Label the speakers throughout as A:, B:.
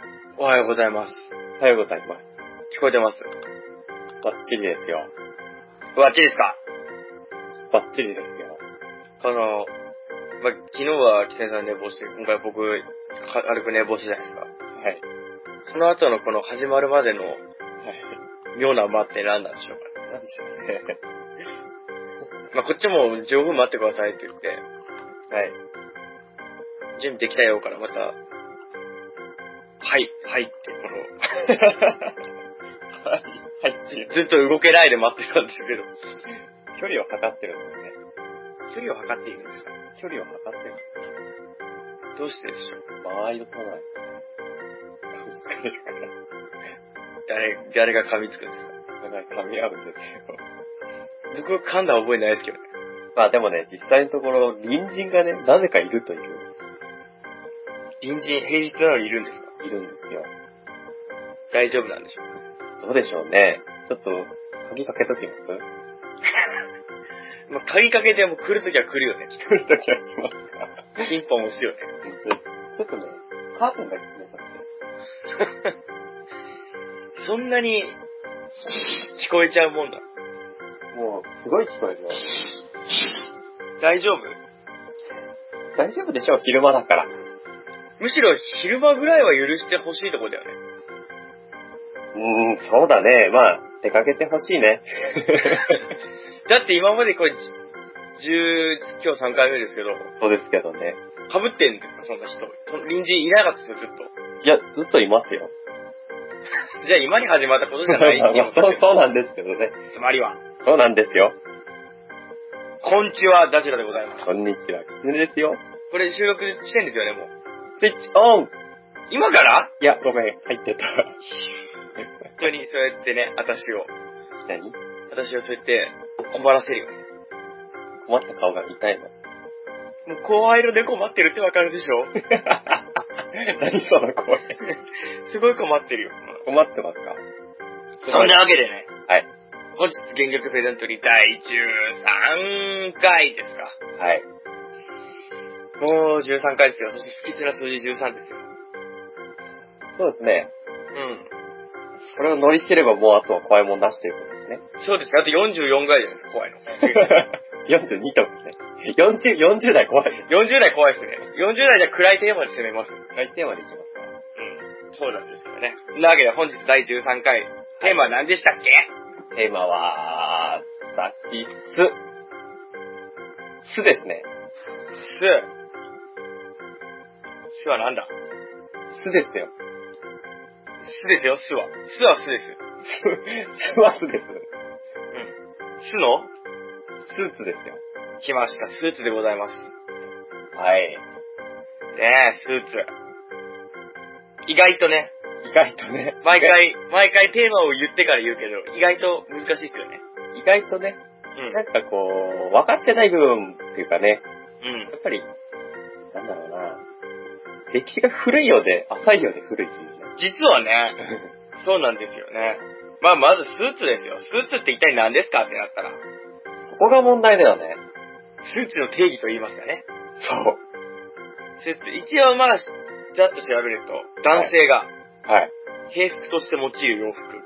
A: ございます。
B: おはようございます。
A: 聞こえてます
B: バッチリですよ。
A: わっちですか
B: バッチリですよ。
A: あの、まあ、昨日はキセさん寝坊して、今回僕、か軽く寝坊したじゃないですか。
B: はい。
A: その後のこの始まるまでの
B: は
A: 妙な間って何なんでしょうか
B: い。なんでしょうね。
A: まあ、こっちも十分待ってくださいって言って、
B: はい。
A: 準備できたよからまた、はい、はいって、この、
B: はい。はいっていう。
A: ずっと動けないで待ってたんですけど、
B: 距離を測ってるんですね。
A: 距離を測っているんですか
B: 距離を測ってるんですよ。
A: どうしてでしょう
B: 間合いを取らないとね。噛みつかれるから。
A: 誰、誰が噛みつくんですか
B: お互い噛み合うんですよ。
A: 僕噛んだ覚えないですけどね。
B: まあでもね、実際のところ、隣人がね、なぜかいるという、
A: 隣人、平日なのにいるんですか
B: いるんですよ。
A: 大丈夫なんでしょうか
B: どうでしょうね。ちょっと、鍵かけときます
A: まあ、鍵かけても来るときは来るよね。
B: 来 るときは来ますか
A: ピンポン押すよね。
B: ちょっとね、カーテンだけ閉めさせて。
A: そんなに、聞こえちゃうもんだ。
B: もう、すごい聞こえるよ。
A: 大丈夫
B: 大丈夫でしょう、昼間だから。
A: むしろ昼間ぐらいは許してほしいとこだよね。
B: うーん、そうだね。まあ、出かけてほしいね。
A: だって今までこれ、十、今日3回目ですけど、
B: そうですけどね。
A: 被ってんですか、そんな人。その隣人いなかったですよ、ずっと。
B: いや、ずっといますよ。
A: じゃあ今に始まったことじゃない
B: まあそう、そうなんですけどね。
A: つまりは、
B: そうなんですよ。
A: こんちは、ダジラでございます。
B: こんにちは、キツネですよ。
A: これ収録してんですよね、もう。
B: スイッチオン
A: 今から
B: いや、ごめん、入ってた。
A: 本当にそうやってね、私を、
B: 何
A: 私をそうやって困らせるよね。
B: 困った顔が痛いの。
A: もう怖い色で困ってるってわかるでしょ
B: 何その声。
A: すごい困ってるよ。
B: 困ってますか
A: そんなわけでね。
B: はい。
A: 本日原曲プレゼントに第13回ですか。
B: はい。
A: もう13回ですよ。そして不吉な数字13ですよ。
B: そうですね。
A: うん。
B: これを乗り切ればもうあとは怖いもんなしということですね。
A: そうですね。あと44回じゃないですか、怖い の。
B: 42とかね。40、40代怖い。
A: 40代怖いですね。40代じゃ暗いテーマで攻めます。うん。
B: はい、テーマでいきますか。
A: そうなんですよね。なわけで本日第13回、テーマは何でしたっけ
B: テーマは、さしす。すですね。
A: す。すは何だ
B: すですよ。
A: すですよ、すは。すはすですよ。
B: す、すはすです。
A: うん。すの
B: スーツですよ。
A: 来ました。スーツでございます。
B: はい。
A: ねえ、スーツ。意外とね、
B: 意外とね。
A: 毎。回、毎回テーマを言ってから言うけど、意外と難しいですよね。
B: 意外とね、なんかこう、分かってない部分っていうかね、
A: うん。う
B: やっぱり、なんだろうな。歴史が古いようで、浅いようで古いっていうね。
A: ん。実はね、 そうなんですよね。まあ、まずスーツですよ。スーツって一体何ですかってなったら、
B: そこが問題だよね。
A: スーツの定義と言いますかね。
B: そう。
A: スーツ、一応まあ、ざっと調べると、男性が
B: はい。
A: 平服として用いる洋服。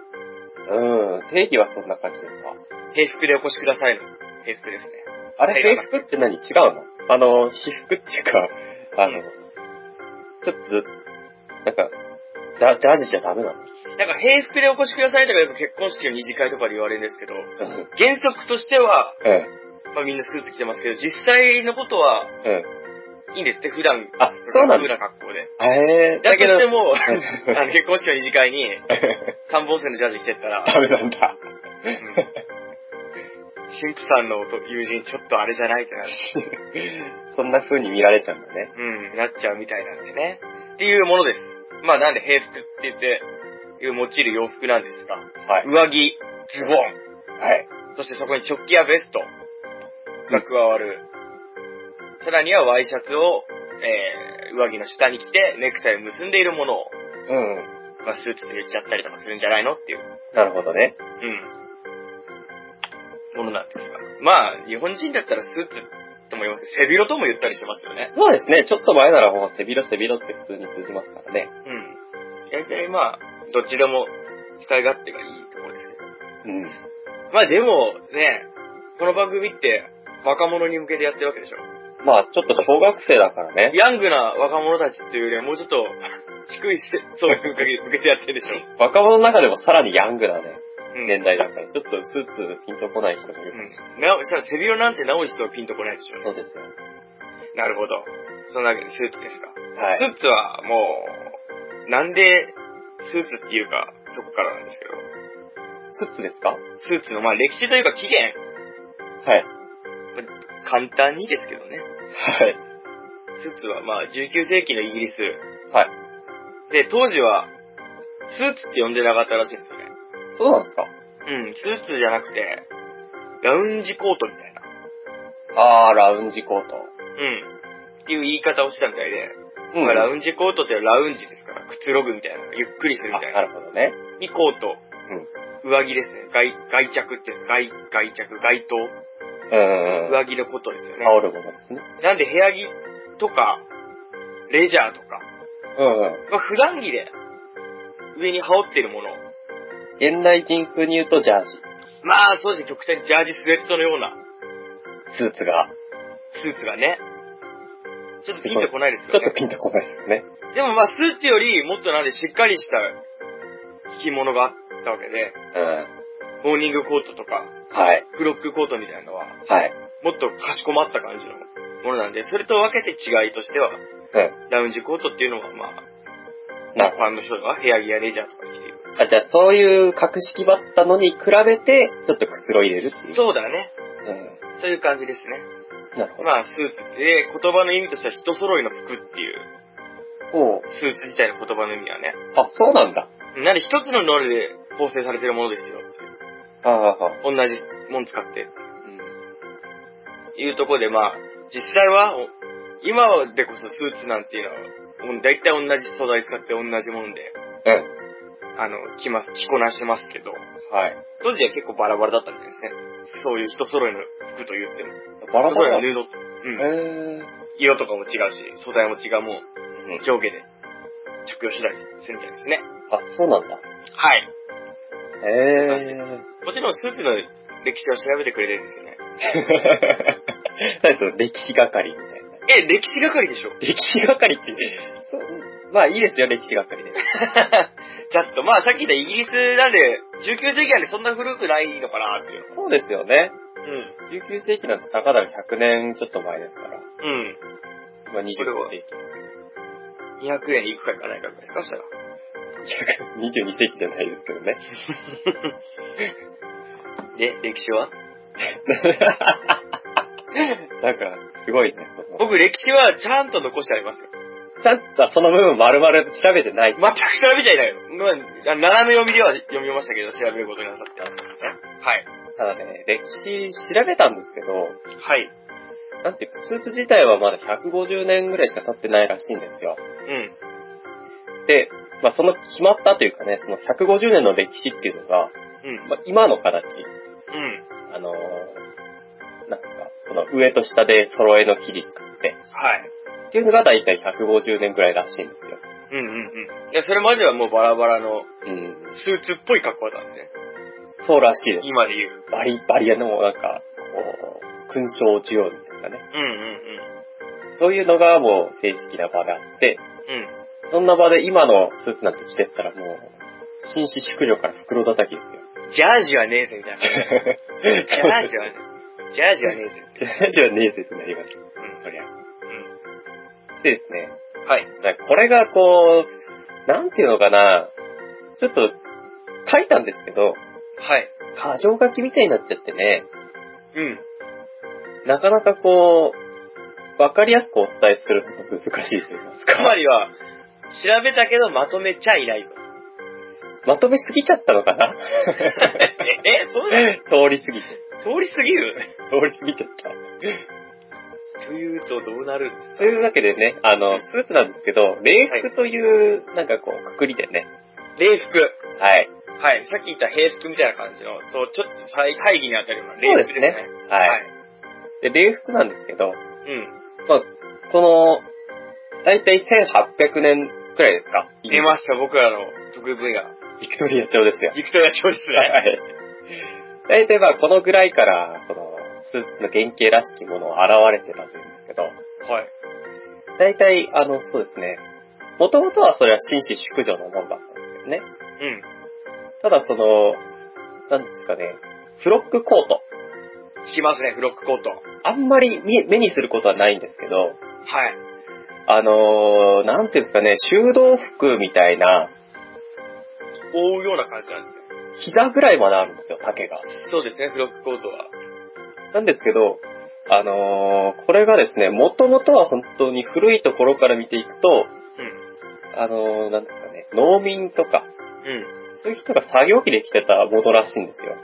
B: うん。定義はそんな感じですか。
A: 平服でお越しくださいの。平服ですね。
B: あれ、
A: はい
B: 制服って何違うのあの、私服っていうか、あの、
A: うん
B: ちょっと、なんか、ジャジャージじゃダメなの
A: なんか平服でお越しくださいとかよく結婚式の二次会とかで言われるんですけど、
B: うん。
A: 原則としては、
B: うん。
A: まあみんなスーツ着てますけど、実際のことは
B: うん。
A: いいんですって、普段。
B: あ、そうな
A: 普
B: の
A: 段格好で。
B: えー、
A: だ
B: だ
A: け
B: け
A: ど
B: ど、
A: で も、あの結婚式の二次会に三本線のジャージ着てったら、
B: ダメなんだ。
A: うん神父さんの友人ちょっとあれじゃないってなる。
B: そんな風に見られちゃうんだね。
A: うん、なっちゃうみたいなんでね。っていうものです。まあなんで平服って言って、用いる洋服なんですが、
B: はい。
A: 上着、ズボン、
B: はい。
A: そしてそこにチョッキやベストが加わる。さらにはワイシャツを、えー、上着の下に着て、ネクタイを結んでいるものを、
B: うんうん。
A: まあ、スーツで言っちゃったりとかするんじゃないのっていう、
B: なるほどね。
A: うん。ものなんですが。まあ、日本人だったらスーツとも言いますけど、背広とも言ったりしてますよね。
B: そうですね。ちょっと前ならもう背広背広って普通に通じますからね。
A: うん。大体まあ、どっちでも使い勝手がいいところですけど。
B: うん。
A: まあでも、ね、この番組って若者に向けてやってるわけでしょ。
B: まあ、ちょっと小学生だからね。
A: ヤングな若者たちっていうよりはもうちょっと 低い世そういう向け向けてやってるでしょ。
B: 若者の中でもさらにヤングなね、
A: うん。
B: 年代だから、ちょっとスーツピンとこない人もいるかもしれ
A: うん。なお、したら背広なんて直しとピンとこないでし
B: ない。
A: ょ。
B: そうですよ。
A: なるほど。そんなわけでスーツですか。
B: はい。
A: スーツはもう、なんでスーツっていうか、とこからなんですけど、
B: スーツですかは
A: スーツのまあ歴史というか起源、
B: い。
A: 簡単にですけどね。
B: はい。
A: スーツはまあ19世紀のイギリス。
B: はい。
A: で、当時は、スーツって呼んでなかったらしいんですよね。
B: そうなんですか
A: うん、スーツじゃなくて、ラウンジコートみたいな。
B: あー、ラウンジコート。
A: うん。っていう言い方をしてたみたいで、
B: う
A: まあラ
B: ンジ
A: ウンジコートってラウンジですから、くつろぐみたいな、ゆっくりするみたいな。
B: なるほどね。
A: にコート、上着ですね。外、外着って、外、外着、外套、
B: うん。うん。
A: 上着のことですよね。
B: 羽織るものですね。
A: なんで部屋着とか、レジャーとか、
B: うんうん。
A: まあ、普段着で上に羽織ってるもの。
B: 現代人風に言うとジャージ。
A: まあ、そうですね、極端にジャージスウェットのような
B: スーツが、
A: スーツがね。ちょっとピンとこないです
B: ちょ
A: よ
B: っと
A: ね。
B: ピンとこないですね。
A: でもまあ、スーツよりもっとなんでしっかりした着物があったわけで、
B: うん。
A: モーニングコートとか、
B: はい。
A: クロックコートみたいなのは、
B: はい。
A: もっとかしこまった感じのものなんで、それと分けて違いとしては、
B: う
A: ラウンジコートっていうのはまあ、
B: ん。なる
A: 一
B: ほ
A: 般の人が部屋着やレジャーとかに着ている。
B: ど。あ、じゃあそういう格式ばったのに比べて、ちょっとくつろいでるっていう。
A: そうだね。
B: うん。
A: そういう感じですね。
B: なるほど。
A: まあ、スーツって、言葉の意味としては人揃いの服っていう、
B: おう
A: スーツ自体の言葉の意味はね。
B: あ、そうなんだ。
A: なんで一つの能力で構成されてるものですよ。
B: ああ、ああ。
A: 同じもん使って。いうところで、まあ、実際は、お今でこそスーツなんていうのは、もう大体同じ素材使って同じもんで、
B: うん。
A: あの、着ます、着こなしてますけど、
B: はい。
A: 当時は結構バラバラだったんですね。そういう人揃いの服と言っても。
B: バラ
A: 人
B: バ
A: 揃い
B: ラ
A: の
B: だ。
A: 布と、
B: う
A: うん。
B: ーん。
A: 色とかも違うし、素材も違う、もう、上下で着用したりするみたいですね。
B: あ、そうなんだ。
A: はい。
B: へえ。
A: もちろんスーツの歴史を調べてくれてるんですよね。
B: 何その歴史係みたいな。
A: え、歴史係でしょ
B: 歴史係って、そう、まあいいですよ、歴史係で。
A: ちょっと、まあさっき言ったイギリスなんで、19世紀なんでそんな古くないのかなっていう。
B: そうですよね。19世紀なんてたかだか100年ちょっと前ですから。
A: うん。うん。
B: まあ20世
A: それは
B: 紀。
A: 200円いくかいかないかぐらいですかそしたら。
B: 22世紀じゃないですけどね。
A: で、歴史は
B: なんか、すごいね。その
A: 僕歴史はちゃんと残してありますよ。
B: ちゃんとその部分丸々調べてない。
A: 全く調べちゃいないよ。まあ、斜め読みでは読みましたけど、調べることになさってあったんですね。はい。
B: ただね、歴史調べたんですけど、
A: はい。
B: なんていうか、スーツ自体はまだ150年ぐらいしか経ってないらしいんですよ。
A: うん。
B: で、まあその決まったというかね、その150年の歴史っていうのが、
A: うん。
B: まあ今の形、
A: うん。
B: あのー、なんか、この上と下で揃えの木で作って、
A: はい。
B: っていうのが大体150年ぐらいらしいんですよ。
A: うんうんうん。で、それまではもうバラバラの
B: うん。
A: スーツっぽい格好だったんですね。
B: そうらしいです。
A: 今で言う。
B: バリバリの、なんか、こう、勲章を授与みたいなね。
A: うんうん
B: そういうのがもう正式な場があって、
A: うん。
B: そんな場で今のスーツなんて着てったらもう、紳士淑女から袋叩きですよ。
A: うん。ジャージはねえぜ、みたいな。ジ ャージはねえ。ジャージはねえぜ。
B: ジャージはねえぜってなりますよ。
A: うん、
B: そりゃ。
A: う
B: でですね、
A: ん。はい。
B: なんかこれがこう、なんていうのかな、ちょっと書いたんですけど、
A: はい。
B: 過剰書きみたいになっちゃってね、
A: うん。
B: なかなかこう、わかりやすくお伝えするのが難しいと言います
A: つま
B: か。
A: りは、調べたけどまとめちゃいないと。
B: まとめすぎちゃったのかな
A: え、そうなの
B: 通り過ぎて。
A: 通り過ぎる
B: 通り過ぎちゃった。
A: というとどうなるんですか
B: というわけでね、あの、スーツなんですけど、礼服という、なんかこう、くくりでね。
A: 礼服。
B: はい。
A: はい。さっき言った平服みたいな感じの、と、ちょっと大大義に当たるような
B: そう
A: 礼
B: で
A: 服です
B: すね
A: ね。。
B: はい。。で、礼服なんですけ
A: う
B: ど、
A: ん。
B: まあ、この、だいたい1800年くくらいですか
A: 出ました、僕らの特別映画。
B: ビクトリア朝ですよ。
A: ビクトリア賞ですね。
B: はい。大体まあこのぐらいから、その、スーツの原型らしきものが現れてたというんですけど、
A: はい。
B: 大体、あの、そうですね。もともとはそれは紳士淑女のもんだったんですけどね。
A: うん。
B: ただその、なんですかね、フロックコート。
A: 聞きますね、フロックコート。
B: あんまり見目にすることはないんですけど、
A: はい。
B: あのー、なんていうんですかね、修道服みたいな、
A: 覆うような感じなんですね。
B: 膝ぐらいまであるんですよ、丈が。
A: そうですね、フロックコートは。
B: なんですけど、あのー、これがですね、もともとは本当に古いところから見ていくと、
A: うん。
B: あのー、なんですかね、農民とか、
A: うん。
B: そういう人が作業着で着てたものらしいんですよ。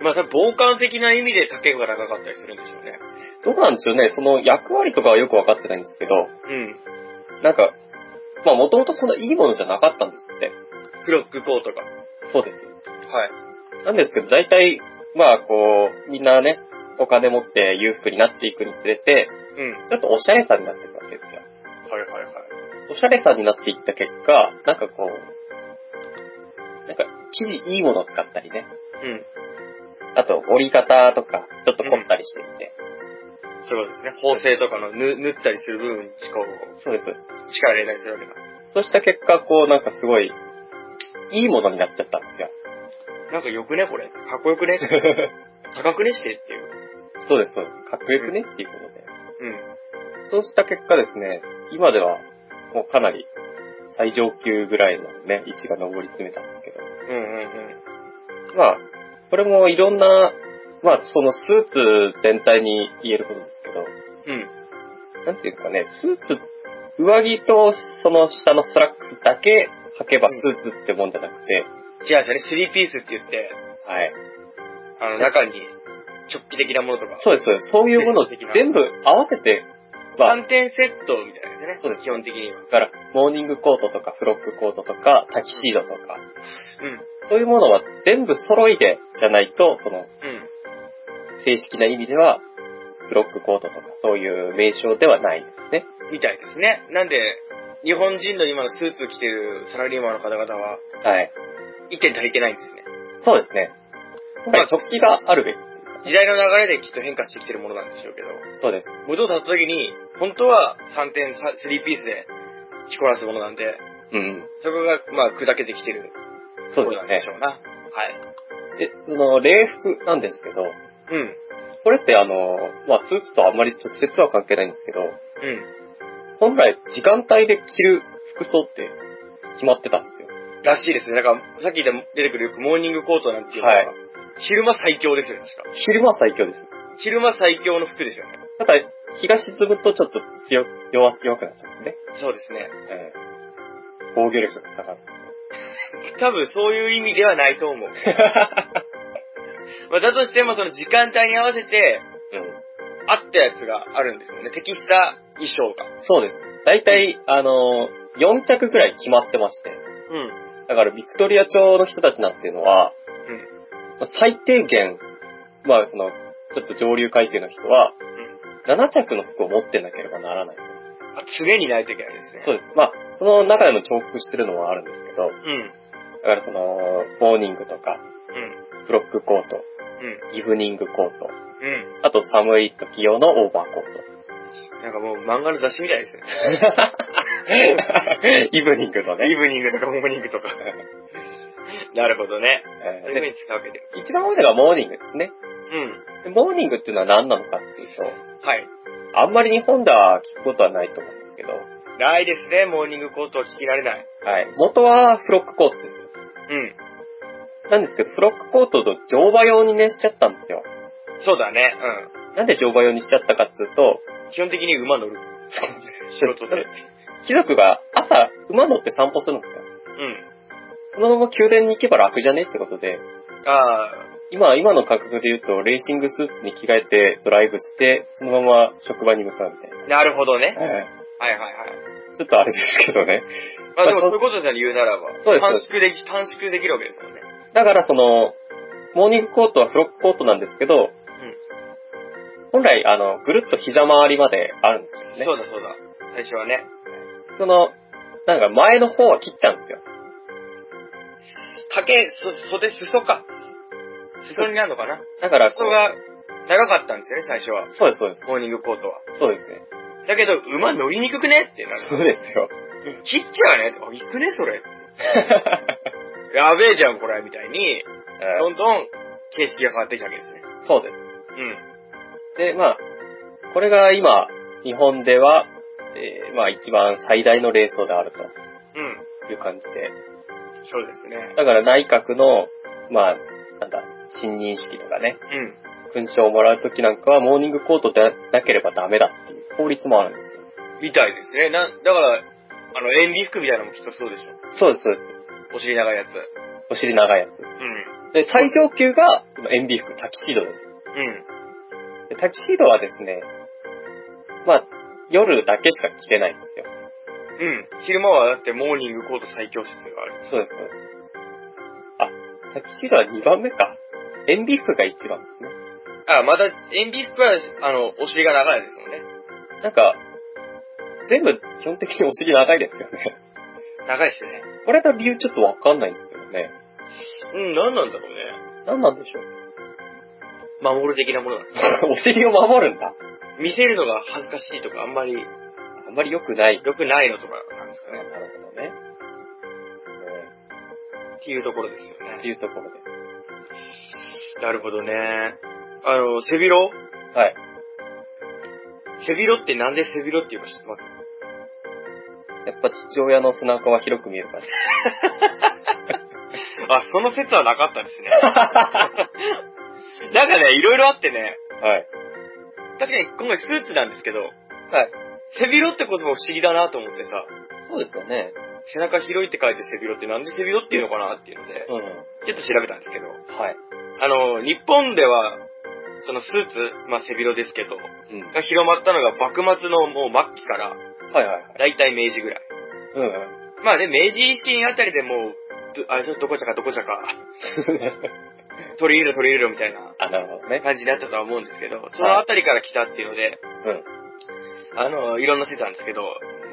A: まあ、多分傍観的な意味で丈が長かったりするんでしょうね。
B: どうなんでしょうね、その役割とかはよくわかってないんですけど、
A: うん。
B: なんか、まあもともとそんないいものじゃなかったんですって。
A: フロックコートが。
B: そうです。
A: はい。
B: なんですけど、大体、まあこう、みんなね、お金持って裕福になっていくにつれて、
A: うん。
B: ちょっとおしゃれさになっていくわけですよ。
A: はいはいはい。
B: おしゃれさになっていった結果、なんかこう、なんか生地いいものを使ったりね。
A: うん。
B: あと折り方とか、ちょっと凝ったりしていて。
A: そういうことですね。縫製とかの縫縫ったりする部分に力を
B: そうです。
A: 力入れたりするわけだ。
B: そうした結果、こうなんかすごい、いいものになっちゃったんですよ。
A: なんかよくね、これ。かっこよ くね。高くねしてっていう。
B: そうです、そうです。かっこよくねっていうことで。
A: うん。
B: そうした結果ですね、今ではもうかなり最上級ぐらいまでね、位置が上り詰めたんですけど。
A: うんうんうん。
B: まあ、これもいろんな、まあそのスーツ全体に言えることですけど、
A: うん。
B: なんていうかね、スーツ、上着とその下のスラックスだけ履けばスーツってもんじゃなくて、
A: じゃあ、それスリーピースって言って、
B: はい。
A: あの、中に、直帰的なものとか。
B: そうです、そうです。そういうものを
A: ベスト的な
B: 全部合わせて、まあ、
A: 3点セットみたいですね。
B: そうです
A: 基本的には。
B: だから、モーニングコートとかフロックコートとか、タキシードとか、
A: うん。
B: そういうものは全部揃いでじゃないと、そ
A: う
B: の、
A: ん。
B: 正式な意味では、フロックコートとか、そういう名称ではないですね。
A: みたいですね。なんで、日本人の今のスーツ着てるサラリーマンの方々は、
B: はい。
A: 1点足りてないんですね。
B: そうですね。今回直帰があるべき。
A: 時代の流れできっと変化してきてるものなんでしょうけど、
B: そうです。
A: 武道さった時に、本当は3点スリーピースで着こなすものなんで、
B: うん。
A: そこが、まあ、砕けてきてると
B: そ
A: こ
B: う
A: ろな
B: です
A: んで
B: ね
A: し。ょうな。はい。
B: で、その、礼服なんですけど、
A: うん。
B: これってあの、まあ、スーツとあんまり直接は関係ないんですけど、
A: う
B: 本来時間帯で着る服装って決まってたんですよ。
A: ん。らしいですね。だから、さっきでも出てくるよくモーニングコートなんていうのは、
B: はい
A: 昼間最強ですよね、確か。
B: 昼間は最強です。
A: 昼間最強の服ですよね。
B: ただ、日が沈むとちょっと強、弱、弱くなっちゃうんですね。
A: そうですね。
B: ええ防御力が下がる。
A: 多分そういう意味ではないと思 う。まあ、だとしてもその時間帯に合わせて、
B: うん。
A: 合ったやつがあるんですよね。適した衣装が。
B: そうです。大体、あの、4着ぐらい決まってまして。
A: うん。
B: だから、ビクトリア朝の人たちなんていうのは、まあ最低限、まあ、その、ちょっと上流階級の人は、7着の服を持ってなければならない。
A: あ常にないといけないですね。
B: そう
A: う。
B: です。まあ、その中でも重複してるのはあるんですけど、
A: うん。
B: だからその、モーニングとか、
A: うん。
B: ブロックコート、
A: うん。
B: イブニングコート、
A: う
B: あと寒い時用のオーバーコー ト。
A: ん。なんかもう漫画の雑誌みたいですね。イ
B: イブニングのね。
A: ブニングとかモーニングとか。 なるほどね。
B: え
A: そういう
B: ー
A: 風
B: で
A: に使うわけで。
B: 一番多いのがモーニングですね
A: うん。
B: でモーニングっていうのは何なのかっていう
A: はい。
B: と、あんまり日本では聞くことはないと思うんですけど、
A: ないですね、モーニングコートは聞きられない。
B: はい。元はフロックコートですよ。
A: うん。
B: なんですけど、フロックコートと乗馬用にね、しちゃったんですよ。
A: そうだね。
B: なんで乗馬用にしちゃったかっていうと、
A: うん。基本的に馬乗る。仕事で。
B: 貴族が朝馬乗って散歩するんですよ。
A: うん。
B: そのまま宮殿に行けば楽じゃねってことで、
A: ああ、
B: 今、今の価格で言うと、レーシングスーツに着替えてドライブして、そのまま職場に向かうみたい
A: なるほどね。
B: な。はい。
A: はいはいはい。
B: ちょっとあれですけどね。
A: まあでもそういうことで言うならば、
B: そうです
A: 短縮でき、短縮できるわけですよね。
B: だからその、モーニングコートはフロックコートなんですけど、本来、あの、ぐるっと膝周りまであるんですよね。
A: そうだそうだ。最初はね。
B: その、なんか前の方は切っちゃうんですよ。
A: 竹、そ、袖、裾か。裾になるのかな
B: だからこ
A: 裾
B: う、
A: が長かったんですよね、最初は。
B: そうです、そうです。
A: モーニングコートは。
B: そうですね。
A: だけど、馬乗りにくくねってなる。
B: そうですよ。
A: 切っちゃうねあ、行くね、それ。 やべえじゃん、これ、みたいに、どんどん形式が変わってきたわけですね。
B: そうです。
A: うん。
B: で、まあ、これが今、日本では、えーまあ一番最大のレースであると
A: うん。
B: いう感じで。
A: そうですね。
B: だから内閣の、まあ、なんだ、新認識とかね、
A: うん。
B: 勲章をもらうときなんかはモーニングコートでなければダメだっていう法律もあるんですよ。
A: みたいですね。な、だから、あの、塩ビ服みたいなのもきっとそうでしょ。
B: そうです、そうです。
A: お尻長いやつ。
B: お尻長いやつ。
A: う
B: で、最上級が、塩ビ服、タキシードです。
A: ん。うん。
B: でタキシードはですね、まあ、夜だけしか着れないんですよ。
A: うん。昼間はだってモーニングコート最強説がある。
B: そうです、そうです。あ、タキシードは2番目か。塩ビ服が1番ですね。
A: あ、まだ、塩ビ服は、あの、お尻が長いですもんね。
B: なんか、全部基本的にお尻長いですよね。
A: 長いですね。
B: これの理由ちょっとわかんないんですけどね。
A: うん、なんなんだろうね。
B: 何なんでしょう。
A: 守る的なものなんですね。
B: お尻を守るんだ。
A: 見せるのが恥ずかしいとか、あんまり良
B: あんまり良くない。
A: くないのとかなんですか
B: な
A: ね。
B: るほどね。
A: っていうところですよ
B: うんって
A: ね。
B: いうところです。
A: なるほどね。あの、背広
B: はい。
A: 背広ってなんで背広っていうか知ってます
B: やっぱ父親の背中は広く見えるから。
A: あ、その説はなかったですね。 なんかね、いろいろあってね、
B: はい。
A: 確かに今回スーツなんですけど、
B: はい。
A: 背広ってことも不思議だなと思ってさ、
B: そうですよね。
A: 背中広いって書いて背広ってなんで背広っていうのかなっていうので、
B: うん。
A: ちょっと調べたんですけど、
B: はい。
A: あの、日本では、そのスーツ、まあ背広ですけど、
B: うん。
A: が広まったのが幕末のもう末期から、
B: はいはいはい。
A: だいたい明治ぐらい。
B: うんうん。
A: まあね、明治維新あたりでもう、どあれでしょ、どこちゃかどこちゃか、 取り入れろ取り入れろみたいな
B: あ、なるほどね。
A: 感じになったとは思うんですけど、そのあたりから来たっていうので、
B: うん。
A: あの、いろんな説あるんですけど、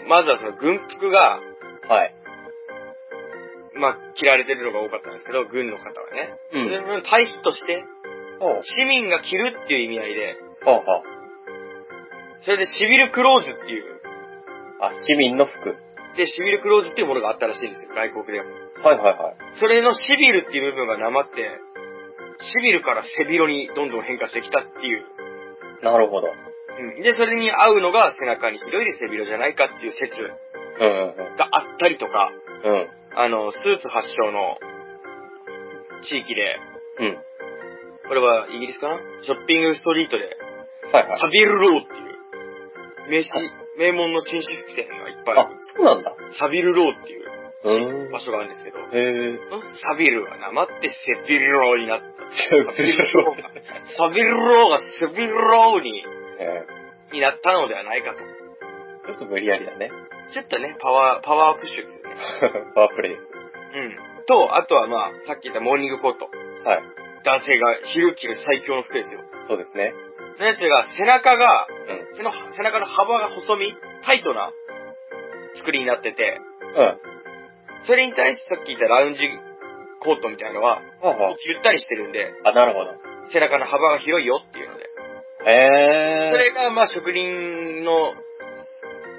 A: まずはその軍服が、
B: はい。
A: まあ、着られてるのが多かったんですけど、軍の方はね。
B: う
A: それ
B: ん。
A: の対比として、
B: ほう。
A: 市民が着るっていう意味合いで、
B: ほうほう。
A: それでシビルクローズっていう、
B: あ、市民の服。
A: で、シビルクローズっていうものがあったらしいんですよ、外国でも。
B: はいはいはい。
A: それのシビルっていう部分がなまって、シビルから背広にどんどん変化してきたっていう。
B: なるほど。
A: うん。で、それに合うのが背中に広いで背広じゃないかっていう説
B: うんうん
A: があったりとか、
B: うん。うん。
A: あの、スーツ発祥の地域で、
B: うん。
A: これはイギリスかなショッピングストリートで、
B: はいは
A: サ
B: い。
A: ビルローっていう、名刺、名門の紳士服店がいっぱいあ
B: あ
A: る、、
B: そうなんだ。
A: サビルローっていう
B: うん
A: 場所があるんですけど、
B: へえ。
A: サビルはなまってセビルローになった。サビルローが
B: へ、
A: サビルローがセビルローに
B: え
A: になったのではないかと。
B: ちょっと無理やりだね。
A: ちょっとね、パワー、パワープッシュですよね。
B: パワープレイです。
A: うん。と、あとはまあ、さっき言ったモーニングコート。
B: はい。
A: 男性が昼着る最強の服ですよ。
B: そうですね。
A: のやつが、背中が、
B: うん。
A: その背中の幅が細身、タイトな作りになってて、
B: うん。は
A: それに対してさっき言ったラウンジコートみたいなのは、
B: あは
A: ゆったりしてるんで、
B: あ。あ、なるほど。
A: 背中の幅が広いよっていうので。そ
B: へえ。
A: れが、まあ、職人の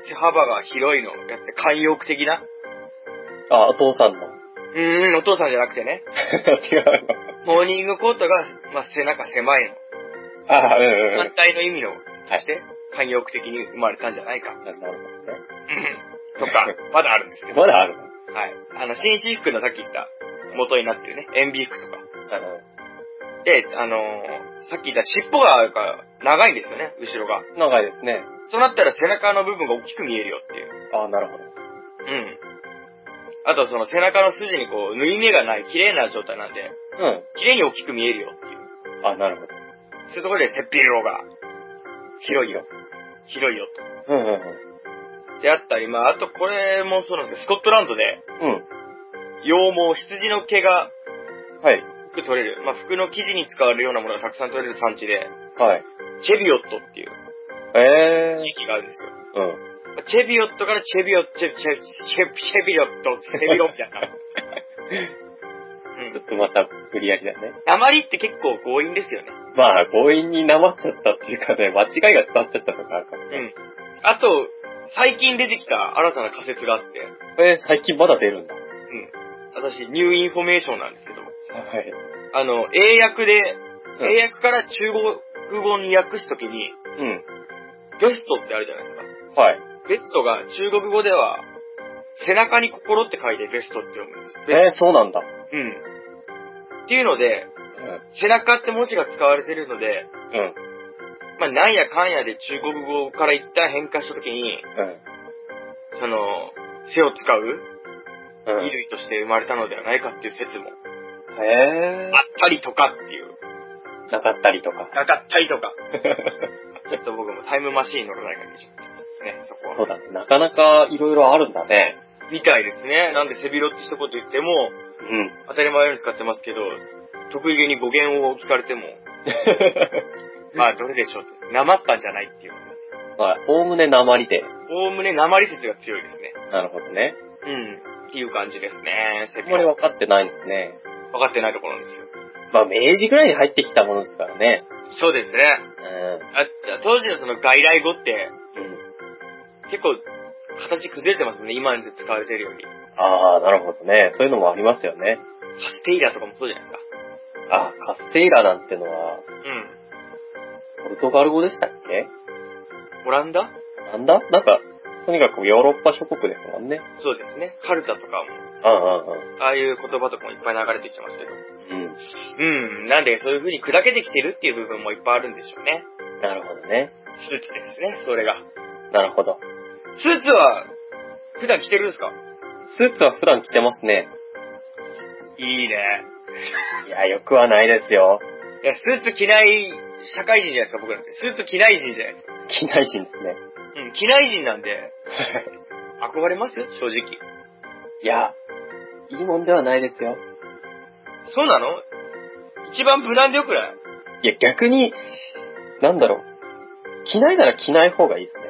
A: 背幅が広いのやつで、慣用句的な。
B: あ、お父さ んの。
A: うーん、お父さんじゃなくてね。
B: 違うの。
A: モーニングコートが、まあ、背中狭いの。
B: あ、うんうん
A: 反対の意味の、
B: は
A: と
B: い
A: して、慣用句的に生まれたんじゃないか。
B: うん。なるほどね。
A: うんとか、まだあるん ですけど。
B: まだあるの
A: はい。あの、紳士服のさっき言った元になってるね、塩ビ服とか。
B: あの、
A: で、あのーさっき言った尻尾があるから長いんですよね、後ろが。
B: 長いですね。
A: そうなったら背中の部分が大きく見えるよっていう。
B: あ、なるほど。
A: うん。あとその背中の筋にこう、縫い目がない綺麗な状態なんで、
B: う
A: 綺麗に大きく見えるよっていう。
B: ん。あ、なるほど。
A: そういうところで、セッピロが広いよ。広いよ
B: うんうん
A: と。であったり、まあ、あとこれもそうなんですけど、スコットランドで、
B: うん。うん。
A: 羊毛、羊の毛が
B: はい。
A: よく取れる。まあ、服の生地に使われるようなものがたくさん取れる産地で、
B: はい。
A: チェビオットっていう
B: ええ
A: 地域があるんですよ。
B: うん。
A: チェビオットからチェビオット、チェチェチェチェビオット、チェビロみたいな。う
B: ちょ
A: ん
B: っとまた無理やりだね。
A: 訛りって結構強引ですよね。
B: まあ、強引になまっちゃったっていうかね、間違いが伝わっちゃったとかあるかも
A: う
B: ね。
A: ん。あと、最近出てきた新たな仮説があって、
B: え、最近まだ出るんだ。は
A: 私、ニューインフォメーションなんですけど、
B: い。
A: あの、英訳で、
B: うん
A: 英訳から中国語に訳すときに、
B: うん。
A: ベストってあるじゃないですか。
B: はい。
A: ベストが中国語では、背中に心って書いてベストって読むんです。ベ
B: えー、そうなんだ。
A: うん。っていうので、
B: うん。
A: 背中って文字が使われてるので、
B: うん。
A: まあ、なんやかんやで中国語から一旦変化したときに、その、背を使う
B: うん。うん
A: 衣。類として生まれたのではないかっていう説も、
B: へ
A: あったりとかっていう、
B: ー。なかったりとか。
A: なかったりとか、ちょっと僕もタイムマシーン乗らないかけちゃった。ね、そこは。
B: そうだね。なかなかいろいろあるんだね。
A: みたいですね。なんで背広って一言言っても、
B: うん。
A: 当たり前のように使ってますけど、得意げに語源を聞かれ ても、まあどれでしょうと。なまったんじゃないっていう。
B: まあ、おおむね鉛で。
A: おおむねなまり説が強いですね。
B: なるほどね。
A: うん。っていう感じですね。背
B: あんまり
A: 広。
B: 分かってないんですね。
A: 分かってないところなんですよ。
B: まあ、明治ぐらいに入ってきたものですからね。
A: そうですね。
B: う
A: あ当時のその外来語って、
B: ん。うん。
A: 結構、形崩れてますもんね。今で使われてるように。
B: ああ、なるほどね。そういうのもありますよね。
A: カステイラとかもそうじゃないですか。
B: あーカステイラなんてのは、
A: う
B: ポルトガル語でしたっけ
A: ん。オランダ
B: なんだなんか、とにかくヨーロッパ諸国ですもんね。
A: そうですね。カルタとかも、
B: うんうん
A: ああいう言葉とかもいっぱい流れてきてますけど。
B: うん。
A: うん。なんで、そういう風に砕けてきてるっていう部分もいっぱいあるんでしょうね。
B: うん。なるほどね。
A: スーツですね、それが。
B: なるほど。
A: スーツは、普段着てるんですか
B: スーツは普段着てますね。
A: いいね。
B: いや、よくはないですよ。
A: いや、スーツ着ない社会人じゃないですか、僕なんて。スーツ着ない人じゃないですか。
B: 着ない人ですね。
A: うん、着ない人なん で、憧れます正直。
B: いや、いいもんではないですよ。
A: そうなの一番無難でよくない
B: いや、逆に、なんだろう。着ないなら着ない方がいいですね。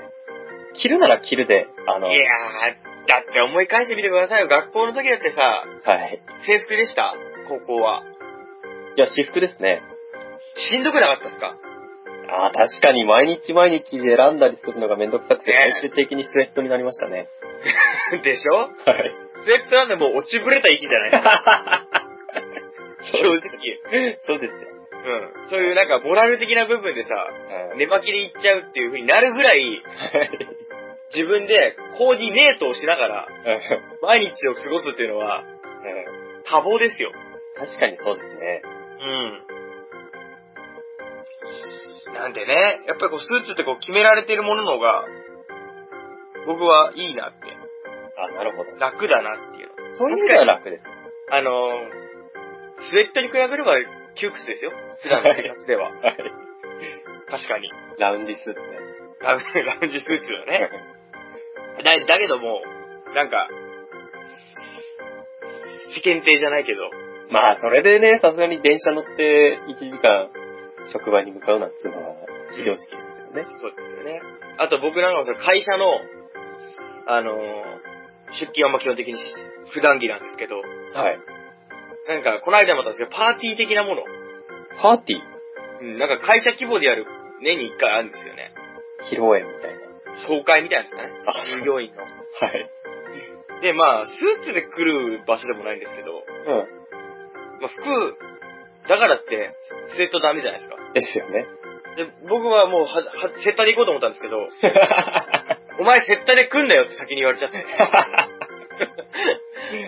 B: 着るなら着るで、あの、
A: い
B: は
A: やー、だって思い返してみてくださいよ。学校の時だってさ、
B: い。
A: 制服でした高校は。
B: いや、私服ですね。
A: しんどくなかったっすか
B: ああ、確かに毎日毎日選んだりするのがめんどくさくて、
A: ねえ
B: 最終的にスウェットになりましたね。
A: でしょ
B: はい。
A: スウェットなんでもう落ちぶれた息じゃないですか。正直。
B: そうですよ。
A: うん。そういうなんかモラル的な部分でさ、
B: うん
A: 寝巻きで行っちゃうっていう風になるぐらい、自分でコーディネートをしながら毎日を過ごすっていうのは
B: うん
A: 多忙ですよ。
B: 確かにそうですね。
A: うん。なんでね、やっぱりこうスーツってこう決められてるものの方が、僕はいいなって、
B: あなるほど。
A: 楽だなっていうの。
B: そういう意味では楽です。
A: あのー、スウェットに比べれば窮屈ですよ。普段の生活では。
B: はい。
A: 確かに。
B: ラウンジスーツね。
A: ラウンラウンジスーツはね。だ、だけども、なんか、世間体じゃないけど、
B: まあ、それでね、さすがに電車乗って1時間職場に向かうなんていうのは非常識ですよね。
A: そうですよね。あと僕なんかもその会社の、あのー出勤はまあ基本的にし普段着なんですけど、
B: はい。
A: なんかこの間もあったんですけど、パーティー的なもの。
B: パーティー
A: うん、なんか会社規模でやる年に一回あるんですよね。
B: 披露宴みたい
A: 総会みたいなんですかね。
B: な。あ
A: 従業員の。
B: はい。
A: で、まあ、スーツで来る場所でもないんですけど、
B: う
A: まあ服、だからって、スウェットダメじゃないですか。
B: ん。ですよね。
A: で、僕はもうは、は、セッターで行こうと思ったんですけど、お前セッターで来んなよって先に言われちゃ って。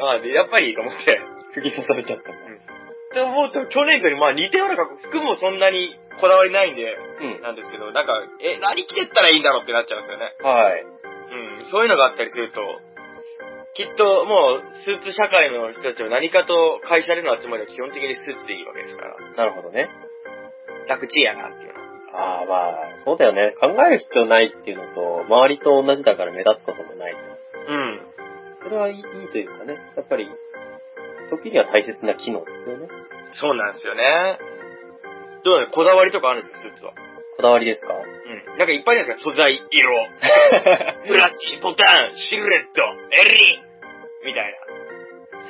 A: ああ、で、やっぱりと思って。
B: 釘刺されちゃった。
A: と思うと、去年とにまあ似たような格好、服もそんなにこだわりないんで、
B: うん。
A: なんですけど、なんか、え、何着てったらいいんだろうってなっちゃうんですよね。
B: はい。
A: うん、そういうのがあったりすると、きっともう、スーツ社会の人たちは何かと会社での集まりは基本的にスーツでいいわけですから、
B: なるほどね。
A: 楽ちんやなっていうの。
B: ああ、まあ、そうだよね。考える必要ないっていうのと、周りと同じだから目立つこともないと。
A: うん。
B: それはいいいいというかね、やっぱり、時には大切な機能ですよね。
A: そうなんですよね。どうだろうこだわりとかあるんですか、スーツは。
B: こだわりですか
A: うん。なんかいっぱいあるじゃないですか、素材、 色、ブラチ、ボタン、シルエット、襟みたい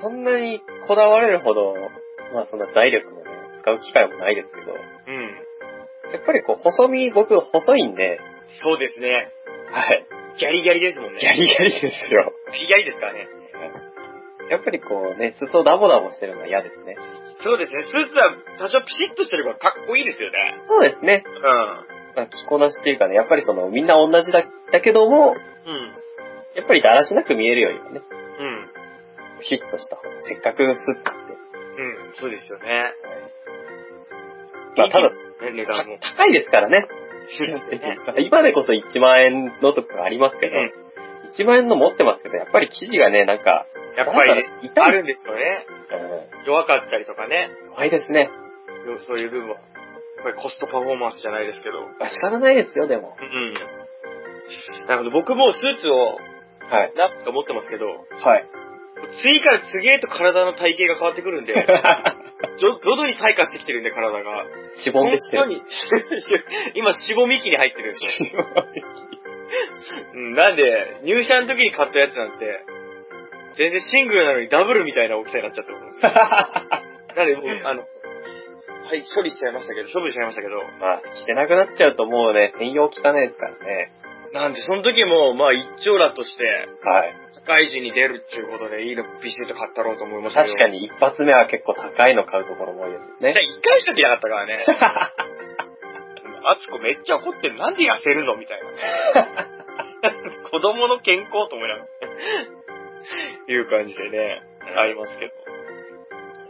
B: そんなにこだわれるほど、まあそんな財力もね、使う機会もないですけど、や
A: な。うん。
B: っぱりこう、細身、僕細いんで、
A: そうですね。
B: はい。
A: ギャリギャリですもんね。
B: ギャリギャリですよ。
A: ギャリギャリですからね。
B: やっぱりこうね、裾ダボダボしてるのは嫌ですね。
A: そうですね。スーツは多少ピシッとしてるからかっこいいですよね。
B: そうですね。
A: う
B: まあ、着こなしっていうかね、やっぱりその、みんな同じだ、だけども、
A: ん。
B: やっぱりだらしなく見えるよりはね、
A: うん。
B: ヒットした方が、せっかくスーツ買って。
A: うん。うん。そうですよね。
B: まあ、ただ、
A: ね、値段も。
B: た高いですから ね。
A: するんでね。
B: 今でこそ1万円のとかありますけど、
A: うん
B: 1万円の持ってますけど、やっぱり生地がね、なんか、
A: やっぱりね、
B: 痛い
A: あるんですよね。
B: う
A: 弱かったりとかね。
B: ん、怖いですね。
A: そういう部分は。やっぱりコストパフォーマンスじゃないですけど。う
B: まあ仕方ないですよ、でも。
A: ん。なるほど。僕もスーツを
B: はい。
A: 何か持ってますけど、
B: はい。
A: 次から次へと体の体型が変わってくるん で、徐々に退化してきてるんで、体が。
B: しぼんできて
A: 本当
B: る。
A: に、 今、しぼみ期に入ってるんですよ。 うん、なんで、入社の時に買ったやつなんて、全然シングルなのにダブルみたいな大きさになっちゃったもんですよ。なんで、もう、あの、はい、処理しちゃいましたけど、処分しちゃいましたけど、
B: まあ、着てなくなっちゃうともうね、専用汚いですからね。
A: なんで、その時も、まあ、一長羅として、
B: はい。
A: 社会人に出るっていうことで、いいのビシッと買ったろうと思いましたけど。
B: 確か。に一発目は結構高いの買うところも多いですよ
A: ね、
B: ね。
A: 一回しか出なかったからね。 あつこめっちゃ怒ってる。なんで痩せるのみたいな。 子供の健康と思いながら。いう感じでね、ありますけど。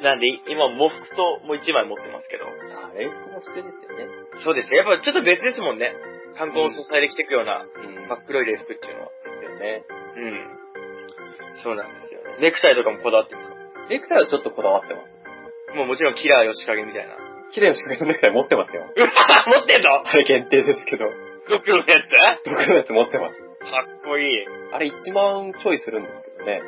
A: なんで、今、喪服ともう一枚持ってますけど。
B: あれも普通ですよね。
A: そうですね。やっぱちょっと別ですもんね。観光の支えで着てくような、
B: うん。
A: 真
B: まあ
A: っ黒い礼服っていうのは。
B: ですよね。
A: うん。そうなんですよね。ネクタイとかもこだわってますか
B: ネクタイはちょっとこだわってます。
A: もうもちろんキラー吉影みたいな。
B: 綺麗な仕掛けのネクタイ持ってますよ。
A: うわ持ってんの
B: あれ限定ですけど、
A: ド クロのやつ
B: 僕のやつ持ってます。
A: かっこいい。へ
B: あれ1万ちょいするんですけどね。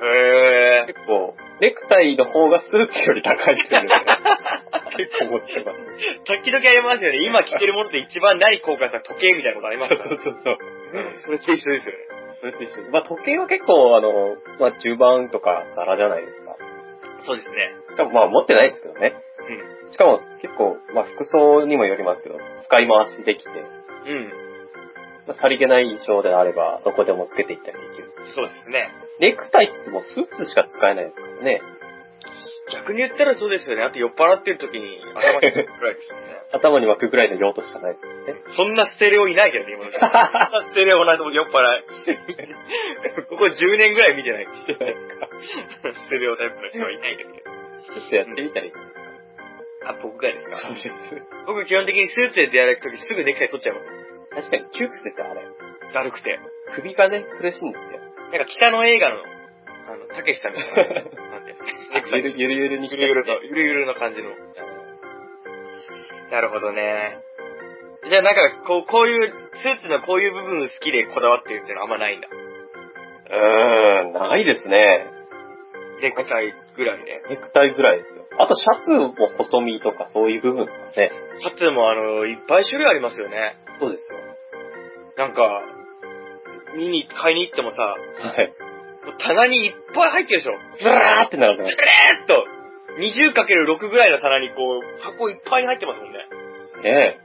A: え。
B: 結構、ネクタイの方がスーツより高いっていうのが 結構持ってます。
A: 時々ありますよね。今着てるもので一番何後悔した時計みたいなことあります
B: そ
A: から。
B: うそうそうそう。
A: うんそれと一緒ですよね。
B: それと一緒ですまあ時計は結構、あの、まあ中盤とか柄じゃないですか。
A: そうですね。
B: しかもまあ持ってないですけどね。しかも結構、まあ服装にもよりますけど、使い回しできて、
A: うん。うん。
B: まあ、さりげない衣装であれば、どこでもつけていったりできる。
A: そうですね。
B: ネクタイってもうスーツしか使えないですからね。
A: 逆に言ったらそうですよね。あと酔っ払ってる時に頭にくるくらいですよね。
B: 頭に巻くぐらいの用途しかないですよね。
A: そんなステレオいないけどね、今の時代そんなステレオないと 思う酔っ払い。ここ10年ぐらい見てない。
B: じゃないですか。
A: ステレオタイプの人はいないですけど。
B: ちょっとやってみたらいいじゃないですか。
A: あ、僕がですか
B: そうで
A: 僕基本的にスーツで出歩く時すぐネクタイ取っちゃいます。
B: す。確かに窮屈ですよ、あれ。
A: だるくて。
B: 首がね、苦しいんですよ。
A: なんか北の映画の、あの、たけしさん みたいな。なんで。ネクタ
B: ゆ
A: イ
B: るゆるゆるにし
A: ゆるゆ
B: て、ね。
A: るの、ゆるゆるの感じの。なるほどね。じゃあなんか、こう、こういう、スーツのこういう部分好きでこだわってるっていうのはあんまないんだ。
B: うーん、ないですね。
A: ネクタイぐらいね。
B: ネクタイぐらいですよ。あとシャツも細身とかそういう部分ですかね。
A: シャツもあの、いっぱい種類ありますよね。
B: そうですよ。
A: なんか、見に、買いに行ってもさ、
B: はい。
A: もう棚にいっぱい入ってるでしょ。
B: ずらーって並んでま
A: ず
B: す。
A: れーっと 20×6 ぐらいの棚にこう、箱いっぱいに入ってますもんね。いっ
B: ね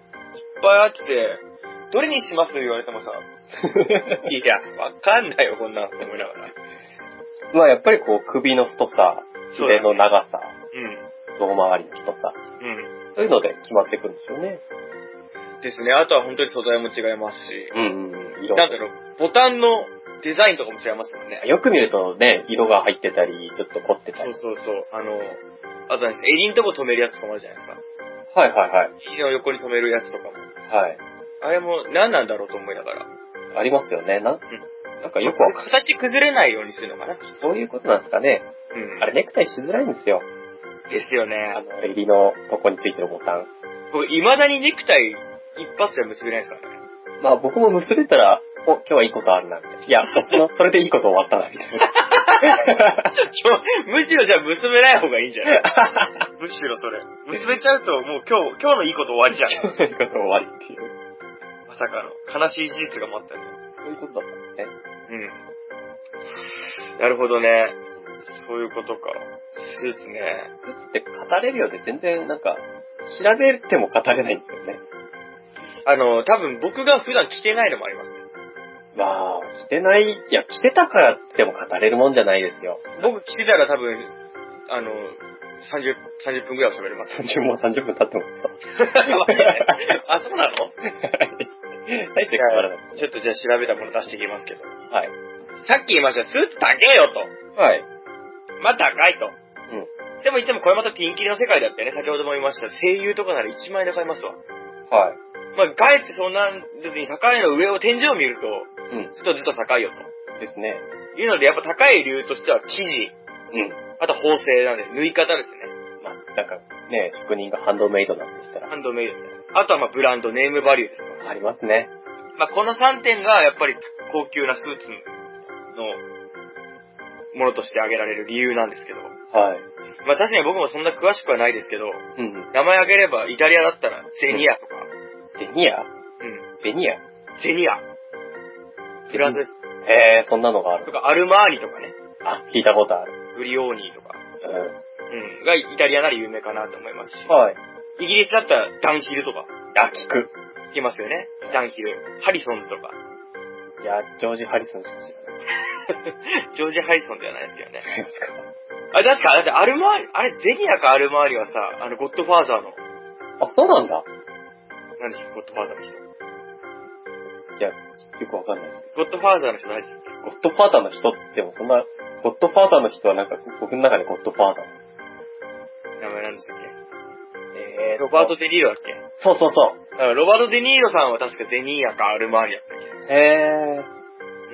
A: ぱい入ってて、どれにします言われても さ、
B: え。
A: いや、わかんないよ、こんなのと思いながら。
B: まあやっぱりこう首の太さ、
A: そうだね
B: 腕の長さ、
A: うん。
B: 胴回りの太さ、
A: う
B: そういうので決まってくるんですよね。
A: ん。ですね。あとは本当に素材も違いますし、
B: うんうんうん。色
A: なんだろう、ボタンのデザインとかも違いますもんね。
B: よく見るとね、色が入ってたり、ちょっと凝ってた
A: そ
B: り。
A: うそうそう。あの、あとなんです襟のとこ止めるやつとかもあるじゃないですか。
B: はいはいはい。
A: 襟の横に止めるやつとかも。
B: はい。
A: あれも何なんだろうと思いながら。
B: ありますよね。な、なんかよくわかん
A: 形崩れないようにするのかな。
B: そういうことなんですかね。
A: うん
B: あれネクタイしづらいんですよ。
A: ですよ
B: あ
A: ね。
B: の、襟のとこについてるボタン。
A: 僕、未だにネクタイ一発じゃ結べないですからね。
B: まあ僕も結べたら、お、今日はいいことあるな、みたいな。いや、その、それでいいこと終わったな、み たいな。
A: むしろじゃあ結べない方がいいんじゃない む しろそれ。結べちゃうともう今日、今日のいいこと終わりじゃん。
B: 今日のいいこと終わりっていう。
A: さかの悲しい事実が待ってるんだよ。
B: そういうことだったんですね。
A: うん。なるほどね。そういうことか。スーツね。
B: スーツって語れるようで全然なんか、調べても語れないんですよね。
A: あの、多分僕が普段着てないのもあります。
B: まあ、着てない、いや、着てたからっても語れるもんじゃないですよ。
A: 僕着てたら多分、あの、30、30分ぐらいは喋れます。
B: 30もう30分経ってます よ。
A: あ、そうなの
B: 大して変わらない。
A: ちょっとじゃあ調べたもの出していきますけど。
B: はい。
A: さっき言いました、スーツ高えよと。
B: はい。
A: まあ高いと。
B: うん。
A: でもいつもこれまたピンキリの世界だってね、先ほども言いました、声優とかなら1万円で買いますわ。
B: はい。
A: まあ、かえってそんな、別に高いの上を、天井を見ると、
B: うん。
A: ずっとずっと高いよ
B: ですね。
A: と。いうので、やっぱ高い理由としては、生地、
B: うん。
A: あと縫製なんで、縫い方ですね。
B: まあ、だからね、職人がハンドメイドなんてしたら
A: ハ、ンドメイドですね。あとはまあ、ブランド、ネームバリューですわ。
B: ありますね。
A: まあ、この3点が、やっぱり、高級なスーツの、ものとして挙げられる理由なんですけど。
B: はい。
A: まあ、確かに僕もそんな詳しくはないですけど、
B: うん。
A: 名前挙げれば、イタリアだったら、ゼニアとか、
B: ベニア
A: うん、
B: ベニア
A: ゼニア、フランスです。
B: へえ、そんなのがあ
A: と
B: る。
A: か、アルマーニとかね、
B: あ、聞いたことある。
A: グリオーニとか。
B: う
A: うん、がイタリアなら有名かなと思いますし、
B: ん。はい。
A: イギリスだったらダンヒルとか、
B: あ、聞く。
A: 聞きますよね。ダンヒル、ハリソンズとか、
B: いや、ジョージ・ハリソンしか知らない。
A: ジョージ・ハリソンではないですけどね。
B: ですか。
A: あ、確か、だってアルマーリ、あれ、ゼニアかアルマーリはさ、あの、ゴッドファーザーの、
B: あ、そうなんだ。
A: 何でしたっけ、ゴッドファーザーの人。
B: いや、よくわかんないです。
A: ゴッドファーザーの人何でしたっけ
B: ゴッドファーザーの人って、でもそんな、ゴッドファーザーの人はなんか、僕の中でゴッドファーザーなんです。
A: 名前何でしたっけ
B: え
A: ロバート・デ・ニーロだっけ
B: そうそうそ
A: あロバート・デ・ニーロさんは確かゼニアかアルマーリだったっ
B: う。へえ。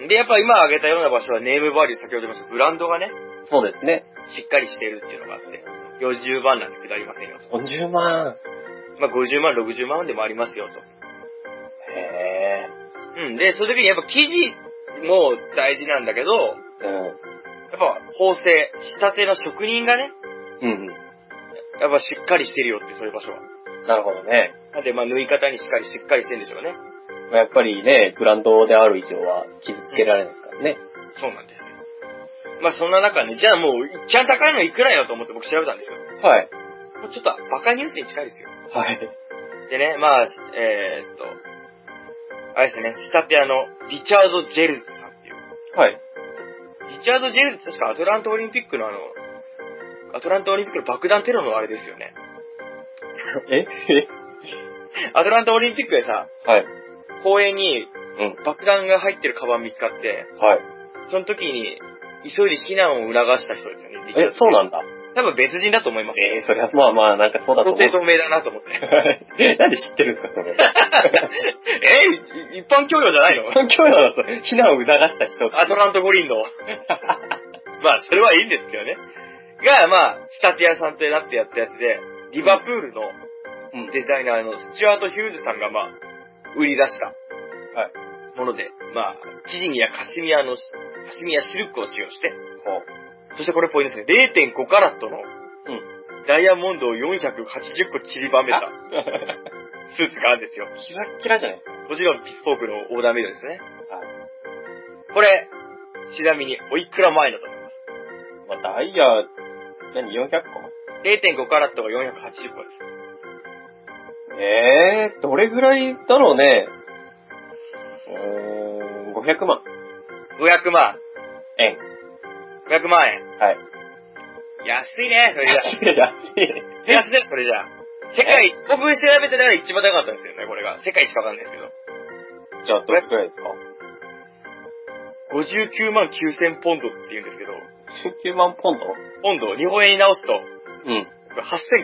A: けで、やっぱ今挙げたような場所はネームバリュー、先ほど言いました、ブランドがね、
B: そうですね。
A: しっかりしてるっていうのがあって、40万なんてくだりませんよ。
B: 40万。
A: まあ、50万、60万でもありますよ、と。
B: へえ。
A: うん。で、そういう時にやっぱ生地も大事なんだけど、や
B: うん。
A: っぱ縫製、仕立ての職人がね、
B: うん
A: やっぱしっかりしてるよって、そういう場所は。
B: うん。なるほどね。
A: なんで、まあ、縫い方にしっかりしっかりしてるんでしょうね。
B: まあやっぱりね、ブランドである以上は傷つけられないですからね。
A: そうなんですよ。まあ、そんな中ね、じゃあもう、いっちゃん高いのいくらよと思って僕調べたんですよ。
B: はい。
A: もうちょっとバカニュースに近いですよ。
B: はい。
A: でね、まあ、えー、っと、あれですね、仕立て屋のリチャード・ジェルズさんっていう。
B: はい。
A: リチャード・ジェルズ確かアトランタオリンピックのあの、アトランタオリンピックの爆弾テロのあれですよね。
B: え
A: アトランタオリンピックでさ、
B: はい。
A: 公園に
B: うん。
A: 爆弾が入ってるカバン見つかって、
B: はい。
A: その時に急いで避難を促した人ですよね。
B: え、そうなんだ。
A: 多分別人だと思います。
B: えー、そりゃ、まあまあ、なんかそうだ
A: 固
B: と思う
A: 定。透明だなと思って。
B: はいなんで知ってるんですか、それ。
A: えい一般教養じゃないの
B: 環境なのと、避難を促した人。
A: アトランタ五輪の。 まあ、それはいいんですけどね。が、まあ、仕立て屋さんとなってやったやつで、リバプールの
B: うん
A: デザイナーのスチュアート・ヒューズさんが、まあ、売り出した
B: はい。
A: もので、まあ、生地にはカシミヤの、カシミヤシルクを使用して、
B: こ
A: そしてこれポイントですね、0.5カラットの
B: う。うん。
A: ダイヤモンドを480個散りばめたスーツがあるんですよ。
B: キラッキラじゃないですか。
A: もちろんピスポークのオーダーメイドですね。
B: はい。
A: これ、ちなみにおいくら前だと思います
B: まあ、ダイヤ、何、400個
A: ?0.5カラットが480個です。
B: ええー、どれぐらいだろうね。うーん、500万
A: 500万。
B: 円。
A: 500万円。
B: はい。
A: 安いね、それじゃあ。
B: 安い。
A: 安いね、それじゃあ。世界、僕調べてたら一番高かったんですよね、これが。世界一高かんないですけど。
B: じゃあ、どれくらいですか
A: 59万9000ポンドって言うんですけど、
B: ?19 万ポンド
A: ポンドを日本円に直すと、
B: うん。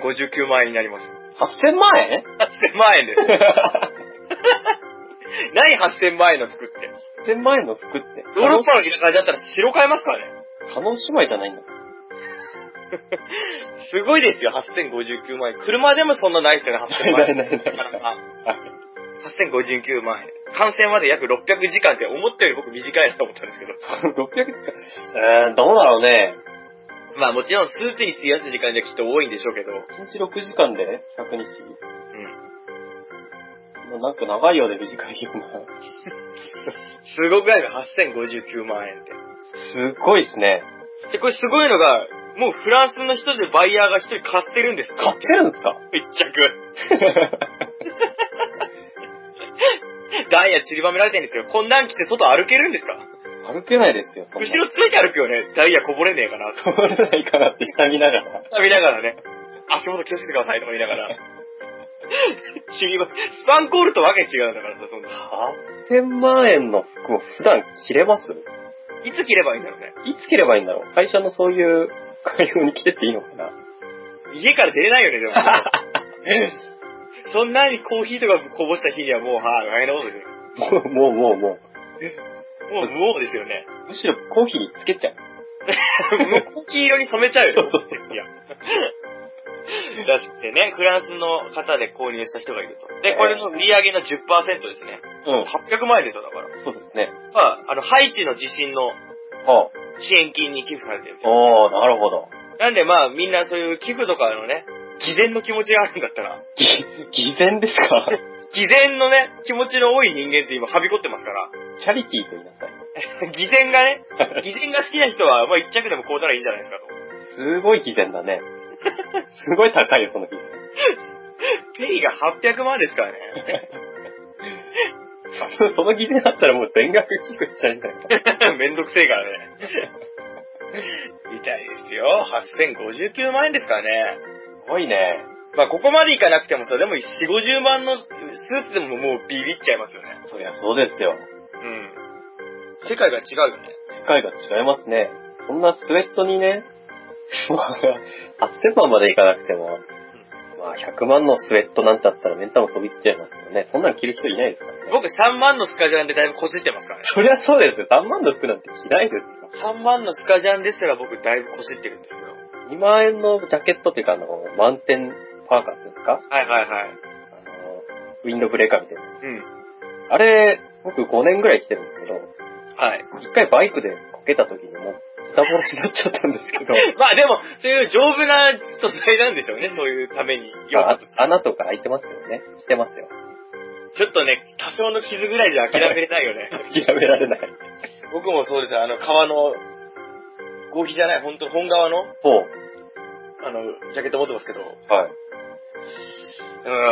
A: 8059万円になります。
B: 8000万円
A: 8000万円です。 何8000万円の服って。
B: ?1000 万円の服って。
A: ヨーロッパの田舎だったら白買えますからね。
B: 可能姉妹じゃないんだ。
A: すごいですよ、8059万円。車でもそんなないですよね、8000万円。
B: ないな
A: だからまあ
B: はい
A: 8059万円。完成まで約600時間って思ったより僕短いなと思ったんですけど。
B: 600えー、どうだろうね。
A: まあもちろんスーツに費やす時間じゃきっと多いんでしょうけど。
B: 1日6時間で100日
A: うん。
B: まなんか長いよね、短いよな。
A: すごくないか ?8059 万円って。
B: すごいですね。
A: で、これすごいのが、もうフランスの人でバイヤーが一人買ってるんです
B: 買ってるんですか
A: 一着。ダイヤ散りばめられてるんですけど、こんなん着て外歩けるんですか
B: 歩けないですよ、そんな
A: 後ろついて歩くよね。ダイヤこぼれねえかなと。
B: 通れないかなって下見ながら。
A: 見ながらね。足元気をつけてくださいとか言いながら。知りま、スパンコールとわけ違うんだからさ、そんな。
B: 8000万円の服を普段着れます
A: いつ着ればいいんだろうね。
B: いつ着ればいいんだろう会社のそういう会合に着てっていいのかな
A: 家から出れないよね、でも。そんなにコーヒーとかこぼした日にはもう、はい、大変なことですよ。
B: もう、もう、もう、も
A: もう無王ですよね。
B: う。むしろコーヒーにつけちゃう。
A: もうコーヒー色に染めちゃうよ、
B: そうそ
A: いや。らしくてね、フランスの方で購入した人がいると。で、これの売り上げの10%ですね。
B: う
A: 800万円ですよ、だから。
B: そうですね。
A: まあ、あの、ハイチの地震の
B: は
A: 支援金に寄付されてるみたいな
B: あ、ああ、なるほど。
A: なんでまあ、みんなそういう寄付とかのね、偽善の気持ちがあるんだったら、
B: ぎ、偽善ですか
A: 偽善のね、気持ちの多い人間って今、はびこってますから。
B: チャリティーと言いなさい。
A: 偽善が ね、偽善が好きな人は、まあ一着でも買うたらいいんじゃないですかと。
B: すごい偽善だね。すごい高いよ、その偽善。
A: ペイが800万ですからね。
B: そ のその偽善だったらもう全額寄付しちゃいたいな。
A: めんどくせえからね。痛いですよ。8059万円ですからね。
B: すごいね。
A: まあここまでいかなくてもさ、でも4、50万のスーツでももうビビっちゃいますよね。
B: そりゃそうですよ。
A: うん。世界が違うよね。
B: 世界が違いますね。そんなスウェットにね、ま あ、8000万までいかなくても、まあ、100万のスウェットなんてあったらメンタも飛びつっちゃいますけどね。そんなん着る人いないですからね。
A: 僕3万のスカジャンでだいぶこすってますからね。
B: そりゃそうですよ。3万の服なんて着ないですよ。
A: 3万のスカジャンですら僕だいぶこすってるんですけど。
B: 2万円のジャケットっていうか、あの、満点パーカーっていうんですか
A: はいはいはい。
B: あの、ウィンドブレーカーみたいな。
A: うん。
B: あれ、僕5年ぐらい着てるんですけど、
A: はい。
B: 一回バイクでこけた時にもう、ズタボロになっちゃったんですけど、
A: まあでも、そういう丈夫な素材なんでしょうね、そういうために。
B: まあ穴とか開いてますよね。着てますよ。
A: ちょっとね、多少の傷ぐらいじゃ諦めれないよね。
B: 諦められない。
A: 僕もそうですよあの、革の、合皮じゃない、本当本革の、
B: そう。
A: あの、ジャケット持ってますけど、
B: はい。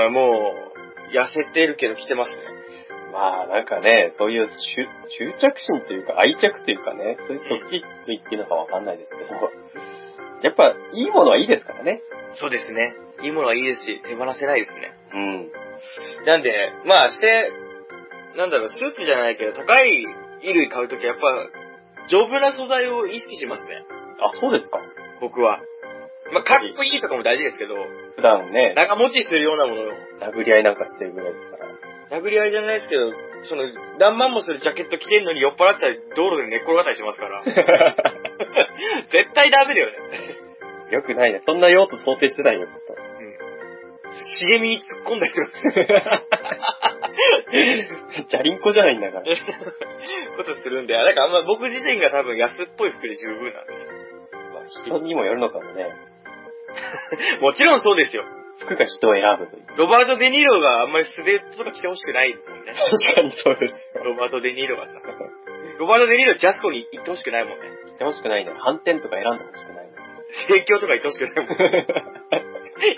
A: うん、もう、痩せてるけど着てますね。
B: まあなんかね、そういう執執着心というか愛着というかね、そういうどっちと言っていいのかわかんないですけど、やっぱいいものはいいですからね。
A: そうですね。いいものはいいですし、手放せないですね。
B: うん。
A: なんで、まあ、して、なんだろう、スーツじゃないけど、高い衣類買うときはやっぱ、丈夫な素材を意識しますね。
B: あ、そうですか。
A: 僕は。まあ、かっこいいとかも大事ですけど、
B: 普段ね、
A: 長持ちするようなものを、
B: 殴り合いなんかしてるぐらいですから。
A: 殴り合いじゃないですけど、その、何万もするジャケット着てんのに酔っ払ったら道路で寝っ転がったりしますから。 絶対ダメだよね。
B: よくないね。そんな用途想定してないよ、ずっと。
A: 茂みに突っ込んだりとか、
B: じゃりんこじゃないんだから。
A: ことするんで、なんかあんま僕自身が多分安っぽい服で十分なんです
B: 人にもよるのかもね。
A: よ。もちろんそうですよ。
B: 服が人を選ぶという。
A: ロバート・デ・ニーロがあんまり素手とか着てほしくないもんね。
B: 確かにそうですよ。
A: ロバート・デ・ニーロがさ。ロバート・デ・ニーロジャスコに行ってほしくないもんね。
B: 着てほしくないね。反転とか選んでほしくないね。
A: 盛況とか行ってほしくないもんね。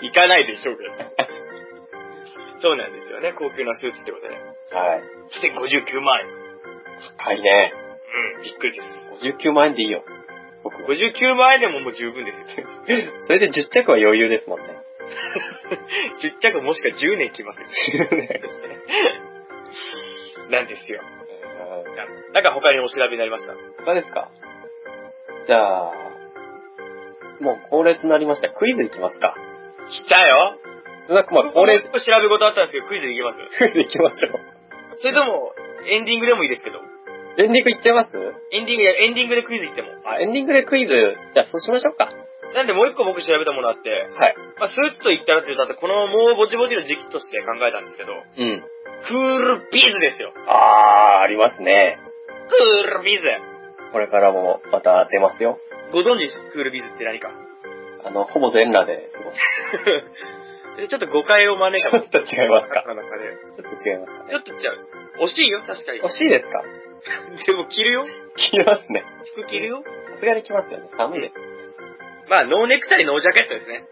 A: 行かないでしょうけど。そうなんですよね、高級なスーツってことで。
B: はい。
A: 1059万円。
B: 高いね。
A: うん、びっくりです。
B: 59万円でいいよ。僕は。
A: 59万円でももう十分ですよ。
B: それで10着は余裕ですもんね。
A: 10着もしくは10年着ますよ。 なんですよ。なんか他にお調べになりました。
B: 他ですかじゃあ、もう恒例となりました。クイズいきますか。
A: 来たよ
B: なんかまあ恒
A: 俺、ち
B: 例
A: ょ、っと調べ事あったんですけど、クイズできます
B: クイズいきましょ
A: それとも、エンディングでもいいですけど。
B: う。エンディングいっちゃいます
A: エンディング、エンディングでクイズいっても。
B: あ、エンディングでクイズ、じゃあそうしましょうか。
A: なんでもう一個僕調べたものあって、
B: はい。
A: まあ、スーツと言ったらって言ったら、このもうぼちぼちの時期として考えたんですけど、
B: うん。
A: クールビズですよ。
B: あー、ありますね。
A: クールビズ。
B: これからもまた出ますよ。
A: ご存知ですクールビズって何か。
B: あの、ほぼ全裸で過ごす。
A: でちょっと誤解を招い
B: ち
A: た
B: ょっと違いますか。
A: の中で。
B: ちょっと違いますか
A: ちょっ
B: ね。
A: とじゃあ、惜しいよ、確かに。
B: 惜しい ですか
A: でも着るよ
B: 着ますね。
A: 服着るよ
B: さすがに着ますよね。寒いです。
A: まあ、ノーネクタイ、ノージャケットですね。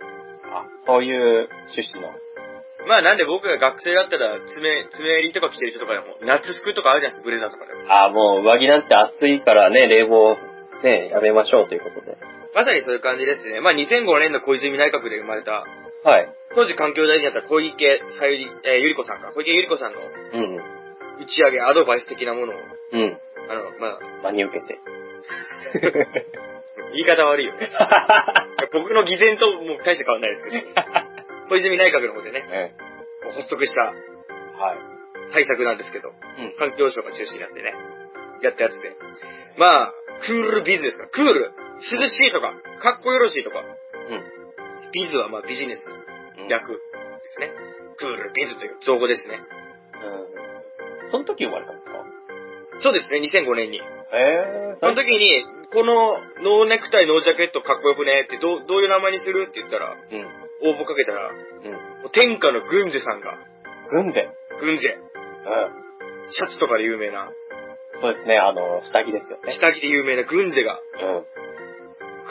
B: あ、そういう趣旨の。
A: まあ、なんで僕が学生だったら、爪、爪襟とか着てる人とかでも、夏服とかあるじゃないですか、ブレザーとかでも。
B: あ、もう上着なんて暑いからね、冷房ね、やめましょうということで。
A: まさにそういう感じですね。まあ、2005年の小泉内閣で生まれた、
B: はい。
A: 当時環境大臣だった小池さゆり、えーゆり子さんか。小池ゆり子さんの
B: うん。
A: 打ち上げ、アドバイス的なものを、
B: うん。
A: あの、まあ、
B: 真に受けて。
A: 言い方悪い よね。僕の偽善ともう大して変わんないです けど。小泉内閣の方でね、
B: え
A: 発足した
B: はい。
A: 対策なんですけど、
B: うん。
A: 環境省が中心になってね、やったやつで。まあ、クールビズですから、クール、涼しいとか、かっこよろしいとか、ビズはまあビジネス、
B: うん。
A: 略ですね。クールビズという造語ですね。
B: うん。その時生まれたんですか
A: そうですね、2005年に。
B: へえー、
A: その時に、このノーネクタイ、ノージャケットかっこよくねって、どう、どういう名前にするって言ったら、
B: うん。
A: 応募かけたら、
B: うん。
A: もう天下の軍勢さんが、
B: 軍勢。
A: 軍勢、
B: う
A: シャツとかで有名な、
B: ん。そうですね、あの、下着ですよね。
A: 下着で有名な軍勢が、
B: うん。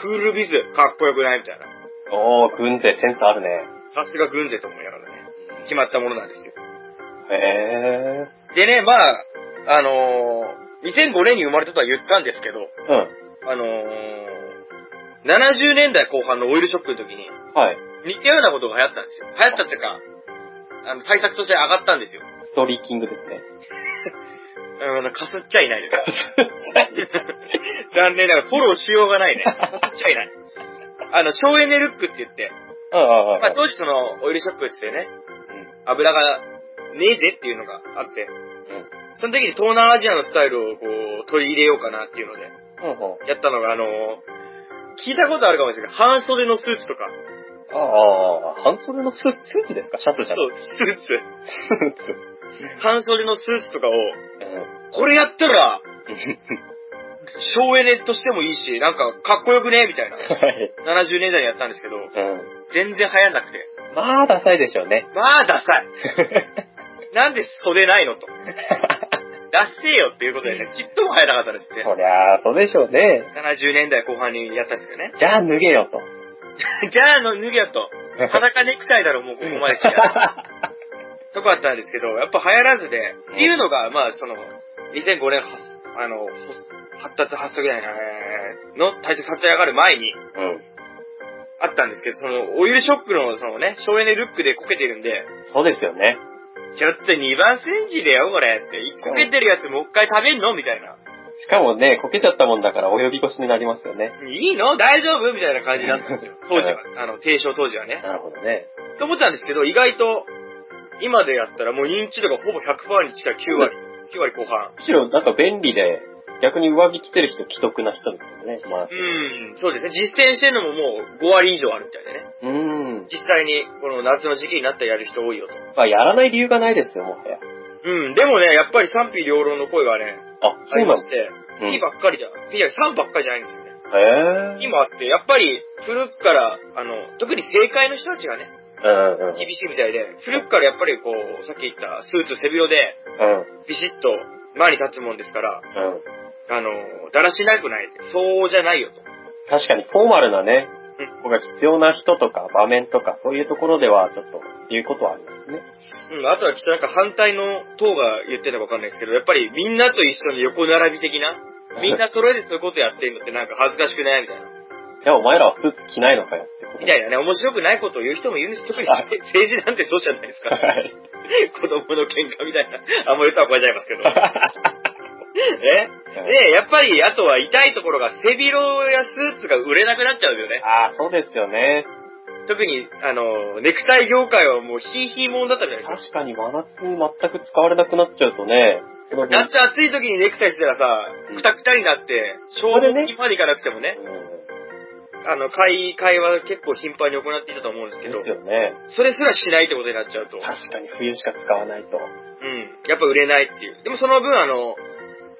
A: クールビズ、かっこよくないみたいな。
B: おー、軍勢センスあるね。
A: さすが軍勢と思いながらね、決まったものなんですよ。
B: へえ
A: でね、まあ、あのー、2005年に生まれたとは言ったんですけど、
B: ー。う
A: あのー、70年代後半のオイルショックの時に、
B: ん。はい。
A: 似たようなことが流行ったんですよ。流行ったっていうか、あの、対策として上がったんですよ。
B: ストリーキング です
A: う
B: ね。
A: んあの、かすっちゃいないです。 残念ながら、フォローしようがないね。かすっちゃいない。あの、省エネルックって言って、
B: うんうんうん。
A: まあ、当時その、オイルショックってね、
B: うん
A: 油がねえぜっていうのがあって、
B: うん。
A: その時に東南アジアのスタイルをこう、取り入れようかなっていうので、
B: うんうん。
A: やったのが、あのー、聞いたことあるかもしれないけど、半袖のスーツとか、
B: ああ、半袖のスーツスーツですかシャツじ
A: そ
B: ゃな
A: う
B: く、
A: ス
B: て。スーツ。
A: ーツ、半袖のスーツとかを、
B: うん。
A: これやったら、省エネとしてもいいし、なんか、かっこよくねみたいな。
B: はい。
A: 70年代にやったんですけど、
B: うん。
A: 全然流行んなくて。
B: まあ、ダサいでしょうね。
A: まあ、ダサい。 なんで袖ない のと。ダッセーよっていうことでね、ちっとも流行らなかったんですって。
B: そりゃあ、そうでしょうね。
A: 70年代後半にやったんですよね。
B: じゃあ、脱げよと。
A: じゃあ、あの、脱ぎやと。裸ネクタイだろ、もうここまで来たら。とこあったんですけど、やっぱ流行らずで、っていうのが、まあ、その、2005年、はあの、ほ発達発足ぐらいなえーの体調立ち上がる前に
B: うん。
A: あったんですけど、その、オイルショックの、そのね、省エネルックでこけてるんで、
B: そうですよね。
A: ちょっと2番センチだよ、これって。こけてるやつもう一回食べんのみたいな。
B: しかもね、こけちゃったもんだから、お呼び越しになりますよね。
A: いいの大丈夫みたいな感じだったんですよ。当時は。あの、提唱当時はね。
B: なるほどね。
A: と思ったんですけど、意外と、今でやったらもう認知度がほぼ100%に近い9割、9割後半。
B: むしろ、なんか便利で、逆に上着着てる人、既得な人みたいなね。まあ、
A: うん、そうですね。実践してるのももう5割以上あるみたいでね。
B: うーん。
A: 実際に、この夏の時期になったらやる人多いよと。
B: まあ、やらない理由がないですよ、もはや。
A: うん、でもね、やっぱり賛否両論の声がね、
B: あ、
A: ありまし
B: す。
A: て、
B: うん
A: P ばっかりじゃ、P じゃ3ばっかりじゃないんですよね。
B: へえ。
A: 今あって、やっぱり古くから、あの、特に政界の人たちがね、
B: うんうん。
A: 厳しいみたいで、古くからやっぱりこう、さっき言ったスーツ背広で、
B: うん
A: ビシッと前に立つもんですから、
B: うん。
A: あの、だらしなくない。そうじゃないよと。
B: 確かにフォーマルなね
A: うん、
B: ここが必要な人とか場面とかそういうところではちょっとっていうことはありますね。
A: うん、あとはきっとなんか反対の党が言ってるのかわかんないですけど、やっぱりみんなと一緒に横並び的な、みんな揃えてそういうことやってんのってなんか恥ずかしくないみたいな。
B: じゃあお前らはスーツ着ないのかよってこと
A: みた
B: い
A: いなね、面白くないことを言う人もいるんです。特に
B: はい
A: 政治なんてそうじゃないですか。
B: はい。
A: 子供の喧嘩みたいな。あんま言ったら怒られちゃいます けど。ね。で、やっぱり、あとは痛いところが背広やスーツが売れなくなっちゃうんだよね。
B: ああ、そうですよね。
A: 特に、あの、ネクタイ業界はもうヒーヒーもんだったじゃないです
B: 確かに真夏に全く使われなくなっちゃうとね、この
A: か。夏暑い時にネクタイしたらさ
B: う、ん
A: くたくたになって、消
B: れ
A: 防
B: ね
A: にまで行かなくてもね、
B: う
A: あの、買い替えは結構頻繁に行っていたと思うんです
B: ん
A: け
B: です
A: ど、
B: よね。
A: それすらしないってことになっちゃうと、
B: 確かに冬しか使わないと。
A: うん、やっぱ売れないっていう。でもその分、あの、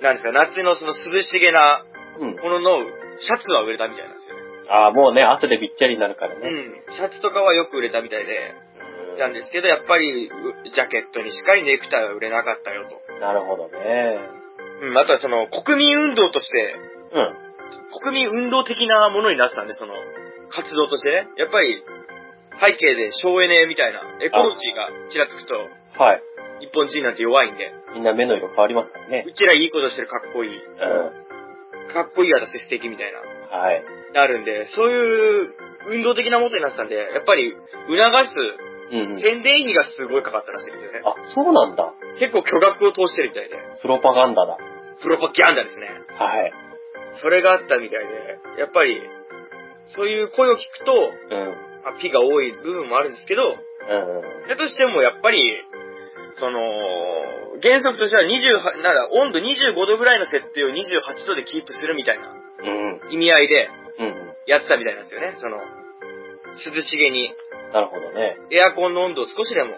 A: なんですか、夏のその涼しげな
B: うん。
A: ものの、シャツは売れたみたいなんですよね。
B: ああ、もうね、汗でびっちゃりになるからね。
A: うん。シャツとかはよく売れたみたいで、
B: ううん
A: なんですけど、やっぱり、うジャケットにしっかりネクタイは売れなかったよと。
B: なるほどね。
A: うん、あとはその、国民運動として、
B: うん。
A: 国民運動的なものになってたんで、その、活動としてね。やっぱり、背景で省エネみたいな、エコロジーがちらつくと、
B: はい。
A: 日本人なんて弱いんで、
B: みんな目の色変わりますからね。
A: うちらいいことしてるかっこいい。
B: う
A: かっこいい私素敵みたいな。
B: ん。はい。
A: なるんで、そういう運動的なものになってたんで、やっぱり促
B: うん、
A: す
B: うん。
A: 宣伝費がすごいかかったらしいんですよね。
B: あ、そうなんだ。
A: 結構巨額を通してるみたいで、
B: プロパガンダだ。
A: プロパギャンダですね。
B: はい。
A: それがあったみたいで、やっぱり、そういう声を聞くと、
B: うん。うん
A: まあ、ピが多い部分もあるんですけど、
B: うん。
A: だとしてもやっぱり、その、原則としては28、なら温度25度ぐらいの設定を28度でキープするみたいな
B: うん。
A: 意味合いで
B: うん。
A: やってたみたいなんですよね。その、涼しげに
B: なるほどね。
A: エアコンの温度を少しでも、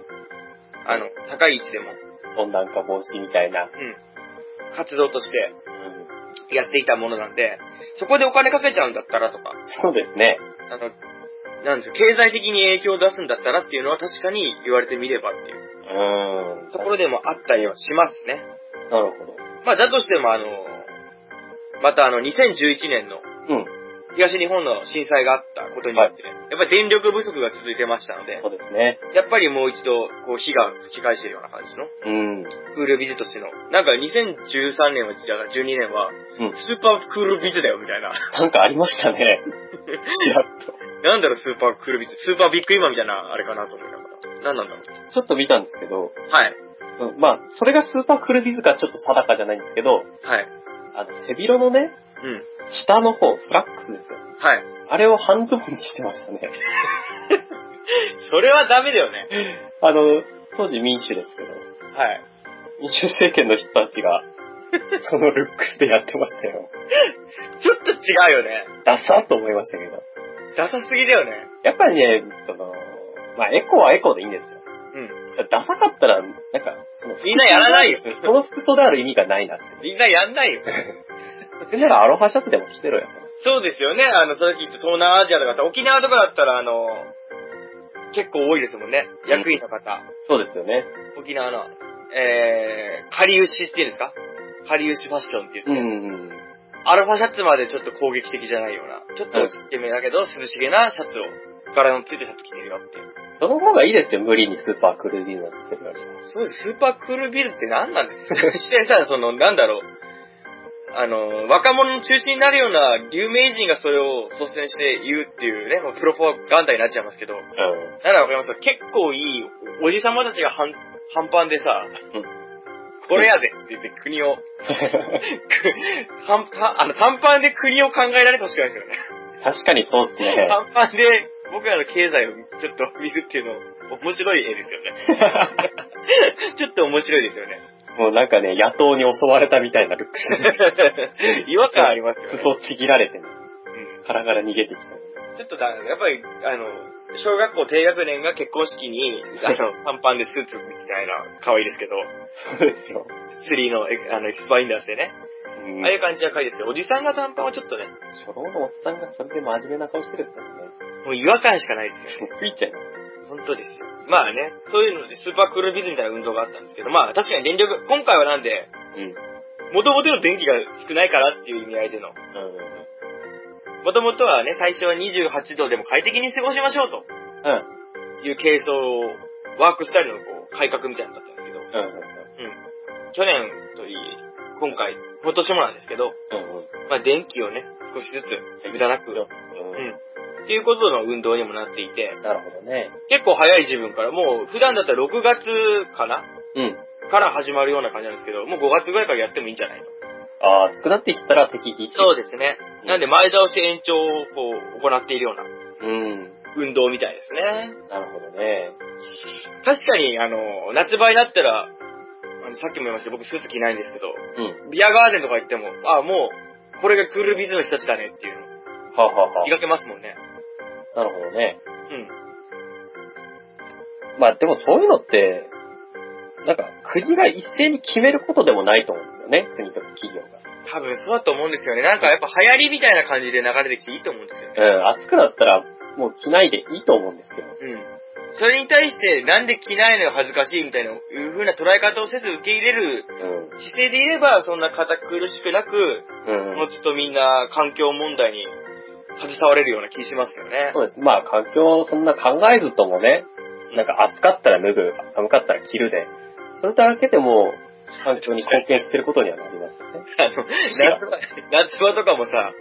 A: あの、高い位置でも、
B: 温暖化防止みたいな。
A: うん、活動として
B: うん。
A: やっていたものなんで、そこでお金かけちゃうんだったらとか、
B: そうですね。
A: あの、なんですよ、経済的に影響を出すんだったらっていうのは確かに言われてみればっていう
B: うん。
A: ところでもあったりはしますね。
B: なるほど。
A: まあ、だとしてもあの、またあの、2011年の
B: うん。
A: 東日本の震災があったことによって、やっぱり電力不足が続いてましたので、
B: そうですね。
A: やっぱりもう一度、こう、火が吹き返してるような感じの
B: うん。
A: クールビズとしての。なんか2013年は、じゃあ12年は、
B: うん
A: スーパークールビズだよみたいな。
B: なんかありましたね。 ちらっと。
A: なんだろう、スーパークールビズ。スーパービッグイマみたいな、あれかなと思いながら。なんなんだろう。
B: ちょっと見たんですけど、
A: はい。
B: うんまあ、それがスーパークルビズかちょっと定かじゃないんですけど、
A: はい。
B: あの、背広のね、
A: うん。
B: 下の方、フラックスですよ。
A: はい。
B: あれを半ズボンにしてましたね。
A: それはダメだよね。
B: あの、当時民主ですけど、
A: はい。
B: 民主政権の人たち が、そのルックスでやってましたよ。
A: ちょっと違うよね。
B: ダサーと思いましたけど。
A: ダサすぎだよね。
B: やっぱりね、その、まあ、エコはエコでいいんですよ。
A: うん。
B: ダサかったら、なんか、その、
A: みんなやらないよ。
B: この服装である意味がないなって。
A: みんなやんないよ。
B: それならアロハシャツでも着てろよ。
A: そうですよね。あの、さっき言った東南アジアとかだったら沖縄とかだったら、あの、結構多いですもんね。役員の方。
B: そうですよね。
A: 沖縄の、えー、かりゆしっていうんですかかりゆしファッションって言って、
B: うん。
A: アルファシャツまでちょっと攻撃的じゃないような、ちょっと落ち着けめだけど、涼しげなシャツを、柄のついたシャツ着てるよっていう。
B: その方がいいですよ、無理にスーパークルーディーなんてするより。
A: そうです、スーパークールビルって何なん ですかしてさ、その、なんだろう。あの、若者の中心になるような有名人がそれを率先して言うっていうね、もうプロパガンダになっちゃいますけど、な
B: う
A: らわかりますよ結構いいおじさまたちが半、半パンでさ、
B: うん
A: これやでって言って国を、く短パン、あの、短パンで国を考えられてほしくないですよね。
B: ん。確かにそうです ね。
A: 短パンで僕らの経済をちょっと見るっていうの、面白い絵ですよね。 ちょっと面白いですよね。
B: もうなんかね、野党に襲われたみたいなルック
A: 違和感ありますよ
B: ス。
A: ね。
B: 裾をちぎられてね、
A: う
B: 腹から逃げてきたよね。
A: んちょっとだ、やっぱり、あの、小学校低学年が結婚式に、あ の、短パンでスーツみたいな、可愛いですけど、
B: そうですよ。
A: スリーのエクあのエクスパインダーしてね、
B: うん
A: ああいう感じは可愛いですけど、おじさんが短パンはちょっとね、
B: 初老のおっさんがそれで真面目な顔してるんですよね。
A: もう違和感しかないですよね。
B: 吹いちゃいます。
A: 本当ですよ。まあね、そういうのでスーパークールビズみたいな運動があったんですけど、まあ確かに電力、今回はなんで、
B: うん。
A: 元々の電気が少ないからっていう意味合いでの、元々はね、最初は28度でも快適に過ごしましょう
B: うん。
A: という軽装を、ワークスタイルのこう改革みたいなのだったんですけど、
B: うん。うん。
A: 去年といい、今回、今年もなんですけど、
B: うん。うん。
A: まあ電気をね、少しずつ無駄なく、う
B: うん。
A: ん。っていうことの運動にもなっていて、
B: なるほどね。
A: 結構早い自分から、もう普段だったら6月かな
B: うん。
A: から始まるような感じなんですけど、もう5月ぐらいからやってもいいんじゃないと。
B: ああ、暑くなってきたら適宜。
A: そうですね。なんで前倒し延長をこう、行っているような
B: うん。
A: 運動みたいですね。
B: なるほどね。
A: 確かに、あの、夏場になったら、あのさっきも言いましたけど、僕スーツ着ないんですけど、
B: うん。
A: ビアガーデンとか行っても、ああ、もう、これがクールビズの人たちだねっていうのを
B: はあ、はあは
A: 見かけますもんね。
B: あ、なるほどね。
A: うん。
B: まあでもそういうのって、なんか国が一斉に決めることでもないと思うんですよね。国とか企業が。
A: 多分そうだと思うんですよね。なんかやっぱ流行りみたいな感じで流れてきていいと思うんですよね。
B: うん、暑くなったらもう着ないでいいと思うんですけど、
A: うん。それに対して、なんで着ないのよ恥ずかしいみたいな、いう風な捉え方をせず受け入れる
B: うん。
A: 姿勢でいれば、そんな堅苦しくなく、
B: うん。
A: もうちょっとみんな環境問題に携われるような気しますよね。
B: そうです。まあ、環境をそんな考えずともね、なんか暑かったら脱ぐ、寒かったら着るで、それだけでも、環境に貢献してることにはなりますよね。
A: あの、夏 場、夏場とかもさ、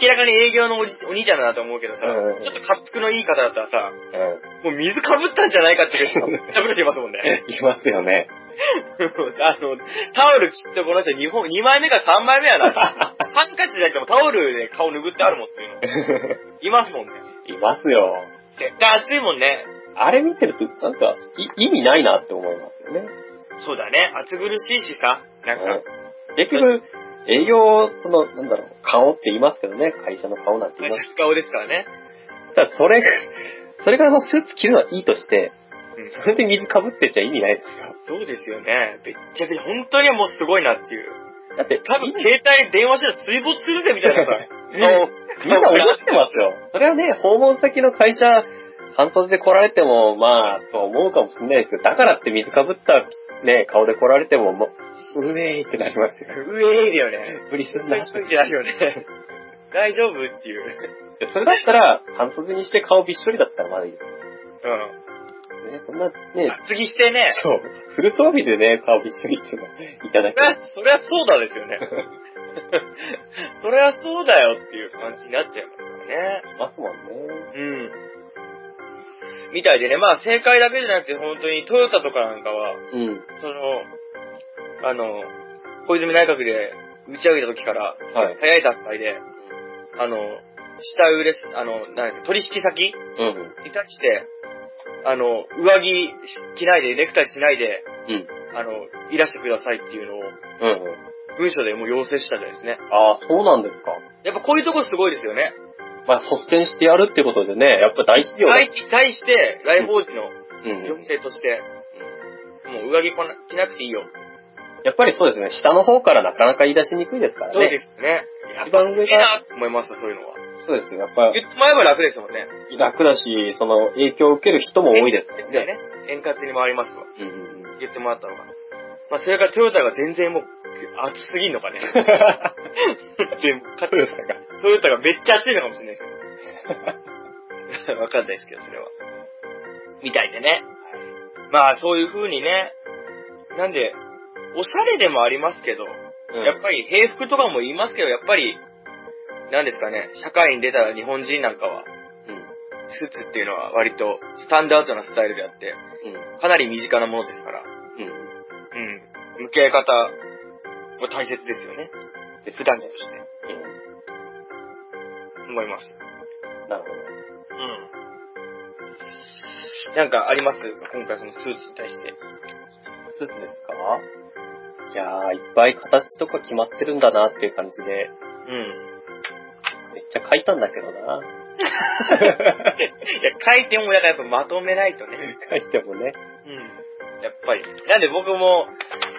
A: 明らかに営業のおじお兄ちゃんだなと思うけどさ、
B: うん
A: ちょっと滑覆のいい方だったらさ、
B: う
A: もう水かぶったんじゃないかっていう 人めっちゃぶれてますもんね。
B: ん。いますよね。
A: あの、タオルきっとこの人2本、2枚目か3枚目 やな。ハンカチじゃなくてもタオルで顔拭ってあるもんっていうの。 いますもんね。
B: いますよ。
A: 絶対暑いもんね。
B: あれ見てると、なんか、い意味ないなって思いますよね。
A: そうだね。暑苦しいしさ、なんか、
B: うん結局、営業、その、なんだろう、顔って言いますけどね、会社の顔なんて言
A: 会
B: いま
A: 社の
B: す
A: 顔ですからね。
B: ただ、それ、それからのスーツ着るのはいいとして、
A: うん
B: それで水かぶってちゃ意味ないですよ。
A: そうですよね。べっちゃべちゃ、本当にもうすごいなっていう。
B: だって、
A: 多分携帯電話したら水没するぜみた いなさ。顔
B: みんな思ってますよ。それはね、訪問先の会社、半袖で来られても、まあ、とは思うかもしれないですけど、だからって水かぶった、ね、顔で来られても、もう、うえーいってなりますよ。
A: うえーだよ ね。
B: 無理すん
A: うえ
B: な。
A: ーってなるよね。大丈夫っていう。
B: それだったら、半袖にして顔びっしょりだったらまだいいです
A: う
B: よね。そんな、
A: ん。
B: ね、
A: 厚着してね。
B: そう、フル装備でね、顔びっしょりっていうのをいただ
A: そりゃ
B: く。、
A: そりゃそうだですよね。そりゃそうだよっていう感じになっちゃいますからね。
B: ますもんね。
A: うん。みたいでね、まあ正解だけじゃなくて本当にトヨタとかなんかは、
B: うん。
A: その、あの、小泉内閣で打ち上げた時から、
B: はい。
A: 早い段階で、あの、下売れす、あの、なんですか、取引先
B: うん。
A: に対して、あの、上着着ないで、ネクタイしないで、
B: うん。
A: あの、いらしてくださいっていうのを、
B: うんうん。
A: 文書でもう要請したんですね。
B: ああ、そうなんですか。
A: やっぱこういうとこすごいですよね。
B: まあ、率先してやるってことでね、やっぱ大企業だ。
A: 外気に対して、来訪時の
B: うん
A: 抑制として、もう上着こな着なくていいよ。
B: やっぱりそうですね、下の方からなかなか言い出しにくいですからね。
A: そうですね。やっ
B: 一
A: ぱ
B: 番
A: すげ
B: 上
A: え
B: が、
A: なと思いました、そういうのは。
B: そうですね、やっぱ
A: 言ってもらえば楽ですもんね。
B: 楽だし、その影響を受ける人も多いですね。
A: でね。円滑に回りますわ。
B: うんうんうん。
A: 言ってもらったのが。まあ、それからトヨタが全然もう、熱すぎんのかね。 全部、
B: そうですか。
A: トヨタがめっちゃ熱いのかもしれないですけ ど。わかんないですけど、それは。みたいでね。まあ、そういう風にね。なんで、おしゃれでもありますけど、やっぱり平服とかも言いますけど、やっぱり、なんですかね、社会に出た日本人なんかは、スーツっていうのは割とスタンダードなスタイルであって、かなり身近なものですから、
B: うん。うん。うん。
A: うん。向き合い方も大切ですよね。普段着として。思います。
B: うん。なるほ
A: うん。なんかあります今回そのスーツに対して。
B: ど。スーツですかいやー、いっぱい形とか決まってるんだなっていう感じで、
A: うん。
B: めっちゃ書いたんだけどな。
A: いや、書いてもだからやっぱまとめないとね。
B: 書いてもね。
A: うん。やっぱり。なんで僕も、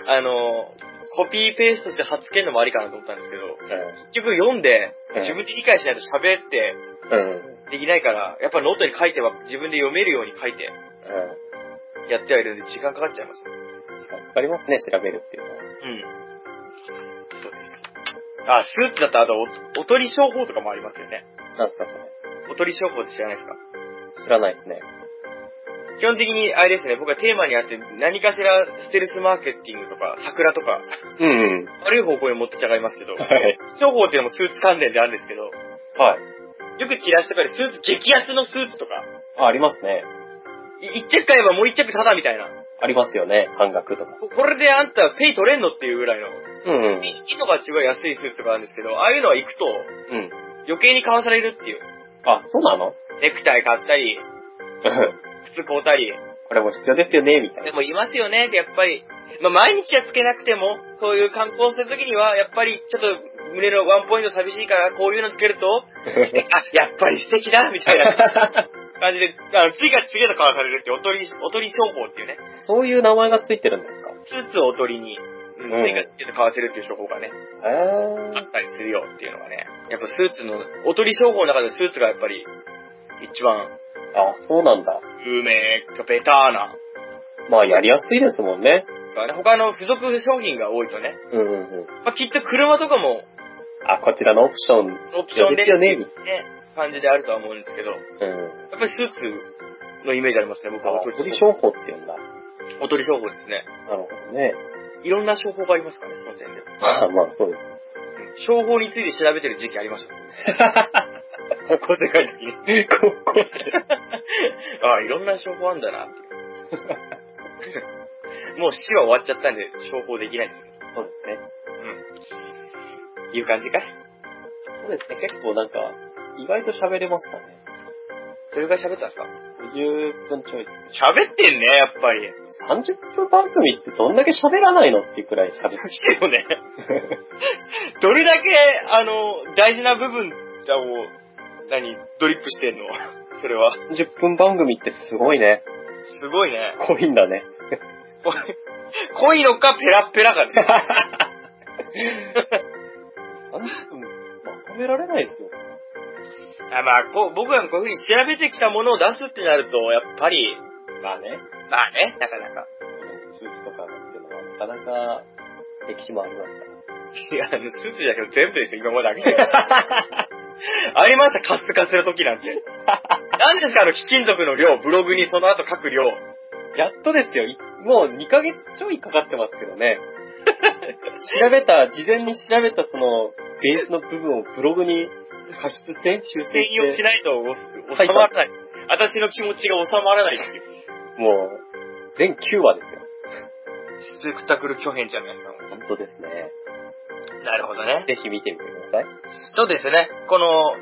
A: あの、コピーペーストして貼っつけるのもありかなと思ったんですけど、結局読んで、
B: うん
A: 自分で理解しないと喋って
B: うん。うん。
A: できないから、やっぱノートに書いては自分で読めるように書いて
B: うん。
A: やってはいるんで時間かかっちゃいます。
B: 時間かかりますね、調べるっていうのは。
A: うん。そうです。あ、スーツだとあとお、おとり商法とかもありますよね。
B: なんすか、そ
A: おとり商法って知らないですか
B: れ。知らないですね。
A: 基本的にあれですね、僕はテーマにあって何かしらステルスマーケティングとか桜とか
B: うん、うん。
A: 悪い方向に持ってきたがいますけど、
B: はい。
A: 商法っていうのもスーツ関連であるんですけど、
B: はい。
A: よくチラシとかでスーツ激安のスーツとか、
B: あ、ありますね。
A: い一着買えばもう一着タダみたいな。
B: ありますよね。半額とか。
A: ここれであんたペイ取れんのっていうぐらいの、
B: うん、うん。
A: 一匹とか違う安いスーツとかあるんですけど、ああいうのは行くと
B: うん。
A: 余計に買わされるっていう。
B: あ、そうなの
A: ネクタイ買ったり、靴買うたり。
B: これも必要ですよね、みたい
A: で
B: な。
A: もいますよね、やっぱり。まあ、毎日はつけなくても、そういう観光するときには、やっぱりちょっと胸のワンポイント寂しいから、こういうのつける と、あ、やっぱり素敵だみたいな感じで、あの次から次へと買わされるっていうおとり、おとり商法っていうね。
B: そういう名前がついてるんですか
A: スーツをおとりに、うん
B: うん
A: 次から次へと買わせるっていう商法がね、
B: へ
A: あ
B: ー
A: ったりするよっていうのがね。やっぱスーツの、おとり商法の中でスーツがやっぱり、一番、
B: あ、そうなんだ。
A: うん、有名かベターな。
B: まあ、やりやすいですもんね。
A: 他の付属商品が多いとね。
B: うんうんうん。
A: まあ、きっと車とかも
B: あ、こちらのオプション。
A: オプションで
B: ですよね
A: ね、感じであるとは思うんですけど、や
B: うん。
A: っぱりスーツのイメージありますね、僕は
B: あ
A: おと
B: ポ
A: り
B: ジ
A: 商
B: ション法って言うんだ。
A: 法。おとり商法ですね。
B: なるほどね。
A: いろんな商法がありますからね、その点で。
B: まあまあ、そうです。
A: うん商法について調べてる時期ありましたもん ね。高校生会の時に。
B: ここ
A: ああ、いろんな商法あんだ なっていう。もう死は終わっちゃったんで、商法できないんですけど。
B: そうですね。
A: うん。いう感じかい
B: そうですね。結構なんか、意外と喋れましたね。
A: どれぐらい喋ったんですか
B: 50分ちょい。
A: 喋ってんね、やっぱり。
B: 30分番組ってどんだけ喋らないのっていうくらい 喋って。
A: してよね。 どれだけ、あの、大事な部分を、何、ドリップしてんの それは。
B: 30分番組ってすごいね。
A: すごいね。
B: 濃いんだね。
A: こ濃いのか、ペラッペラかね。
B: 30分まとめられないですよ。
A: あまあこう、僕がこういうふうに調べてきたものを出すってなると、やっぱり、
B: まあね。
A: まあね、なかなか。
B: スーツとかっていうのはなかなか歴史もありますから。
A: いや、あの、スーツじゃなくて全部ですよ、今まであげて。 ありました、カスカスの時なんて。 何ですか、あの、貴金属の量、ブログにその後書く量。
B: やっとですよ。いもう2ヶ月ちょいかかってますけどね。調べた、事前に調べたその、ベースの部分をブログに書きつつね修正
A: 専用
B: し、
A: してないとお収まらない。私の気持ちが収まらないっていう。
B: もう、全9話ですよ。
A: スペクタクル巨編じゃないですか。
B: 本当ですね。
A: なるほどね。
B: ぜひ見てみてください。
A: そうですね。この、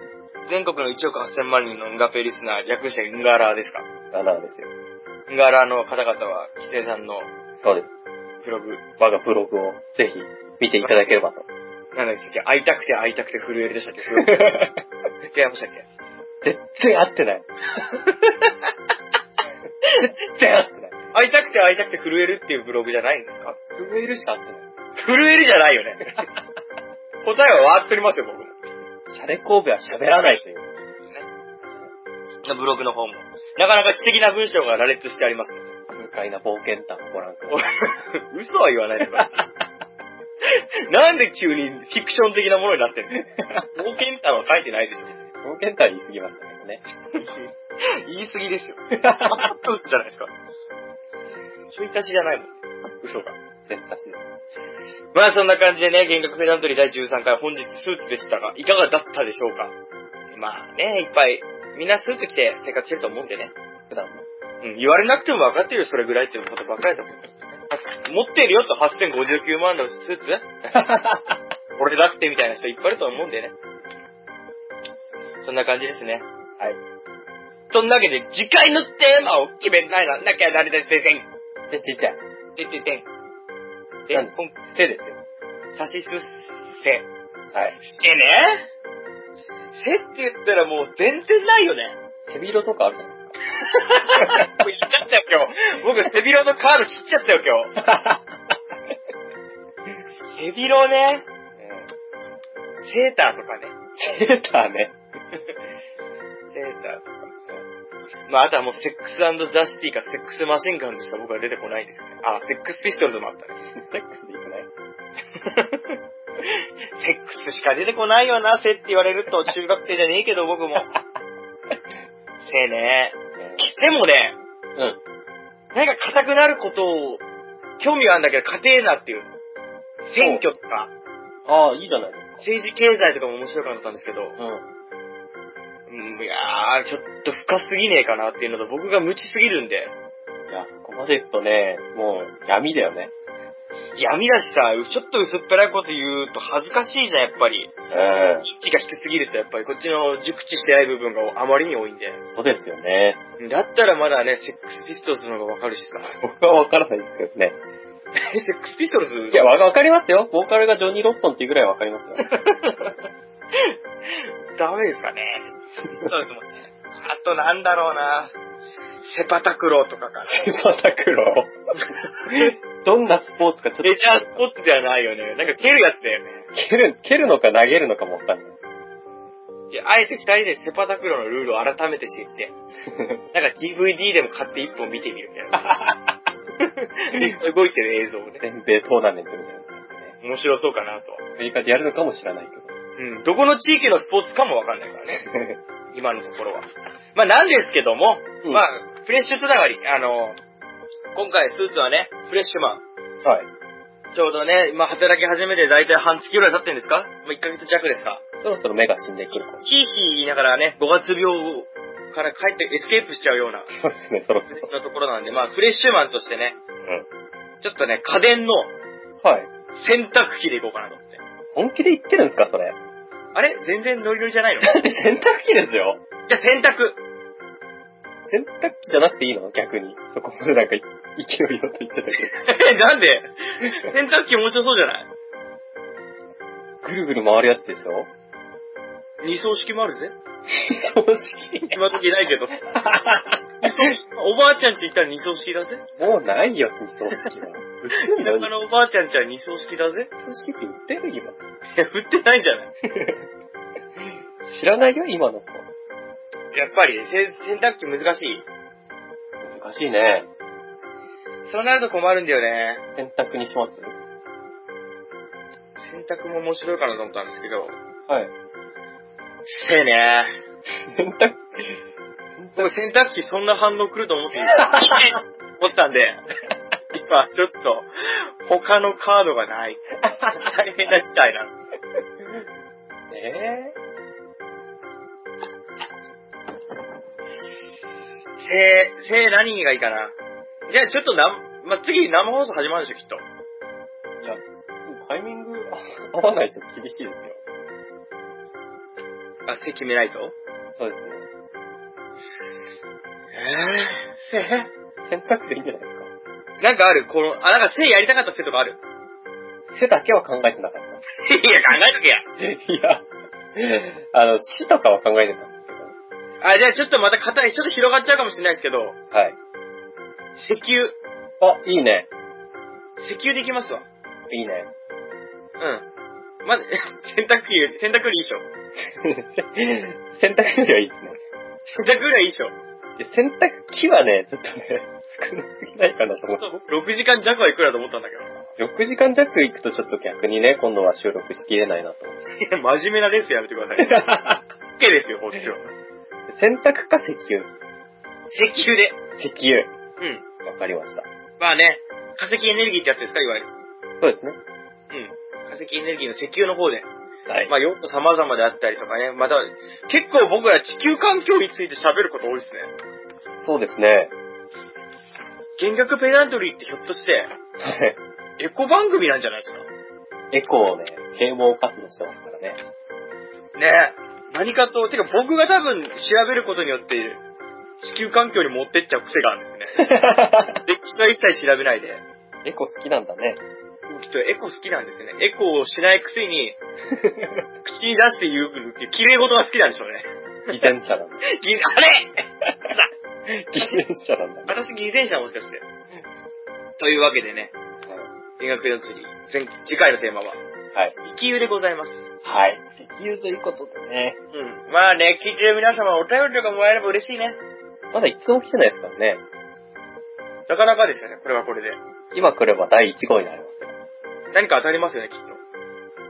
A: 全国の1億8000万人のンガペリスナー、略してンガラーですか。
B: ガナーですよ。
A: ンガラーの方々は、キセさんの
B: そうです。
A: ブログ、
B: 我がブログをぜひ見ていただければと。
A: なんでしたっけ会いたくて会いたくて震えるでしたっ けブログ違いましたっけ
B: 絶対合ってない。絶対合ってない。
A: 会いたくて会いたくて震えるっていうブログじゃないんですか
B: 震えるしか合ってない。
A: 震えるじゃないよ ね。答えはわーっとりますよ、僕も。
B: シャレ神戸は喋らないという。
A: ブログの方も。なかなか知的な文章が羅列してありますので。
B: 痛快な冒険談をご覧ください。
A: お嘘は言わないでください。なんで急にフィクション的なものになってるの冒険談は書いてないでしょ。
B: 冒険談言い過ぎましたけどね。
A: 言い過ぎですよ。嘘じゃないですか。ちょい足しじゃないもん。嘘が。
B: 全然です。
A: まあそんな感じでね、幻覚ペダントリー第13回本日スーツでしたが、いかがだったでしょうかまあね、いっぱい、みんなスーツ着て生活してると思うんでね。
B: 普段の。
A: うん、言われなくても分かってるよ、それぐらいっていうことばっかりだと思います。持ってるよと8059万のス ーツ俺だってみたいな人いっぱいいると思うんでね。そんな感じですね。
B: はい。
A: そんなわけで、次回のテーマを決めないなんなきゃ誰でててん。
B: で、ちっちゃい。
A: てててん。で、
B: なんで
A: 今
B: せですよ。
A: 差しすせ。
B: はい。
A: せね。せって言ったらもう全然ないよね。
B: 背広とかあ るじゃないですか。
A: もう言っちゃったよ、今日。僕、背広のカード切っちゃったよ、今日。背広ね、セーターとかね。
B: セーターね。
A: セーターとか。まあ、あとはもう、セックスザ・シティか、セックスマシンガンズしか僕は出てこないですね。あ、セックスピストルズもあったね。
B: セックスでいくね。
A: セックスしか出てこないよな、せって言われると、中学生じゃねえけど、僕も。せね。でもね、
B: うん。
A: 何か硬くなることを、興味はあるんだけど、勝てえなっていう。選挙とか、
B: ああ、いいじゃないですか。
A: 政治経済とかも面白かったんですけど、
B: うん。
A: うん、いやー、ちょっと深すぎねえかなっていうのと、僕が無知すぎるんで、
B: いや、そこまで行くとね、もう闇だよね。
A: 闇だしさ、ちょっと薄っぺらいこと言うと恥ずかしいじゃん、やっぱり。
B: うん。
A: 知が低すぎると、やっぱりこっちの熟知してない部分があまりに多いんで。
B: そうですよね。
A: だったらまだね、セックスピストルズの方がわかるしさ。
B: 僕はわからないですけどね。
A: え セックスピストルズ
B: いや、わわかりますよ。ボーカルがジョニー・ロットンっていうぐらいわかりますよ。
A: ダメですかね。そうですもんね。あとなんだろうな。セパタクローとか かな。
B: セパタクロー。どんなスポーツかちょっと。
A: メジャースポーツではないよね。なんか蹴るやつだよね。
B: 蹴る、蹴るのか投げるのかもわかんない。
A: で、あえて二人でセパタクローのルールを改めて知って、なんか DVD でも買って一本見てみるみたい な。実際動いてる映像をね。
B: 全米トーナメントみたいなやつなんでね。
A: 面白そうかなと。
B: アメリカでやるのかもしれないけど。
A: うん。どこの地域のスポーツかもわかんないから ね。今のところは。まあなんですけども、
B: うん
A: まあ、フレッシュつながり、あの、今回スーツはね、フレッシュマン。
B: はい。
A: ちょうどね、今働き始めて大体半月ぐらい経ってるんですかもう1ヶ月弱ですか
B: そろそろ目が死んでくるかも。
A: ヒーヒー言いながらね、5月病から帰ってエスケープしちゃうような、
B: そうですね、そろそろ。
A: なところなんで、まあフレッシュマンとしてね、
B: うん。
A: ちょっとね、家電の
B: はい。
A: 洗濯機でいこうかなと思って。
B: 本気で言ってるんですか、それ。だ
A: あれ全然ノリノリじゃ ないのじゃ
B: って洗濯機ですよ。
A: あ洗濯。
B: 洗濯機じゃなくていいの逆に。そこまでなんか勢いよと言ってたけ
A: え、なんで洗濯機面白そうじゃない
B: ど。ぐるぐる回るやつでしょ
A: 二層式もあるぜ。
B: 葬式
A: 今時ない けど。おばあちゃんち行ったら二層式だぜ。
B: もうないよ、葬式は。売ってんだよ、
A: 他のおばあちゃんちは二層式だぜ。
B: 葬式って売ってる今。
A: いや、振ってないんじゃない
B: 知らないよ、今の子。
A: やっぱり、せ洗濯機難しい。
B: 難しいね。
A: そうなると困るんだよね。
B: 洗濯にします
A: 洗濯も面白いかなと思ったんですけど。
B: はい。
A: せえね。
B: 洗濯
A: 僕洗濯機そんな反応来ると思ってな 思ったんで、今ちょっと他のカードがない。大変な事態なの。
B: え
A: せー、せー何がいいかな。じゃあちょっとな、まあ、次生放送始まるでしょ、きっと。
B: ー、いや、タイミング 合わないと厳しいですよ。
A: あ、せ決めないと。
B: そうですね。
A: えー、
B: 洗濯でいいんじゃないですか。
A: せなんかあるこの、あ、なんかせやりたかったせとかあ る
B: 背だけは考えてなかった。
A: いや、考えとけや。
B: いや、あの、死とかは考えてたんですけど。
A: あ、じゃあちょっとまた硬い、ちょっと広がっちゃうかもしれないですけど、
B: はい。
A: 石油、
B: あ、いいね。
A: 石油でいきますわ。
B: いいね。
A: うん。まず、 洗濯機より、洗濯よりいいでしょ。
B: 洗濯よりはいいですね。
A: 洗濯よりはいいでしょ。
B: いや洗濯機はね、ちょっとね、少なすぎないかなと思って。
A: 6時間弱はいくらだと思ったんだけど。
B: 6時間弱行くとちょっと逆にね、今度は収録しきれないな と思って。
A: いや、 真面目なレースやめてくだ さい。OK ですよ、こっちは。
B: 洗濯か石油
A: 石油で。
B: 石油。
A: うん。
B: わかりました。
A: まあね、化石エネルギーってやつですか、いわゆる。
B: そうですね。
A: うん。化石エネルギーの石油の方で。
B: はい。
A: まあ、用途様々であったりとかね。また、結構僕ら地球環境について喋ること多いですね。
B: そうですね。
A: 減額ペダントリーってひょっとして、
B: はい
A: エコ番組なんじゃないですか
B: エコーをね、啓蒙活動してますからね。
A: ね何かと、てか僕が多分調べることによって、地球環境に持ってっちゃう癖があるんですね。歴史は一切調べないで。
B: エコ好きなんだね。
A: きっとエコ好きなんですよね。エコをしないくせに、口に出して言うっていう綺麗事が好きなんでしょうね。
B: 偽善者なんだ。
A: 偽あれ
B: 偽善者なんだ。
A: 私偽善者もしかして。というわけでね、音楽の釣り、前次回のテーマは、
B: はい。
A: 生油でございます。
B: はい。石油ということでね。
A: うん。まあね、聞いてる皆様お便りとかもらえれば嬉しいね。
B: まだ一通も来てないですからね。
A: なかなかですよね、これはこれで。
B: 今来れば第1号になりますよ。
A: 何か当たりますよね、きっ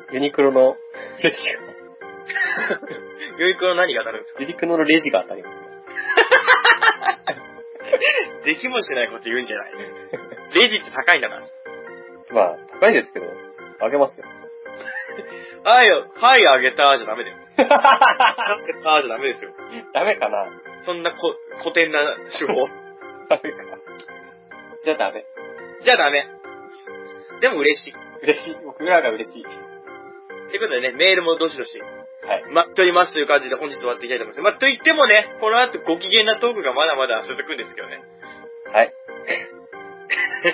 A: と。
B: ユニクロのレジが、
A: ゆいくんは何が当たるんですか
B: ユニクロのレジが当たりますよ。
A: できもしないこと言うんじゃない。 レジって高いんだから。
B: まあ、高いですけど、あげますよ。
A: はいよ、はい、あげたじゃダメだよ。あげたじゃダメですよ。
B: ダメかな
A: そんなこ古典な手法。
B: ダメか。じゃあダメ。
A: じゃあダメ。でも嬉しい。
B: 嬉しい。僕らが嬉しい。
A: ということでね、メールもどしどし
B: はい。
A: 待っておりますという感じで本日終わっていきたいと思います。まあ、と言ってもね、この後ご機嫌なトークがまだまだ続くんですけどね。
B: はい。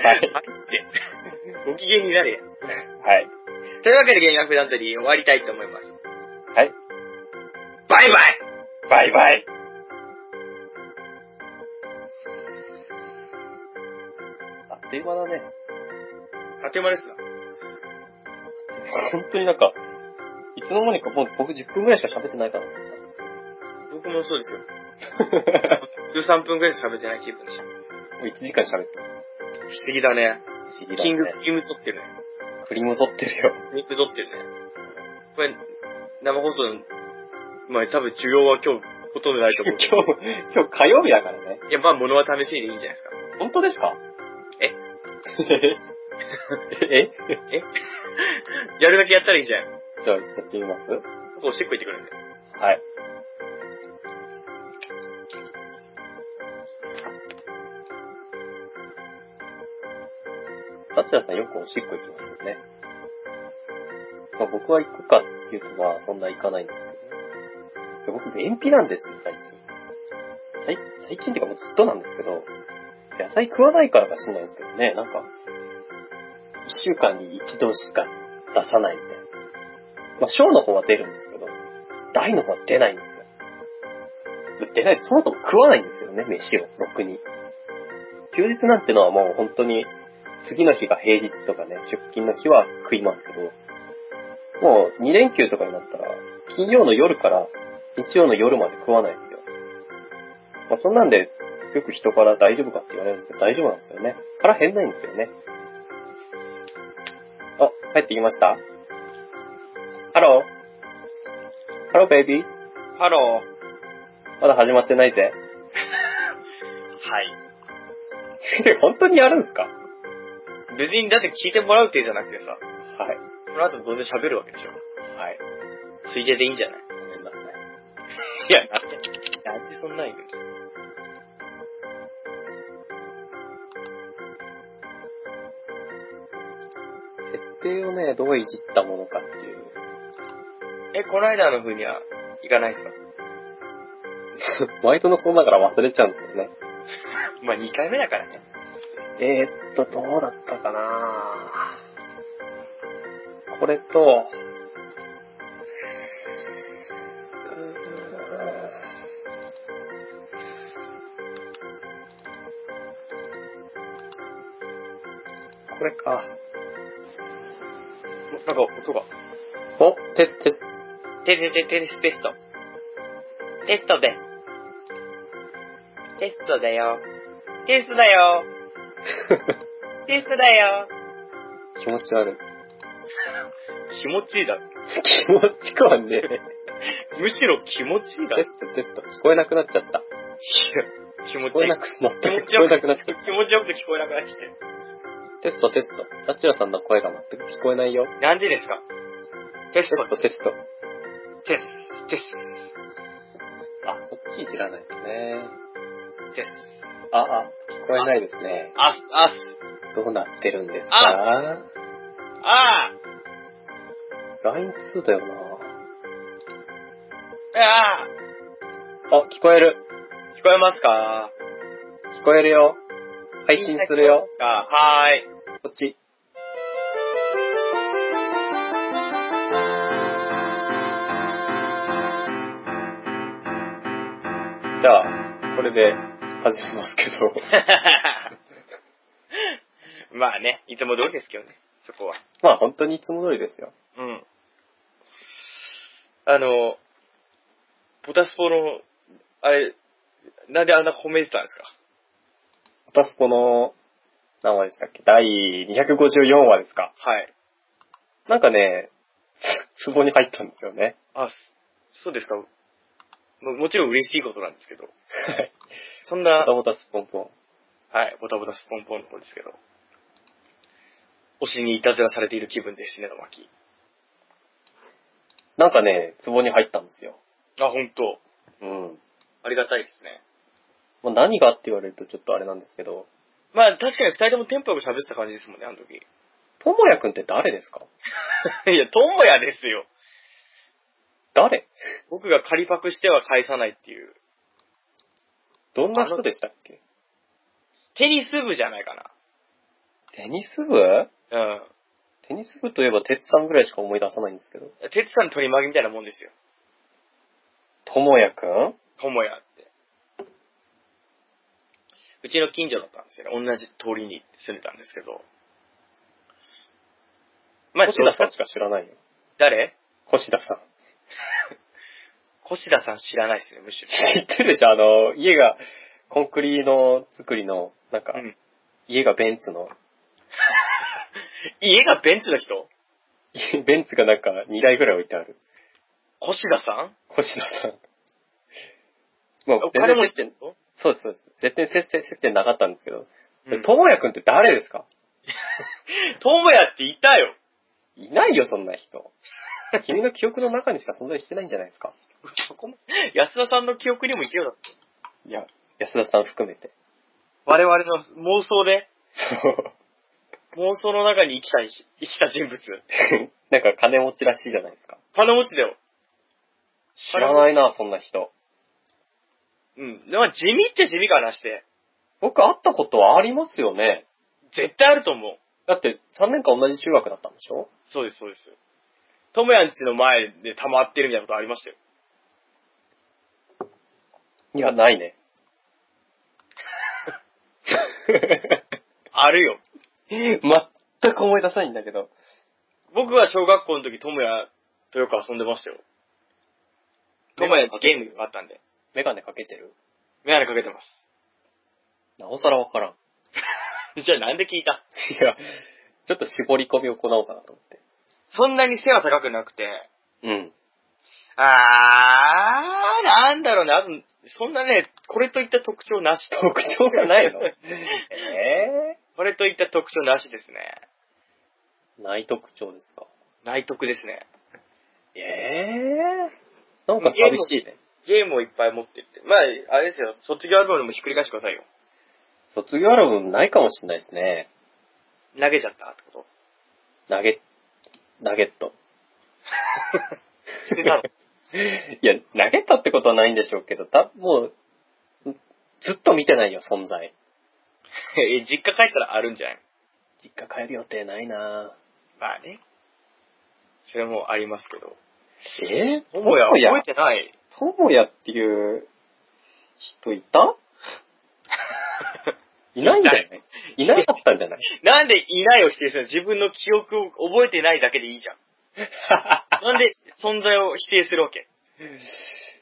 B: はい。
A: あって。ご機嫌になれや。
B: はい。
A: というわけで、弦楽団体に終わりたいと思います。
B: はい。
A: バイバイ
B: バイバイ。あっという間だね。
A: あっという間ですな。
B: 本当になんか、いつの間にかもう僕10分くらいしか喋ってないから。
A: 僕もそうですよ。13分くらいしか喋ってない気分でした。
B: もう1時間喋ってます。
A: 不思議だね。
B: 不思議だ
A: キング
B: ね。
A: クリーム取ってるね。
B: クリーム取ってるよ。
A: 肉取ってるね。これ、生放送の前、多分需要は今日ほとんどないと
B: 今
A: 思う
B: 日。、今日火曜日だからね。
A: いや、まあ物は試しにでいいんじゃないですか。
B: 本当ですか
A: え
B: え
A: やるだけやったらいいじゃん。
B: じゃあ、やってみます
A: 僕おしっこ行ってくるんで。
B: はい。タチヤさんよくおしっこ行きますよね。まあ、僕は行くかっていうとまあそんな行かないんですけど、ね。僕便秘なんですよ、最近。最最近っていうかもうずっとなんですけど、野菜食わないからかしんないですけどね、なんか、一週間に一度しか出さないみたいな。まあ、小の方は出るんですけど、大の方は出ないんですよ。出ない、そもそも食わないんですよね、飯を、ろくに。休日なんてのはもう本当に、次の日が平日とかね、出勤の日は食いますけど、もう2連休とかになったら、金曜の夜から日曜の夜まで食わないですよ。まあ、そんなんで、よく人から大丈夫かって言われるんですけど、大丈夫なんですよね。腹減んないんですよね。あ、帰ってきましたハローハローベイビー
A: ハロー。
B: まだ始まってないぜ。
A: はい。
B: で、本当にやるんすかは
A: 別にだって聞いてもらうってじゃなくてさ、
B: い。
A: この後どうせ喋るわけでしょ。
B: はい。
A: ついででいいんじゃない
B: ごめんなさい。
A: いや、なんで、なんでそんなん言うんですか
B: 設定をね、どういじったものかっていう。
A: え、この間の風には行かないですか
B: バイトの子だから忘れちゃうんですよね。
A: まあ2回目だからね。
B: えー、っと、どうだったかなこれと、これか。
A: なんか音が。
B: お、テスト、テスト。
A: テテテテステスト。テストで。テストだよ。テストだ よ。テストだよ。
B: 気持ち悪い。
A: 気持ちいいだ。
B: 気持ちかね
A: むしろ気持ちいいだ。い
B: テ
A: や、
B: スト、テスト。聞こえなくなっちゃった。
A: 気持
B: 聞
A: ち
B: こ
A: い
B: え
A: い
B: な。く、全
A: 気持
B: く
A: ち
B: 聞こ
A: よ
B: え
A: く
B: なくなっちゃっ
A: 気持ちよく聞こえなくなってきてる。
B: た。テスト、テスト。タチラさんの声が全く聞こえないよ。
A: なんでですかテス
B: テス
A: ト、
B: ト、テスト。
A: テス、テス、
B: あ、こっちいじらないとね。
A: テス。
B: あ、あ、聞こえないですね。
A: あす、あす、
B: どうなってるんですか
A: あ
B: ?LINE2 だよな
A: ー、あ
B: あ、聞こえる。
A: ー。聞こえますか
B: 聞こえるよ。配信するよ。。
A: あはーい。
B: こっち。じゃあ、これで始めますけど。
A: まあね、いつも通りですけどね、そこは。
B: まあ本当にいつも通りですよ。
A: うん。あの、ポタスポの、あれ、なんであんな褒めてたんですか
B: アタスポの、何話でしたっけ第254話ですか
A: はい。
B: なんかね、 ツボに入ったんですよ ね。
A: あ、そそうですか。ももちろん嬉しいことなんですけど。
B: はい。
A: そん
B: ボ
A: な
B: タ、ボタスポンポン。
A: はい、ボタボタスポンポンの方ですけど。推しにいたずらされている気分ですね、の巻。
B: なんかね、ツボに入ったんですよ。
A: あ、ほんと。
B: うん。
A: ありがたいですね。
B: まあ、何がって言われるとちょっとあれなんですけど、
A: まあ確かに二人ともテンポよく喋ってた感じですもんね、あの時。
B: ともやくんって誰ですか
A: いや、ともやですよ。
B: 誰
A: 僕が仮パクしては返さないっていう。
B: どんな人でしたっけ
A: テニス部じゃないか
B: テニス部
A: な。うん。
B: テニス部といえば鉄さんぐらいしか思い出さないんですけど。
A: てつさん取り曲げみたいなもんですよ。
B: ともやくん
A: ともやって。うちの近所だったんですよね。同じ通りに住んでたんですけど。まあ、
B: 小田さんしか知らないよ。
A: 誰
B: 小田さん。
A: 星田さん知らないですね、むしろ。
B: 知ってるでしょあの、家が、コンクリの作りの、なん か、
A: うん
B: 家がベンツの、
A: 家がベンチの人
B: 家ベンツがなんか2台ぐらい置いてある。
A: 星田さん
B: 星野さん。まあ
A: お、金持
B: 全然
A: ちってんの
B: そうです、そうです。全然接接接点なかったんですけど。
A: うん
B: ともやくんって誰ですか
A: ともやっていたよ。
B: いないよ、そんな人。君の記憶の中にしか存在してないんじゃないですか
A: そこも、安田さんの記憶にもいたようだった。
B: いや、安田さん含めて。
A: 我々の妄想で、
B: そう。
A: 妄想の中に生きたい、生きた人物。
B: なんか金持ちらしいじゃないですか。
A: 金持ちだよ。
B: 知らないな、そんな人。
A: うん。でも地味って地味かなして。
B: 僕会ったことはありますよね。
A: 絶対あると思う。
B: だって3年間同じ中学だったんでしょ
A: そうです、そうです。ともやんちの前で溜まってるみたいなことありましたよ。
B: いや、ないね。
A: あるよ。
B: 全く思い出せないんだけど。
A: 僕は小学校の時、ともやとよく遊んでましたよ。ともやんちゲームがあったんで。
B: メガネかけてる
A: メガネかけてます。
B: なおさらわからん。
A: じゃあなんで聞いた
B: いや、ちょっと絞り込みを行おうかなと思って。
A: そんなに背は高くなくて、
B: うん。
A: あー、なんだろうね。あと、そんなね、これといった特徴なし。
B: 特徴がないの え
A: これといった特徴なしですね。
B: ー、ない特徴ですか。
A: 内徳ですね。
B: えー、なんか寂しいね。
A: ゲームをいっぱい持ってって。まあ、あれですよ。卒業アルバムでもひっくり返してくださいよ。
B: 卒業アルバムないかもしれないですね。
A: 投げちゃったってこと
B: ナゲ、ナゲット。
A: 捨てた の
B: いや、ナゲットってことはないんでしょうけど、た、もう、ずっと見てないよ、存在。
A: え実家帰ったらあるんじゃない
B: 実家帰る予定ないな
A: まあね。それもありますけど。
B: ぁ。えー、
A: ともや、
B: とも
A: 覚え
B: や、
A: て ない。
B: ともやっていう人いたいないんじゃないいなかったんじゃない
A: なんでいないを否定するの自分の記憶を覚えてないだけでいいじゃん。なんで存在を否定するわけ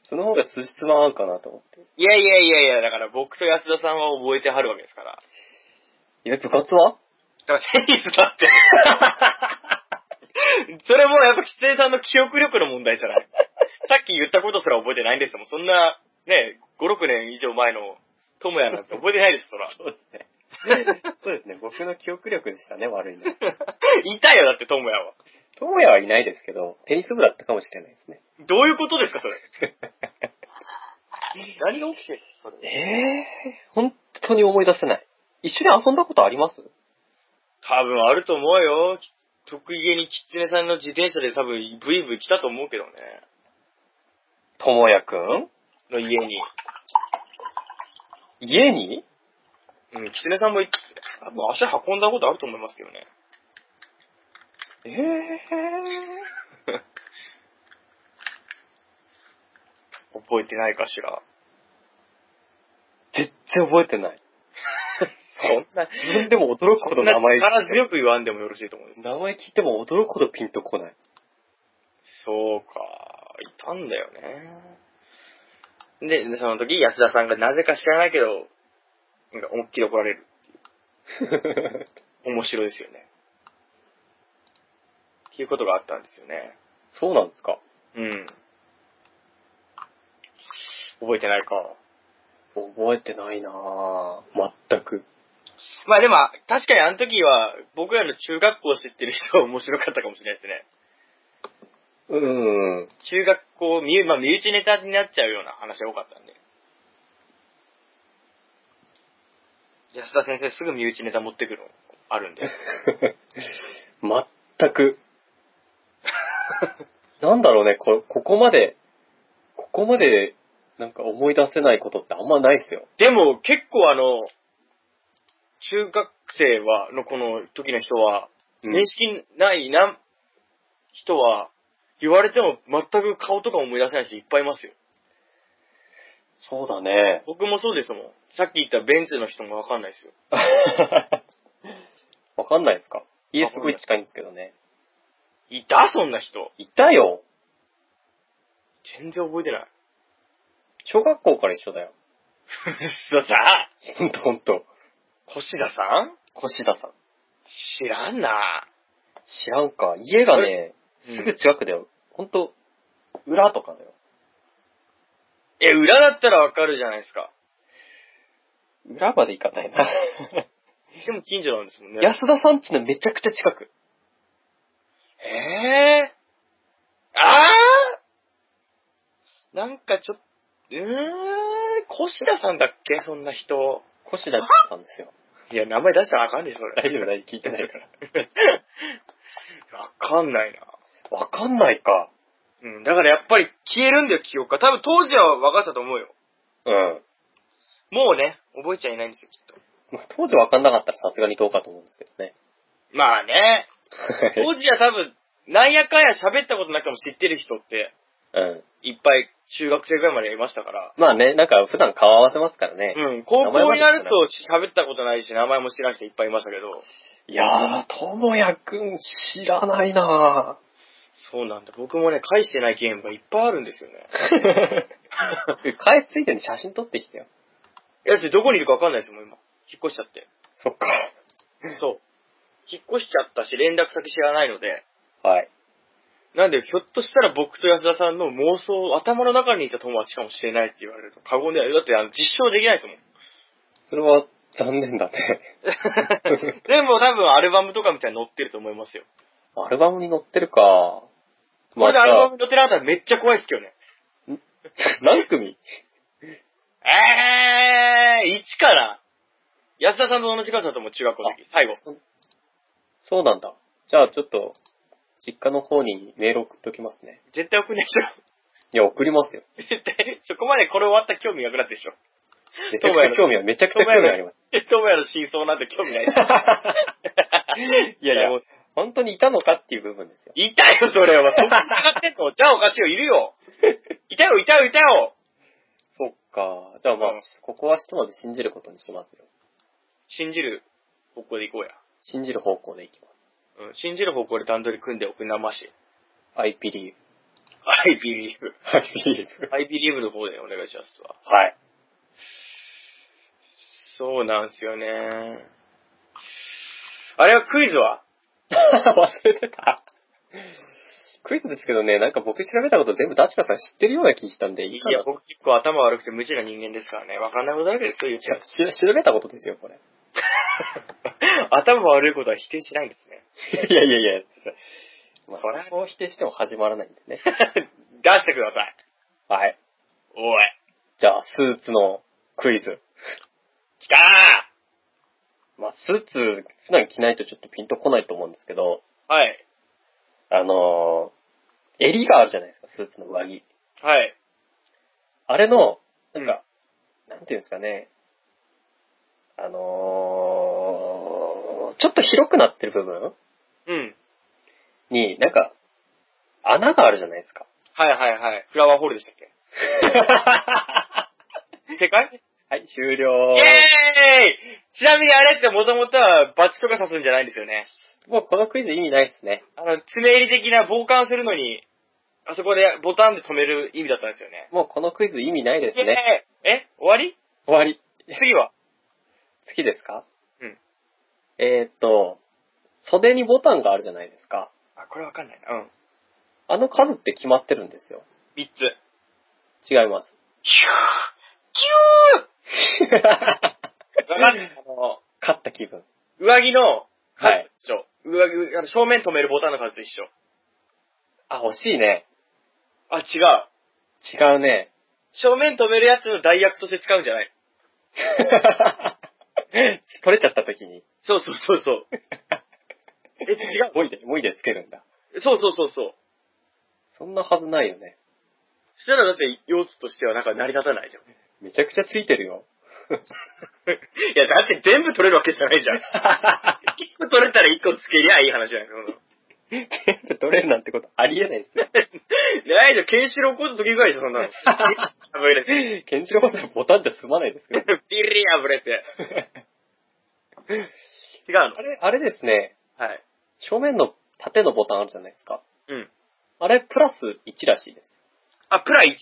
B: その方が通じつま合うかなと思って。
A: いやいやいやいや、だから僕と安田さんは覚えてはるわけですから。
B: え、部活は
A: だからテニスだって。 それもやっぱ吉江さんの記憶力の問題じゃない。さっき言ったことすら覚えてないんですもん。そんな、ね、5、6年以上前の友也なんて覚えてないです、そら。
B: そうですね。 そうですね。僕の記憶力でしたね、悪いの。
A: いたよ、だって友也は。
B: ともやはいないですけど、テニス部だったかもしれない ですね。
A: どういうことですか、それ。何が起きてるそれ。
B: えー、本当に思い出せない。一緒に遊んだことあります
A: 多分あると思うよ。き得意げにキツネさんの自転車で多分ブイブイ来たと思うけどね。
B: ともやくん
A: の家に。
B: 家に
A: うん、キツネさんもい多分足運んだことあると思いますけどね。
B: えー、
A: 覚えてないかしら。
B: 全然覚えてない。
A: そんな、
B: 自分でも驚くほど名前聞い
A: 力
B: て、
A: 強く言わんでもよろしいと思うんです。
B: 名前聞いても驚くほどピンとこない。
A: そうか、いたんだよね。で、その時、安田さんがなぜか知らないけど、なんか思いっきり怒られる。面白いですよね。っていうことがあったんですよね。
B: そうなんですか
A: うん。覚えてないか。
B: 覚えてないなぁ。全く。
A: まあでも、確かにあの時は、僕らの中学校を知ってる人は面白かったかもしれないですね。
B: うーん。
A: 中学校、身まあ、身内ネタになっちゃうような話が多かったんで。安田先生すぐ身内ネタ持ってくるのあるんで。
B: 全く。 なんだろうね、こ、ここまで、ここまで、なんか思い出せないことってあんまないっすよ。
A: でも結構あの、中学生は、のこの時の人は、
B: うん
A: 面識ないな、人は、言われても全く顔とか思い出せない人いっぱいいますよ。
B: そうだね。
A: 僕もそうですもん。さっき言ったベンツの人もわかんないですよ。
B: わかんないですか家すごい近いんですけどね。
A: いたそんな人。
B: いたよ
A: 全然覚えてない。
B: 小学校から一緒だよ。
A: そうさ、
B: ほんとほんと。
A: 小志田さん
B: 越田さん。
A: 知らんな。
B: 知らんか。家がね、
A: うん
B: すぐ近くだよ。ほんと、裏とかだよ。
A: え、裏だったらわかるじゃないですか。
B: 裏まで行かない な。
A: でも近所なんですもんね。
B: 安田さんちのめちゃくちゃ近く。
A: えー、あーなんかちょっと、うーん、小志田さんだっけそんな人。
B: 越田さんですよ。
A: いや、名前出したらあかんでしょ、それ。
B: 大丈夫、大丈夫、聞いてないから。
A: わかんないな。
B: わかんないか。
A: うん、だからやっぱり消えるんだよ、記憶が。多分当時は分かったと思うよ。
B: うん。
A: もうね、覚えちゃいないんですよ、きっと。
B: まあ当時わかんなかったらさすがにどうかと思うんですけどね。
A: まあね、当時は多分、なんやかんや喋ったことなくても知ってる人って、
B: うん。
A: いっぱい中学生ぐらいまでいましたから。
B: まあね、なんか普段顔合わせますからね。
A: うん、高校になると喋ったことないし、名前も知らん人いっぱいいましたけど。
B: いやー、ともやくん知らないな
A: そうなんだ。僕もね、返してないゲームがいっぱいあるんですよね。
B: ぁ。返すついてに写真撮ってきてよ。
A: だってどこにいるかわかんないですもん、今。引っ越しちゃって。
B: そっか。
A: そう。引っ越しちゃったし、連絡先知らないので。
B: はい。
A: なんで、ひょっとしたら僕と安田さんの妄想、頭の中にいた友達かもしれないって言われると過言ではない。だって、あの、実証できないですもん。
B: それは残念だね。
A: でも多分アルバムとかみたいに載ってると思いますよ。
B: アルバムに載ってるか。
A: これでアルバ
B: ま
A: ム載ってなかったらめっちゃ怖いですけどね。
B: あさ 何組
A: えー、1から。安田さんと同じクラスだと思う、中学校の時。最後。
B: そうなんだ。じゃあちょっと、実家の方にメール送っときますね。
A: 絶対送んないでしょ。
B: いや、送りますよ。
A: 絶対、そこまでこれ終わったら興味なくなってるでしょ。
B: めちゃくちゃ興味は、めちゃくちゃ興味あります。
A: 友也の真相なんて興味 ないでしょ。
B: いやいや
A: もう、
B: 本当にいたのかっていう部分ですよ。
A: いたよ、それは。そこ疑ってんのじゃあおかしいよ、いるよ。いたよ、いたよ、いたよ。
B: そっか。じゃあまあ、
A: うん
B: ここはひとまず信じることにしますよ。
A: 信じる方向で行こうや。
B: 信じる方向でいきます。
A: うん、信じる方向で段取り組んでおくんなまし。
B: I believe.
A: I believe.
B: I believe.
A: I believe の方でお願いしますわ。
B: はい。
A: そうなんすよね。あれはクイズは
B: 忘れてた。クイズですけどね、なんか僕調べたこと全部ダチカさん知ってるような気したんで、い
A: い
B: いか
A: や
B: な、。
A: 僕結構頭悪くて無知な人間ですからね。わかんないことだらけですよ、言っちゃう。
B: いやし調べたことですよ、こ れ。
A: 頭悪いことは否定しないんですね。
B: いやいやいや。まあ、
A: それ
B: それを否定しても始まらないんで ね。
A: 出してください。
B: はい。
A: おい。
B: じゃあ、スーツのクイズ。
A: 来た
B: まあ、スーツ、普段着ないとちょっとピンとこないと思うんですけど、
A: ーはい。
B: あのー、襟があるじゃないですか、スーツの上着。
A: はい。
B: あれの、なんか、なんていうんですかね、あのー、ちょっと広くなってる部分
A: うん。
B: に、なんか、穴があるじゃないです か。
A: はいはいはい。フラワーホールでしたっけ正 解
B: はい、終了
A: イェーイ。ちなみにあれってもともとはバチとか刺すんじゃないんですよね。
B: もうこのクイズ意味ないですね。
A: あの、爪入り的な防寒するのに、あそこでボタンで止める意味だったんですよね。
B: もうこのクイズ意味ないです
A: イェーイ
B: ね。
A: え終わり
B: 終わり。
A: 次は
B: 好きですか
A: うん。
B: えーっと、袖にボタンがあるじゃないですか。
A: あ、これわかんないな。うん。
B: あの数って決まってるんですよ。
A: 3つ。キュー
B: 違います。
A: キューわかんない。あの、
B: 勝った気分。
A: 上着の
B: は
A: 数
B: い
A: と一緒。上着、あの正面止めるボタンの数と一緒。
B: あ、惜しいね。
A: あ、違う。
B: 違うね。
A: 正面止めるやつの代役として使うんじゃない
B: 取れちゃった時に。
A: そうそうそうそう。え、違う。
B: もいで、もいでつけるんだ。
A: そうそうそうそう。
B: そんなはずないよね。
A: そしたらだって、用途としてはなんか成り立た ないじゃん。
B: めちゃくちゃついてる よ。
A: いや、だって全部取れるわけじゃないじゃん。一個取れたら一個つけりゃいい話じ ゃないの。
B: 全部取れるなんてことありえないですよ。
A: ないじゃん、ケンシロウコー時ぐらいでしょ、そん なの。破 れて。
B: ケンジロウさんボタンじゃ済まな いですけど。
A: ビリ破れて。違うの
B: あれ、あれですね。
A: はい。
B: 正面の縦のボタンあるじゃないですか。
A: うん。
B: あれ、プラス1らしいです。
A: あ、プラ1。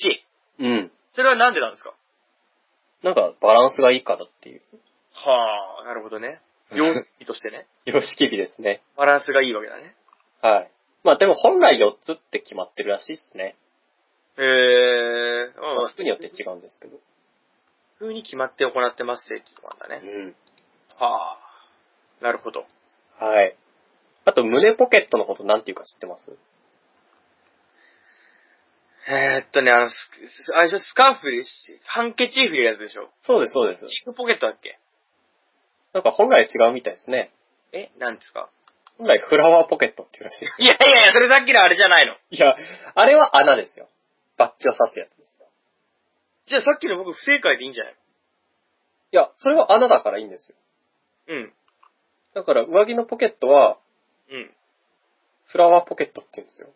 B: うん。
A: それはなんでなんですか
B: なんかバランスがいいからっていう。
A: はあ、なるほどね。様式としてね。
B: 様式美ですね。
A: バランスがいいわけだね。
B: はい。まあでも本来4つって決まってるらしいですね。
A: へえー。
B: ま
A: う
B: あ
A: ん
B: 服によって違うんですけど。
A: 風に決まって行ってますってことなんだね。
B: ん。
A: はあ。なるほど。
B: はい。あと胸ポケットのことなんていうか知ってます
A: えーっとね、あの、スあれでしょ、スカーフでし、ハンケチーフ入れるやつでしょ。
B: そうです、そうです。
A: チーフポケットだっけ
B: なんか本来違うみたいですね。
A: え、なんですか
B: 本来フラワーポケットっていうらしい。
A: いやいやいや、それさっきのあれじゃないの。
B: いや、あれは穴ですよ。バッチを刺すやつですよ。
A: じゃあさっきの僕不正解でいいんじゃない
B: いや、それは穴だからいいんですよ。
A: うん。
B: だから上着のポケットは
A: うん。
B: フラワーポケットって言うんですよ。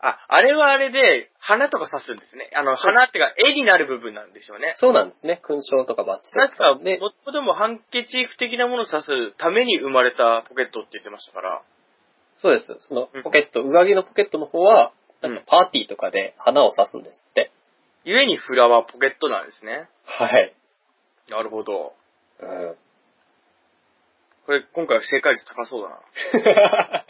A: あ、あれはあれで、花とか刺すんですね。あの、花ってか、絵になる部分なんでしょうね。
B: そうなんですね。勲章とかバッチと
A: 確か、
B: で、
A: もともともハンケチーフ的なものを刺すために生まれたポケットって言ってましたから。
B: そうです。その
A: うん
B: ポケット、上着のポケットの方は、
A: う
B: なんんかパーティーとかで花を刺すんですって。
A: ゆえにフラワーポケットなんですね。
B: はい。
A: なるほど。
B: うん。
A: これ、今回は正解率高そうだな。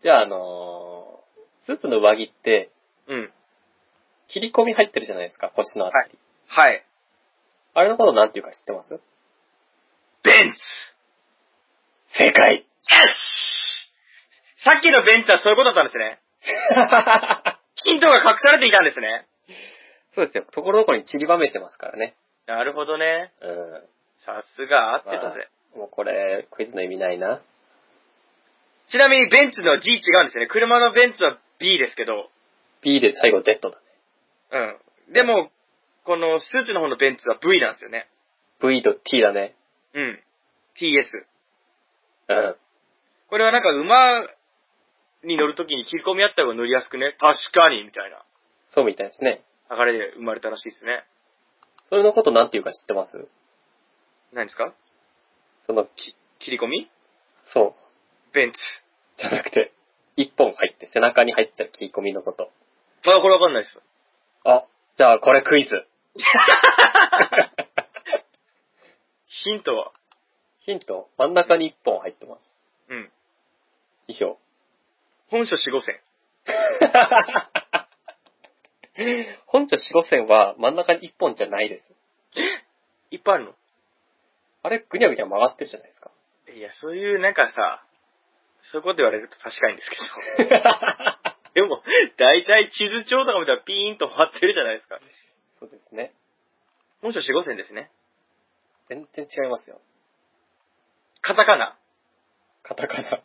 B: じゃあ、あのースーツの上着って、
A: うん。
B: 切り込み入ってるじゃないですか、腰のあたり。
A: はい。
B: あれのことなんていうか知ってます
A: ベンツ
B: 正解
A: よしさっきのベンツはそういうことだったんですね。ヒントが隠されていたんですね。
B: そうですよ。ところどころに散りばめてますからね。
A: なるほどね。
B: うん。
A: さすが、合ってたぜ。
B: もうこれ、クイズの意味ないな。
A: ちなみにベンツの G 違うんですよね。車のベンツは B ですけど。
B: B で最後 Z だね。
A: うん。でも、このスーツの方のベンツは V なんですよね。
B: V と T だね。
A: うん。TS。
B: うん。
A: これはなんか馬に乗るときに切り込みあった方が乗りやすくね。確かに、みたいな
B: そうみたいですね。
A: 流れで生まれたらしいですね。
B: それのことなんていうか知ってます
A: 何ですか
B: その、
A: き切り込み
B: そう。
A: ベンツ。
B: じゃなくて、一本入って、背中に入った切り込みのこと。
A: あ、これわかんないです。
B: あ、じゃあこれクイズ。
A: ヒントは
B: ヒント、真ん中に一本入ってます。
A: うん。
B: 衣装。
A: 本書四五線。
B: 本庁四五線は真ん中に一本じゃないです。
A: いっぱいあるの
B: あれ、ぐにゃぐにゃ曲がってるじゃないですか。
A: いや、そういう、なんかさ、そういうこと言われると確かにですけど。 でも、大体地図帳とか見たらピーンと回ってるじゃないですか。
B: そうですね。
A: 本書四五線ですね。
B: 全然違いますよ。
A: カタカナ。
B: カタカナ。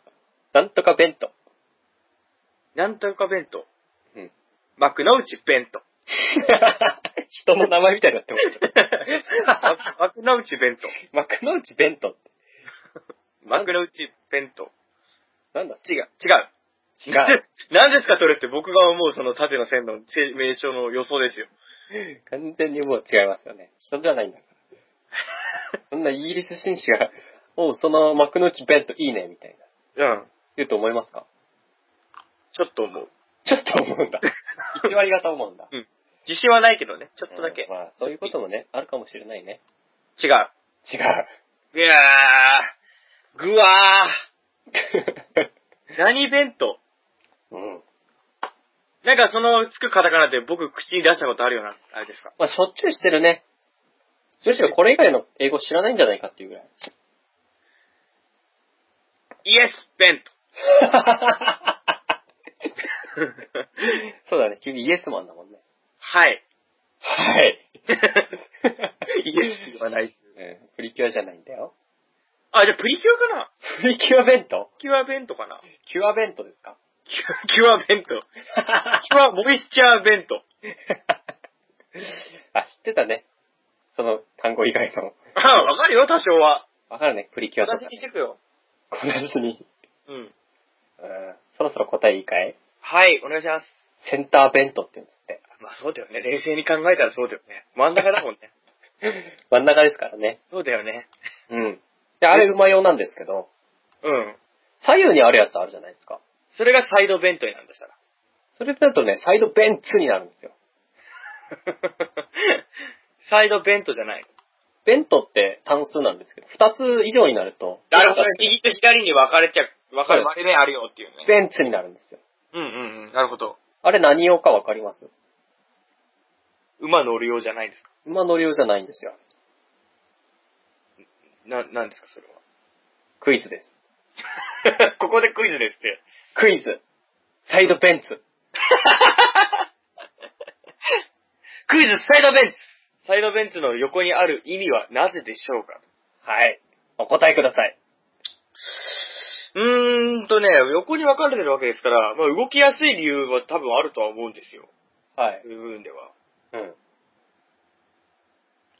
B: なんと か弁当。
A: なんとか弁当。
B: うん。
A: 幕の内弁当。
B: 人の名前みたいになってますけど。
A: 幕 幕の内弁
B: 幕の内弁当って。
A: 当。幕の内弁当。
B: なんだ
A: 違う。違う。
B: 違
A: なん
B: う。
A: 何ですかそれって僕が思うその縦の線の名称の予想ですよ。
B: 完全にもう違いますよね。人じゃないんだから。そんなイギリス紳士が、おう、その幕の内弁当いいね、みたいな。
A: うん。
B: 言うと思いますか
A: ちょっと思う。
B: ちょっと思うんだ。1割方思うんだ。
A: 自信はないけどね。ちょっとだけ。
B: うんまあ、そういうこともね、あるかもしれないね。
A: 違う。
B: 違う。
A: いやー、ぐわー。何弁当
B: うん。
A: なんかそのつくカタカナで僕口に出したことあるような、あれですか。
B: まあ、しょっちゅうしてるね。むしろこれ以外の英語知らないんじゃないかっていうぐらい。
A: イエス弁当。
B: そうだね、君イエスマンだもんね。
A: はい。
B: はい。
A: イエスはない。
B: うん、プリキュアじゃないんだよ。
A: あ、じゃあプリキュアかな
B: プリキュア弁当
A: キュア弁当かな
B: キュア弁当です か
A: キュキュア弁当。キュアモイスチャー弁当。
B: あ、知ってたね。その単語以外の。
A: あ、わかるよ、多少は。
B: わかるね、プリキュアとか。
A: してくよ。
B: こなしに。
A: うん。
B: うん、そろそろ答えいいかい
A: はい、お願いします。
B: センター弁当って言うんですって。
A: まあそうだよね。冷静に考えたらそうだよね。真ん中だもんね。
B: 真ん中ですからね。
A: そうだよね。
B: うん。で、あれ馬用なんですけど、
A: うん。
B: 左右にあるやつあるじゃないですか。
A: それがサイド弁当になんだしたら。
B: それだとね、サイドベンツになるんですよ。
A: サイドベントじゃない。
B: ベントって単数なんですけど、二つ以上になると、
A: なるほど。右と左に分かれちゃう、分かれ
B: そう
A: 割れ目あるよっていうね。
B: ベンツになるんですよ。
A: うんうんうん。なるほど。
B: あれ何用かわかります
A: 馬乗るようじゃないですか。
B: 馬乗り用じゃないんですよ。
A: な、なんですか、それ
B: クイズです。
A: は。 ここでクイズですって。
B: クイズ。サイドベンツ。
A: クイズ、サイドベンツサイドベンツの横にある意味はなぜでしょうか
B: はい。お答えください。
A: うーんとね、横に分かれてるわけですから、まあ、動きやすい理由は多分あるとは思うんですよ。
B: はい
A: そう。いう部分では。
B: うん。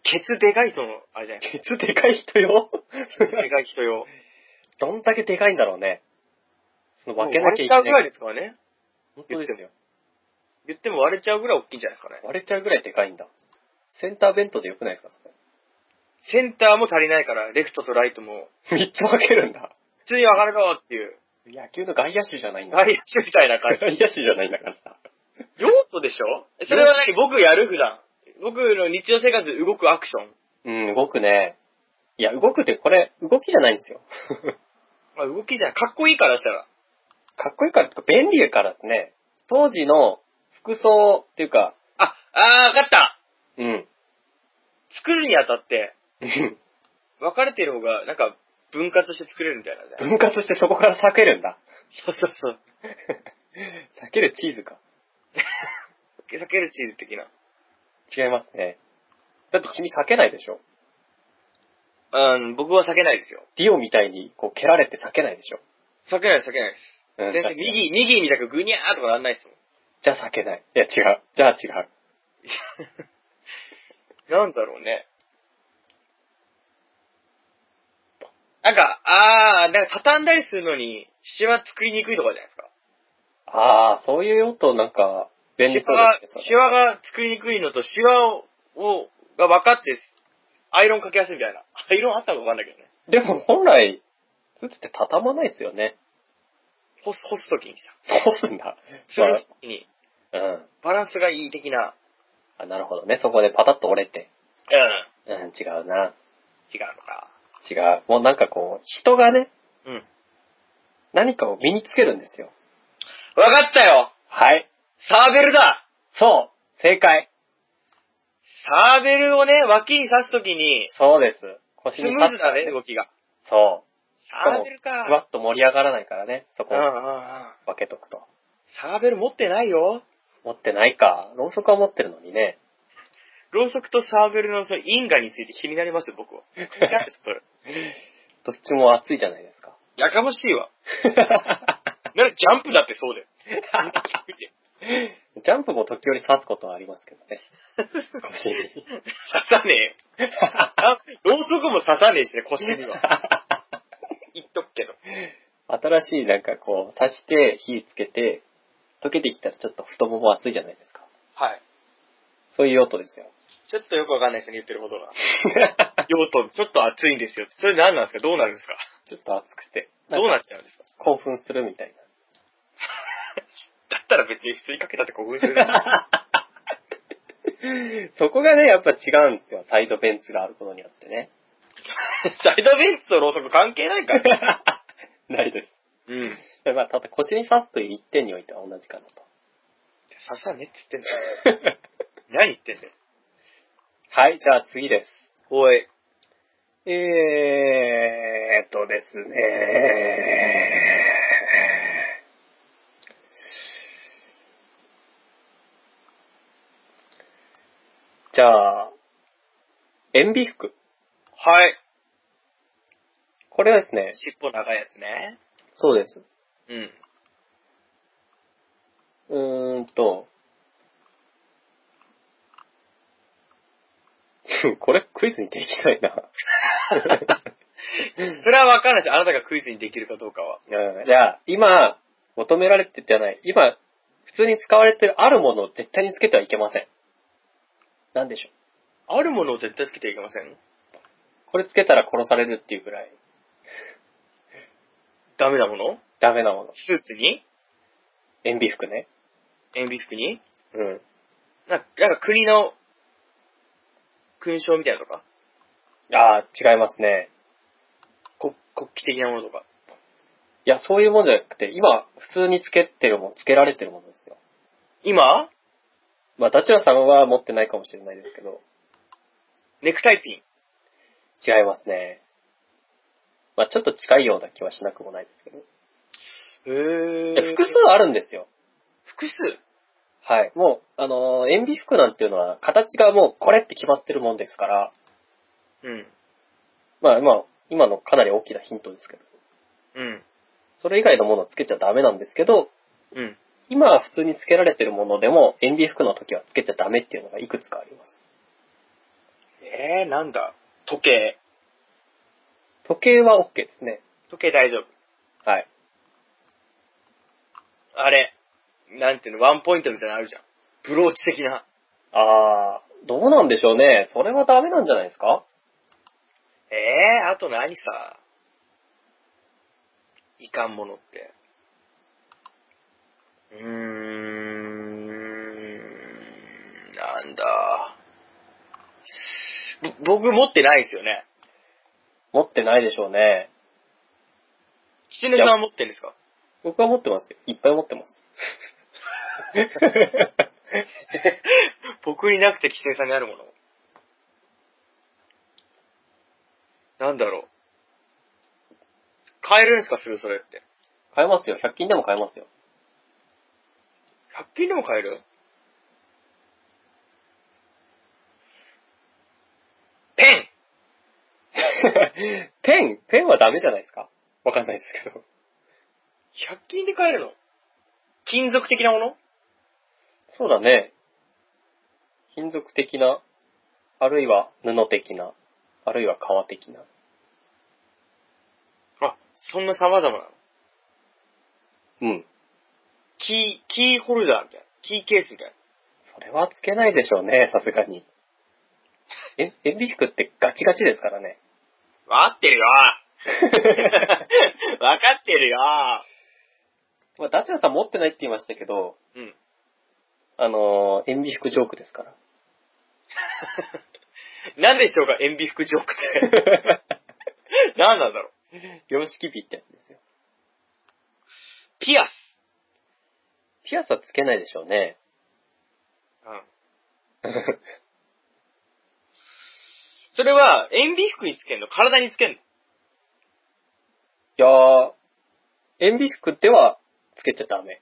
A: ケツでかい人の、あれじゃない
B: ケツでかい人よ。
A: ケツでかい人よ。
B: どんだけでかいんだろうね。その分けなきゃいけ
A: 割れちゃうぐら
B: ないい。
A: ですからね。
B: 本当ですよ。
A: 言っても割れちゃうぐらい大きいんじゃないですかね。
B: 割れちゃうぐらいでかいんだ。センターベントでよくないですか
A: センターも足りないから、レフトとライトも、
B: それ。3つ分けるんだ。
A: 普通に分かれろっていう、
B: 野球の外野手じゃないんだ。
A: 外野手みたいな感
B: 外野手じゃないんだからさ。
A: じ。用途でしょそれは何僕やる普段。僕の日常生活で動くアクション。
B: うん、動くね。いや、動くってこれ、動きじゃないんですよ。
A: まあ、動きじゃない。かっこいいからしたら。
B: かっこいいからとか、便利だからですね。当時の服装っていうか、
A: あ、あー、わかった
B: うん。
A: 作るにあたって、分かれてる方が、なんか、分割して作れるみたいなね。
B: 分割してそこから避けるんだ。
A: そうそうそう。
B: 避けるチーズか。
A: 避けるチーズ的な。
B: 違いますね。だって君避けないでしょ。
A: うん、僕は避けないですよ。
B: ディオみたいに、こう、蹴られて避けないでしょ。
A: 避けないです、避けないです。
B: うん
A: 全然
B: 確かに
A: 右、右にだけグニャーとかなんないですもん。
B: じゃあ避けない。いや、違う。じゃあ違う。
A: なんだろうね。なんか、あー、なんか畳んだりするのに、シワ作りにくいとかじゃないですか。
B: ああ、そういう用途なんか、便利
A: シ
B: そう
A: ワ
B: ですね。そ
A: シ
B: れ
A: ワが作りにくいのと、シワを、をが分かって、アイロンかけやすいみたいな。アイロンあったのか分かんないけどね。
B: でも本来、スーツって畳まないですよね。
A: 干す、干すときにさ、
B: どうすんだ。
A: するときに、
B: まあうん。
A: バランスがいい的な、
B: あ、なるほどね。そこでパタッと折れて。
A: うん、
B: うん、違
A: 違う
B: うな。
A: のか。
B: 違う。もうなんかこう、人がね、
A: うん。
B: 何かを身につけるんですよ。
A: 分かったよ
B: はい。
A: サーベルだ
B: そう正解
A: サーベルをね、脇に刺すときに、
B: そうです。腰
A: ス
B: に
A: ム
B: パ
A: ー
B: ッ
A: ズ
B: と
A: だね、動きが。
B: そう。
A: サーベルか。
B: ふわっと盛り上がらないからね、そこ
A: うんうんうん。
B: 分けとくと。
A: サーベル持ってないよ。
B: 持ってないか。ろうそくは持ってるのにね。
A: ろうそくとサーベルのその因果について気になりますよ、僕は。気になるそれ。
B: どっちも熱いじゃないで すか。
A: やかましいわ。ならジャンプだってそうだよ。見て
B: ジャンプも時折刺すことはありますけ どね。腰に。
A: 刺さねえよ。 あろうそくも刺さねえしね、腰には。 言っとくけど。
B: 新しいなんかこう、刺して火つけて、溶けてきたらちょっと太もも熱いじゃないですか。
A: はい。
B: そういう用 途ですよ。
A: ちょっとよくわかんないですね、言ってることが。用途、ちょっと熱いんですよ。それ何なんですかどうなるんですか
B: ちょっと熱くて。
A: どう
B: な
A: な
B: んか
A: っちゃうんですか
B: 興奮するみたい
A: だったら別に普通にかけたって興奮するな。
B: な。 そこがね、やっぱ違うんですよ。サイドベンツがあることによって ね。
A: サイドベンツとろうそく関係ないから。
B: ないです。
A: うん。
B: まあ、ただ腰に刺すという一点においては同じかなと。
A: 刺さねえって言ってんだよ。何言ってんだよ。
B: はい、じゃあ次です。
A: おい。
B: えーっとですね。じゃあ、塩ビ服。
A: はい。
B: これはですね、
A: 尻尾長いやつね。
B: そうです。
A: うん。
B: うーんと、 これクイズにできないな。
A: それはわかんないです。あなたがクイズにできるかどうかは。
B: うんじゃあ、今、求められてじゃない。今、普通に使われてるあるものを絶対につけてはいけません。なんでしょう。
A: あるものを絶対つけてはいけません
B: これつけたら殺されるっていうぐらい、
A: ダメなもの
B: ダメなもの。
A: スーツに
B: 塩ビ服ね。
A: 塩ビ服に
B: うん。
A: なんか、なんか国の、勲章みたいなのとか、
B: ああ、違いますね。
A: 国、国旗的なものとか。
B: いや、そういうもんじゃなくて、今、普通につけてるもん、つけられてるものですよ。
A: 今
B: まあ、ダチュラさんは持ってないかもしれないですけど、
A: ネクタイピン。
B: 違いますね。まあ、ちょっと近いような気はしなくもないですけど。
A: へ
B: いや
A: ぇ
B: 複数あるんですよ。
A: 複数
B: はい。もう、あのー、塩ビ服なんていうのは、形がもうこれって決まってるもんですから、
A: うん。
B: まあ、まあ、今のかなり大きなヒントですけど、
A: うん。
B: それ以外のものをつけちゃダメなんですけど、
A: うん。
B: 今は普通につけられてるものでも、塩ビ服の時はつけちゃダメっていうのがいくつかあります。
A: えー、なんだ時計。
B: 時計は OK ですね。
A: 時計大丈夫。
B: はい。
A: あれ、なんていうの、ワンポイントみたいなのあるじゃん。ブローチ的な。
B: あー、どうなんでしょうね。それはダメなんじゃないですか
A: えー、あと何さ。いかんものって。うーん、なんだ。ぼ僕持ってないですよね。
B: 持ってないでしょうね。
A: 吉根さんは持ってるんですか
B: 僕は持ってますよ。いっぱい持って ます。
A: 僕になくて吉根さんにあるもの。なんだろう。買えるんですかすぐそれって。
B: 買えますよ。100均でも買えますよ。
A: 100均でも買えるペン
B: ペン、ペンはダメじゃないですかわかんないですけど。
A: !100 均で買えるの金属的なもの
B: そうだね。金属的な、あるいは布的な、あるいは革的な。
A: あ、そんな様々なの
B: うん。
A: キー、キーホルダーみたいな。キーケースみたいな。
B: それはつけないでしょうね、さすがに。え、エビ服ってガチガチですからね。
A: わかって るよわかってるよ
B: まあ、ダチュラさん持ってないって言いましたけど、
A: うん。
B: あのー、塩ビ服ジョークですから。
A: なんでしょうか塩ビ服ジョークって。 なんなんだろう
B: 様式美ってやつですよ。
A: ピアス。
B: ピアスはつけないでしょうね。
A: うん。それは、塩ビ服につけんの体につけんの
B: いやー、塩ビ服ではつけちゃダメ。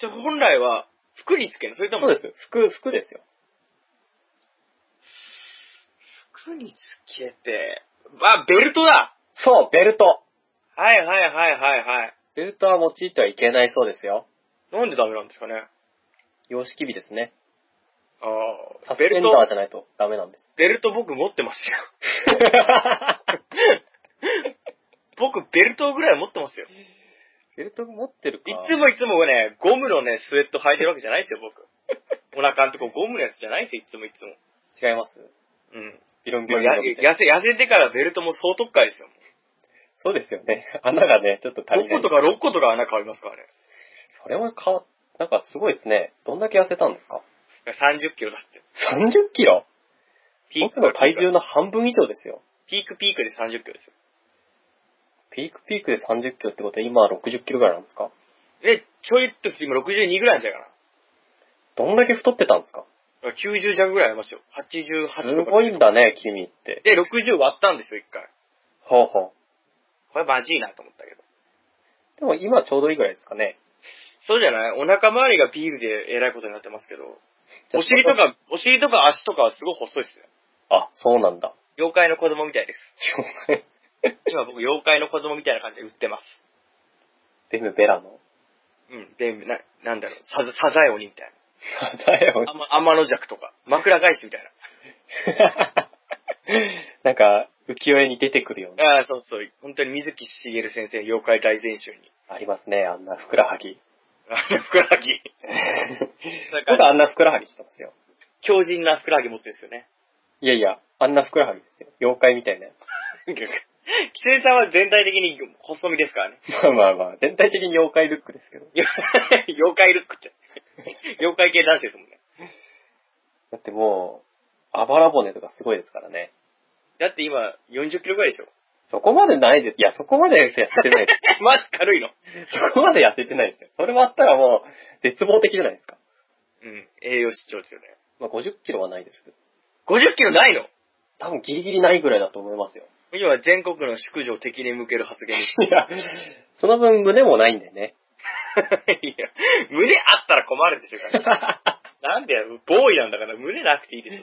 A: じゃあ本来は、服につけんのそれとも、
B: そうです。服、服ですよ。
A: 服につけて、あ、ベルトだ
B: そう、ベルト。
A: はいはいはいはいはい。
B: ベルトは用いてはいけないそうですよ。
A: なんでダメなんですかね
B: 様式美ですね。
A: あ
B: サ
A: あ、
B: スペ
A: ベ
B: ンダ
A: ル
B: ー
A: ト、
B: じゃないとダメなん です。
A: ベルト僕持ってますよ。 僕ベルトぐらい持ってますよ。
B: ベルト持ってるか。
A: いつもいつもね、ゴムのね、スウェット履いてるわけじゃないですよ、僕。お腹のとこゴムのやつじゃないですよ、いつもいつも。
B: 違います
A: うん。
B: ビロンビ
A: もう
B: ロン
A: や
B: ビロンみたいな
A: 痩せ、痩せてからベルトも総特化ですよ。
B: そうですよね。穴がね、ちょっと足
A: 6
B: りな
A: 個
B: い
A: と。か6個とか穴変わりますからね。
B: それも変わっ、なんかすごいですね。どんだけ痩せたんですか
A: いや30キロだって。
B: ?30 キロ
A: ピーク
B: 僕の体重の半分以上ですよ。
A: ピークピークで30キロですよ。
B: ピークピークで30キロってことは今は60キロぐらいなんですか
A: で、ちょいっとして今62ぐらいなんじゃないかな。
B: どんだけ太ってたんですか
A: 90弱ぐらいありますよ。88
B: す
A: とか。
B: ごいんだね、君って。
A: で、60割ったんですよ、一回。
B: ほうほう。
A: これマジいなと思ったけど。
B: でも今ちょうどいいぐらいですかね。
A: そうじゃないお腹周りがビールで偉いことになってますけど、
B: じゃあ
A: お尻と。か、お尻とか足とかはすごい細いですよ。
B: あ、そうなんだ。
A: 妖怪の子供みたいです。今僕、妖怪の子供みたいな感じで売ってます。
B: ベムベラの。
A: うん。で、な、なんだろう、サザサザエ鬼みたい
B: だよ
A: な。あ。ま、天の弱とか、枕返しみたい
B: なんか、浮世絵に出てくるような。
A: な。ああ、そうそう。本当に水木しげる先生、妖怪大全集に。
B: ありますね、あんなふくらはぎ。
A: あの、ふくらはぎ。なんか
B: 僕あんなふくらはぎしてますよ。
A: 強靭なふくらはぎ持ってるんですよね。
B: いやいや、あんなふくらはぎですよ。妖怪みたいな。
A: なんかキツネさんは全体的に細身ですからね。
B: まあまあまあ、全体的に妖怪ルックですけど。
A: 妖怪ルックって。妖怪系男子ですもんね。
B: だってもう、あばら骨とかすごいですからね。
A: だって今、40キロぐらいでしょ。
B: そこまでないです。いや、そこまでやってないです。
A: まず軽いの。
B: そこまでやってってないですよ。それもあったらもう、絶望的じゃないですか。
A: うん。栄養失調ですよね。
B: まあ、50キロはないですけど。
A: 50キロないの
B: 多分ギリギリないぐらいだと思いますよ。
A: 今、全国の宿女を敵に向ける発言です。
B: いや、その分胸もないんでね。
A: いや、胸あったら困るでしょ、だから なんでや、ボーイなんだから胸なくていいでしょ。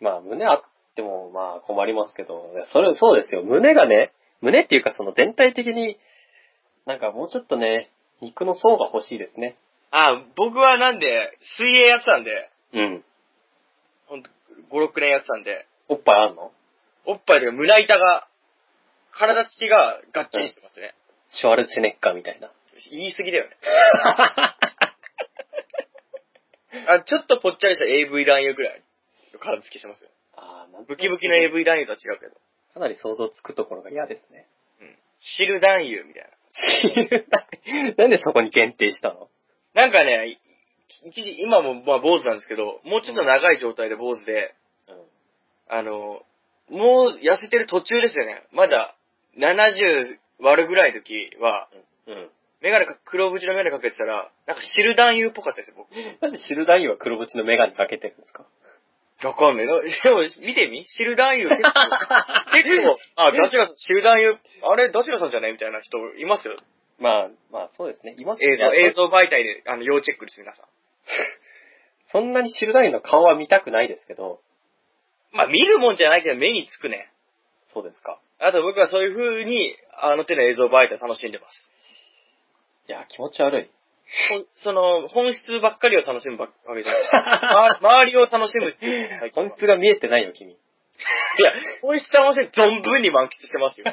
B: まあ、胸あっても、まあ、困りますけど、いやそれ、そうですよ。胸がね、胸っていうか、その全体的に、なんかもうちょっとね、肉の層が欲しいですね。
A: あ、僕はなんで、水泳やってたんで、
B: うん。
A: ほんと、5、6年やってたんで、
B: おっぱいあんの
A: おっぱいとか胸板が、体つきがガッチリしてますね。
B: シュワルツェネッカーみたいな。
A: 言い過ぎだよ ね。あちょっとぽっちゃりした AV 男優ぐらいの体つきしてますよ。
B: ああ、なん
A: ブキブキの AV 男優とは違うけど。
B: かなり想像つくところが嫌ですね。
A: うん。汁男優みたい
B: なんでそこに限定したの
A: な。なんかね、い一時、今もまあ坊主なんですけど、もうちょっと長い状態で坊主で、
B: う
A: あの、もう痩せてる途中ですよね。まだ70割るぐらいの時は、
B: ん。うん。
A: メガネか、黒縁のメガネかけてたら、なんか汁男優っぽかったですよ、僕。
B: なんで汁男優は黒縁のメガネかけてるんですか
A: わかんない。な でも、見てみ汁男 優結構、結構、あ、ダチュラさん、汁男優、あれ、ダチュラさんじゃないみたいな人いますよ。
B: まあ、まあそうですね。います
A: 映
B: いや
A: 像、
B: そ
A: 映像媒体で、あの、要チェックです、皆さん。
B: そんなに汁男優の顔は見たくないですけど、
A: まあ、見るもんじゃないけど、目につくね。
B: そうですか。
A: あと僕はそういう風に、あの手の映像媒体楽しんでます。
B: いや、気持ち悪い。
A: ほんその、本質ばっかりを楽しむばっわけじゃ ない。ま周りを楽しむっていう。はい
B: 本質が見えてないよ、 君。
A: いや、本質楽しんで存分に満喫して ますよ。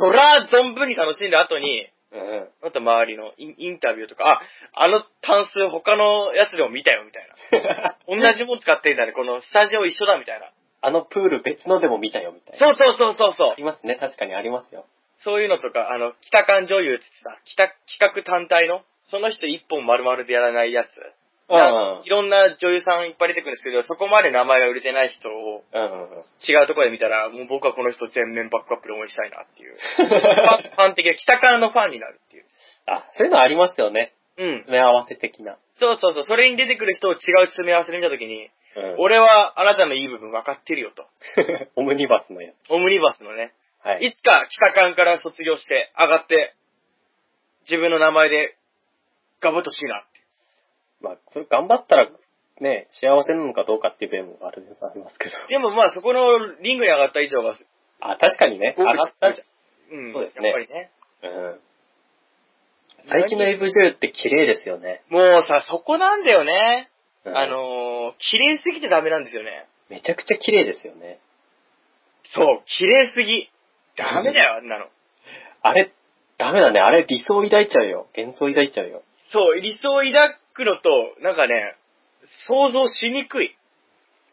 A: そら、存分に楽しんだ後に、
B: うん。
A: あと周りのインインタビューとか、あ、あの単数他のやつでも見たよみたいな。同じもん使ってんだね、このスタジオ一緒だみたいな。
B: あのプール別のでも見たよ、みたいな。
A: そうそうそうそうそ
B: あ
A: う。
B: りますね。確かにありますよ。
A: そういうのとか、あの、北館女優ってさ、北、企画単体の、その人一本丸々でやらないやつ。
B: うん
A: いろんな女優さんいっぱい出てくるんですけど、そこまで名前が売れてない人を
B: うんうんうん。
A: 違うところで見たら、もう僕はこの人全面バックアップで応援したいなっていう。ファンファン的な、北館のファンになるっていう。
B: あ、そういうのありますよね。
A: うん。
B: 詰め合わせ的な。
A: そうそうそう。それに出てくる人を違う詰め合わせで見たときに、
B: うん
A: 俺はあなたのいい部分分かってるよと。
B: オムニバスのやつ。
A: オムニバスのね。
B: はいい。
A: つか北館から卒業して上がって、自分の名前で頑張ってほしいなって。
B: まあ、それ頑張ったら、ね、幸せなのかどうかっていう弁もあるありますけど。
A: でもまあそこのリングに上がった以上は、
B: あ、確かにね。上がったじ
A: うん、
B: そうですね
A: やっぱりね。
B: ゃん。うん。最近の AV 女優って綺麗ですよね。
A: もうさ、そこなんだよね。
B: うん
A: あ、のー、綺麗すぎてダメなんですよね。
B: めちゃくちゃ綺麗ですよね。
A: そう、綺麗すぎ。ダメだよ、あんなの。
B: あれ、ダメだね。あれ理想抱いちゃうよ。幻想抱いちゃ うよ。
A: そう、理想を抱くのと、なんかね、想像しにくい。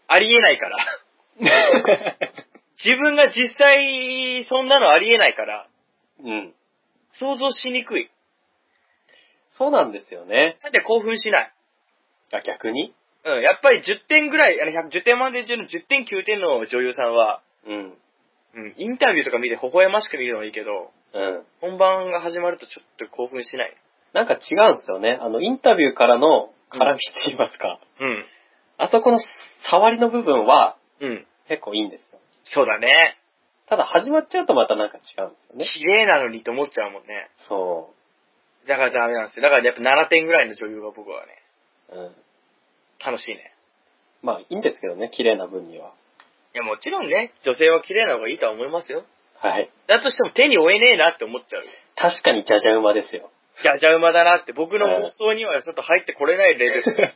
A: ありえないから。自分が実際、そんなのありえないから、
B: うん。
A: 想像しにくい。
B: そうなんですよね。
A: さて興奮しない。
B: あ、逆に
A: うん、やっぱり10点ぐらい、あの、100 10点満点中の10点9点の女優さんは、
B: うん。
A: うん、インタビューとか見て微笑ましく見るのはいいけど、
B: うん。
A: 本番が始まるとちょっと興奮しない。
B: なんか違うんですよね。あの、インタビューからの絡みって言いますか。
A: うん。
B: あそこの触りの部分は
A: うん。
B: 結構いいんですよ。
A: そうだね。
B: ただ始まっちゃうとまたなんか違うんですよね。
A: 綺麗なのにと思っちゃうもんね。
B: そ
A: だからダメなんですよ。だからやっぱ7点ぐらいの女優が僕はね、
B: う。うん。
A: 楽しいね。
B: まあいいんですけどね、綺麗な分には。
A: いや、もちろんね、女性は綺麗な方がいいとは思いますよ。
B: はい。
A: だとしても手に負えねえなって思っちゃう。
B: 確かにじゃじゃ馬です よ。
A: じゃじゃ馬だなって、僕の放送にはちょっと入ってこれないレベ ル。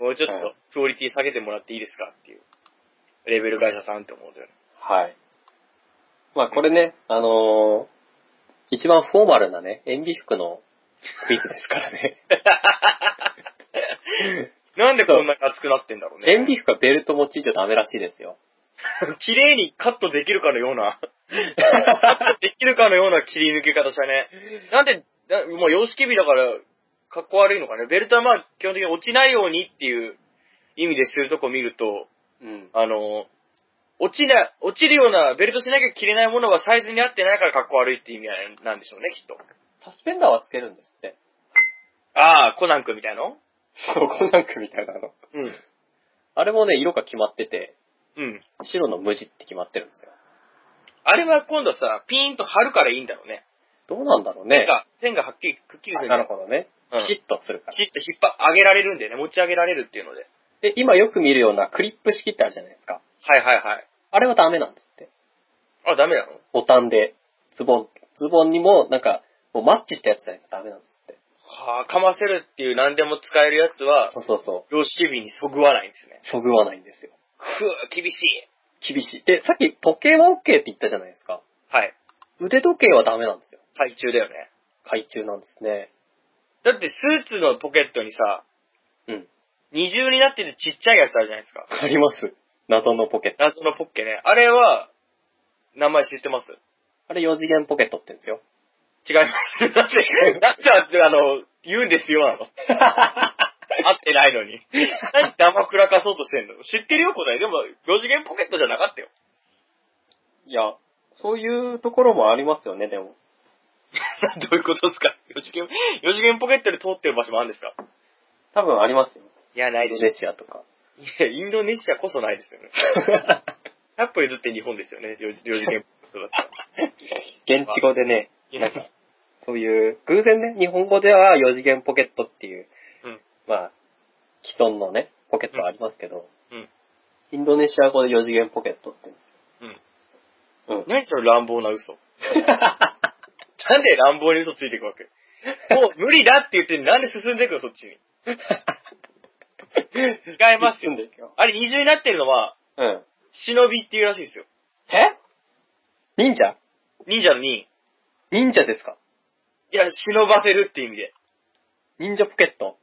A: もうちょっ
B: はい
A: とクオリティ下げてもらっていいですかっていう。レベル会社さんって思うんだ よね。
B: はい。まあこれね、あのー一番フォーマルなね、塩ビ服のクイズですからね。
A: なんでこんなに熱くなってんだろうね。
B: 塩ビ服はベルト持ちじゃダメらしいですよ。
A: 綺麗にカットできるかのよう な、カットできるかのような切り抜け方したね。なんで、なもう様式日だから、格好悪いのかね。ベルトはまあ、基本的に落ちないようにっていう意味でしてるとこ見ると、
B: うん。
A: あの、落ちな、落ちるような、ベルトしなきゃ着れないものはサイズに合ってないから格好悪いって意味なんでしょうね、きっと。
B: サスペンダーはつけるんですって。
A: ああ、コナン君みたいの
B: そう、コナン君みたいなの。
A: うん。
B: あれもね、色が決まってて、
A: うん。
B: 白の無地って決まってるんですよ。
A: あれは今度さ、ピーンと貼るからいいんだろうね。
B: どうなんだろうね
A: 線。が、線がはっきり、くっきりす
B: あ
A: る。
B: なるほどね。
A: うん
B: ピシッとするから。
A: シッと引っ張、上げられるんだよね。持ち上げられるっていうので。
B: で、今よく見るようなクリップ式ってあるじゃないですか。
A: はいはいはい。
B: あれはダメなんですって。
A: あ、ダメなの
B: ボタンで、ズボン、ズボンにも、なんか、もうマッチしたやつじゃないとダメなんですって。
A: はあ、かませるっていう何でも使えるやつは、
B: そうそうそう。
A: 様式美にそぐわないんですね。
B: そぐわないんですよ。
A: ふぅ、厳しい。
B: 厳しい。で、さっき時計は OK って言ったじゃないですか。
A: はい。
B: 腕時計はダメなんですよ。
A: 懐中だよね。
B: 懐中なんですね。
A: だってスーツのポケットにさ、
B: うん。
A: 二重になっててちっちゃいやつあるじゃないですか。
B: あります。謎のポケット。
A: 謎のポッケね。あれは、名前知ってます
B: あれ4次元ポケットって言うんですよ。
A: 違います。だって、だってあの、言うんですよな の。合ってないのに。何黙くらかそうとしてんの知ってるよ答え。でも、4次元ポケットじゃなかったよ。
B: いや、そういうところもありますよね、でも。
A: どういうことですか ?4 次元、4次元ポケットで通ってる場所もあるんですか
B: 多分ありますよ。
A: いや、な
B: インドネシアとか。
A: いや、インドネシアこそないですよね。100歩譲って日本ですよね、領領事件だ ったら。
B: 現地語でね、
A: い
B: な
A: や
B: んか、そういう、偶然ね、日本語では4次元ポケットっていう、
A: うん
B: まあ、既存のね、ポケットはありますけど、
A: うん
B: インドネシア語で4次元ポケットって。うん。 うん。
A: 何その乱暴な嘘。なんで乱暴に嘘ついていくわけもう無理だって言ってなんで進んでいくの、そっちに。違いますよ。
B: んでいくよ。
A: あれ二重になってるのは、
B: うん。
A: 忍びっていうらしいですよ。
B: え忍者
A: 忍者の忍。
B: 忍者ですか
A: いや、忍ばせるって意味で。
B: 忍者ポケット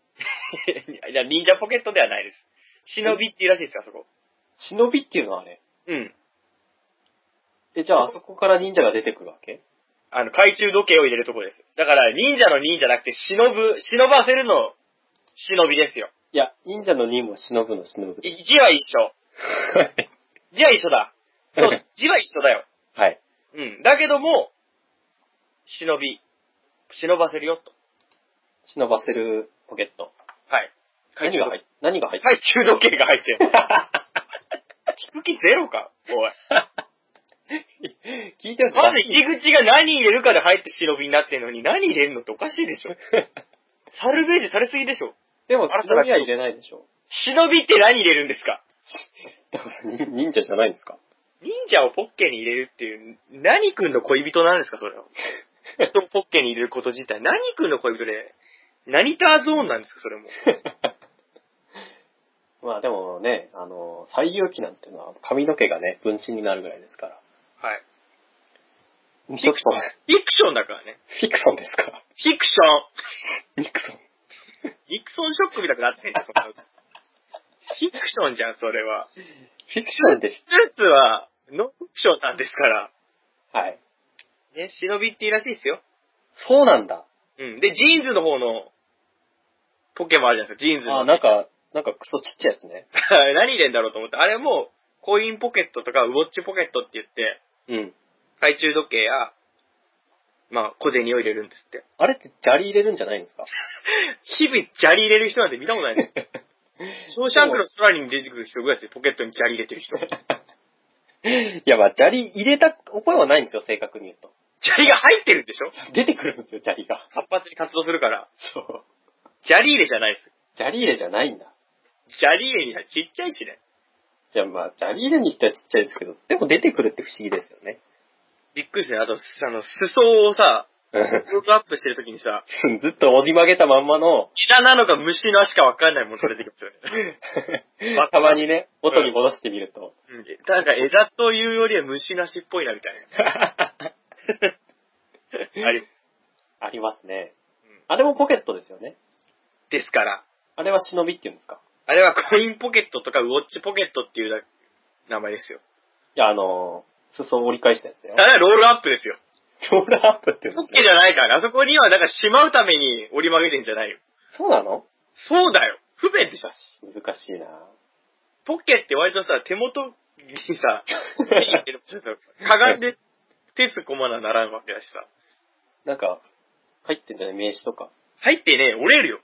A: いや、忍者ポケットではないです。忍びっていうらしいですよ、あそこ。
B: 忍びっていうのはあれ。
A: うん。
B: え、じゃああそこから忍者が出てくるわけ
A: あの、懐中時計を入れるとこです。だから、忍者の忍じゃなくて、忍ぶ、忍ばせるの、忍びですよ。
B: いや、忍者の忍も忍ぶの忍ぶ。
A: い字は一緒。字は一緒だ。そう、字は一緒だよ。
B: はい。
A: うん。だけども、忍び、忍ばせるよ、と。
B: 忍ばせるポケット。
A: はい。
B: 何が入っ何が入って
A: 懐中時計が入って る。聞く気ゼロか、 おい。
B: 聞いてるんです
A: まず入り口が何入れるかで入って忍びになってんのに、何入れるのっておかしいでしょ。サルベージされすぎでしょ。
B: でも、忍びは入れないでしょ。
A: 忍びって何入れるんですか
B: だから、忍 忍者じゃないんですか
A: 忍者をポッケに入れるっていう、何君の恋人なんですか、それ は。人をポッケに入れること自体、何君の恋人で、何ターゾーンなんですか、それも。
B: まあでもね、あの、最有機なんていうのは髪の毛がね、分身になるぐらいですから。
A: はい。
B: ニクソン。
A: フィクションだからね。
B: フィクソンですか
A: フィクシ
B: ニクソン。
A: ョン。ニクソンショックみたくなってんじゃん、そん なのフィクションじゃん、それは。
B: フィクションでし
A: スーツは、ノンフィクションなんですから。
B: た。はい。
A: ね、忍びっていいらしいですよ。
B: そうなんだ。
A: うん。で、ジーンズの方の、ポケもあるじゃないですか、ジーンズの。
B: あ、なんか、なんかクソちっちゃいやつね。
A: 何入れんだろうと思って、あれも、コインポケットとか、ウォッチポケットって言って、
B: うん。
A: 懐中時計や、まあ、小銭を入れるんですって。
B: あれって砂利入れるんじゃないんですか
A: 日々、砂利入れる人なんて見たことない ですよ。ショーシャンクの空に出てくる人ぐらいですよ、ポケットに砂利入れてる人。
B: いや、まあ、砂利入れた覚えはないんですよ、正確に言うと。
A: 砂利が入ってるんでしょ
B: 出てくるんですよ、砂利が。
A: 活発に活動するから。
B: そう。
A: 砂利入れじゃないですよ。
B: 砂利入れじゃないんだ。
A: 砂利入れにはちっちゃいしね。
B: じゃあまあ、砂利入れにしてはちっちゃいですけど、でも出てくるって不思議ですよね。
A: びっくりするね。あと、あの、裾をさ、クローズアップしてるときにさ、
B: ずっと折り曲げたまんまの、
A: 北なのか虫の足かわかんないものが出てきますよね。
B: たまにね、元に戻してみると。
A: うんなんか枝というよりは虫なしっぽいなみたいな。あれ、
B: ありますね
A: うん。
B: あれもポケットですよね。
A: ですから。
B: あれは忍びって言うんですか
A: あれはコインポケットとかウォッチポケットっていうだ名前ですよ。
B: いや、あのー、裾を折り返したやつだよ
A: あ。れはロールアップですよ。
B: ロールアップって言
A: ポ
B: うん
A: ッ
B: です
A: ケじゃないから、あそこにはなんかしまうために折り曲げてんじゃないよ。
B: そうなの
A: そうだよ。不便でしょ。
B: 難しい な
A: ポッケって割とさ、手元にさ、かがんで手すこまなならんわけだしさ。
B: なんか、入ってんじゃない名刺とか。
A: 入ってね、折れるよ。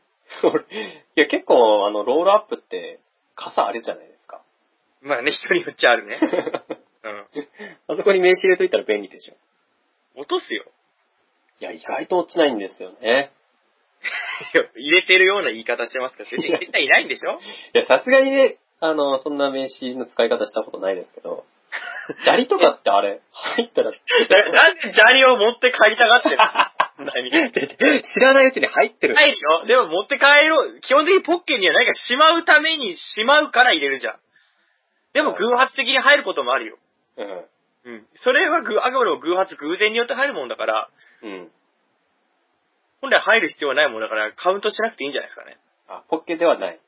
B: いや、結構、あの、ロールアップって、傘あれじゃないです か。
A: まあね、人によっちゃあるね。 うん。
B: あそこに名刺入れといたら便利でしょ。
A: 落とすよ。
B: いや、意外と落ちないんですよね。
A: いや 入れてるような言い方してますから、先生絶対いないんでしょ
B: いや、さすがにね、あの、そんな名刺の使い方したことないですけど、砂利とかってあれ、入 ったら、
A: だ なんで砂利を持って帰りたがってるの 何入
B: 知らないうちに入ってる。
A: るよ。でも持って帰ろう。基本的にポッケには何かしまうためにしまうから入れるじゃん。でも偶発的に入ることもあるよ。
B: うん。
A: うん。それはぐ、あくまでも偶発、偶然によって入るもんだから、
B: うん。
A: 本来入る必要はないもんだから、カウントしなくていいんじゃないですかね。
B: あ、ポッケではない。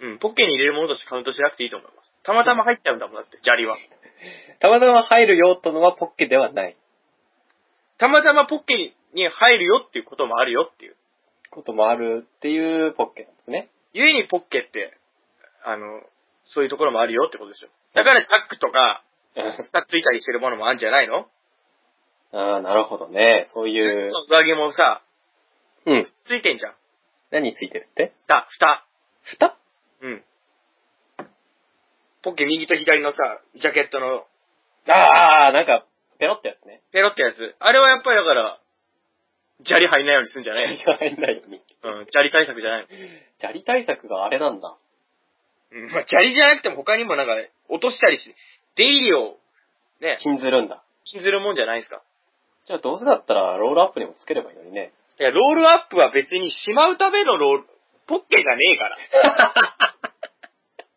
A: うん。ポッケに入れるものとしてカウントしなくていいと思います。たまたま入っちゃうんだもんだって、砂利は。
B: たまたま入る用途のはポッケではない
A: たまたまポッケに入るよっていうこともあるよっていう。
B: こともあるっていうポッケなんですね。
A: ゆえにポッケって、あの、そういうところもあるよってことでしょ。だからチャックとか、 下ついたりしてるものもあるんじゃないの
B: ああ、なるほどね。そういう。
A: 上着もさ、
B: うん。
A: ついてんじゃん。
B: 何ついてるって
A: 蓋、蓋。
B: 蓋
A: うん。ポッケ右と左のさ、ジャケットの
B: ああ、なんか、ペロってやつね。
A: ペロってやつ。あれはやっぱりだから、砂利入んないようにするんじゃな
B: 砂利
A: い
B: が入んないように。
A: うん、砂利対策じゃないの。
B: 砂利対策があれなんだ。
A: うん、まあ、砂利じゃなくても他にもなんか、落としたりし、出入りを、ね、
B: 禁ずるんだ。
A: 禁ずるもんじゃないですか。
B: じゃあどうせだったらロールアップにもつければいいのに ね。
A: いや、ロールアップは別にしまうためのロール、ポッケじゃねえから。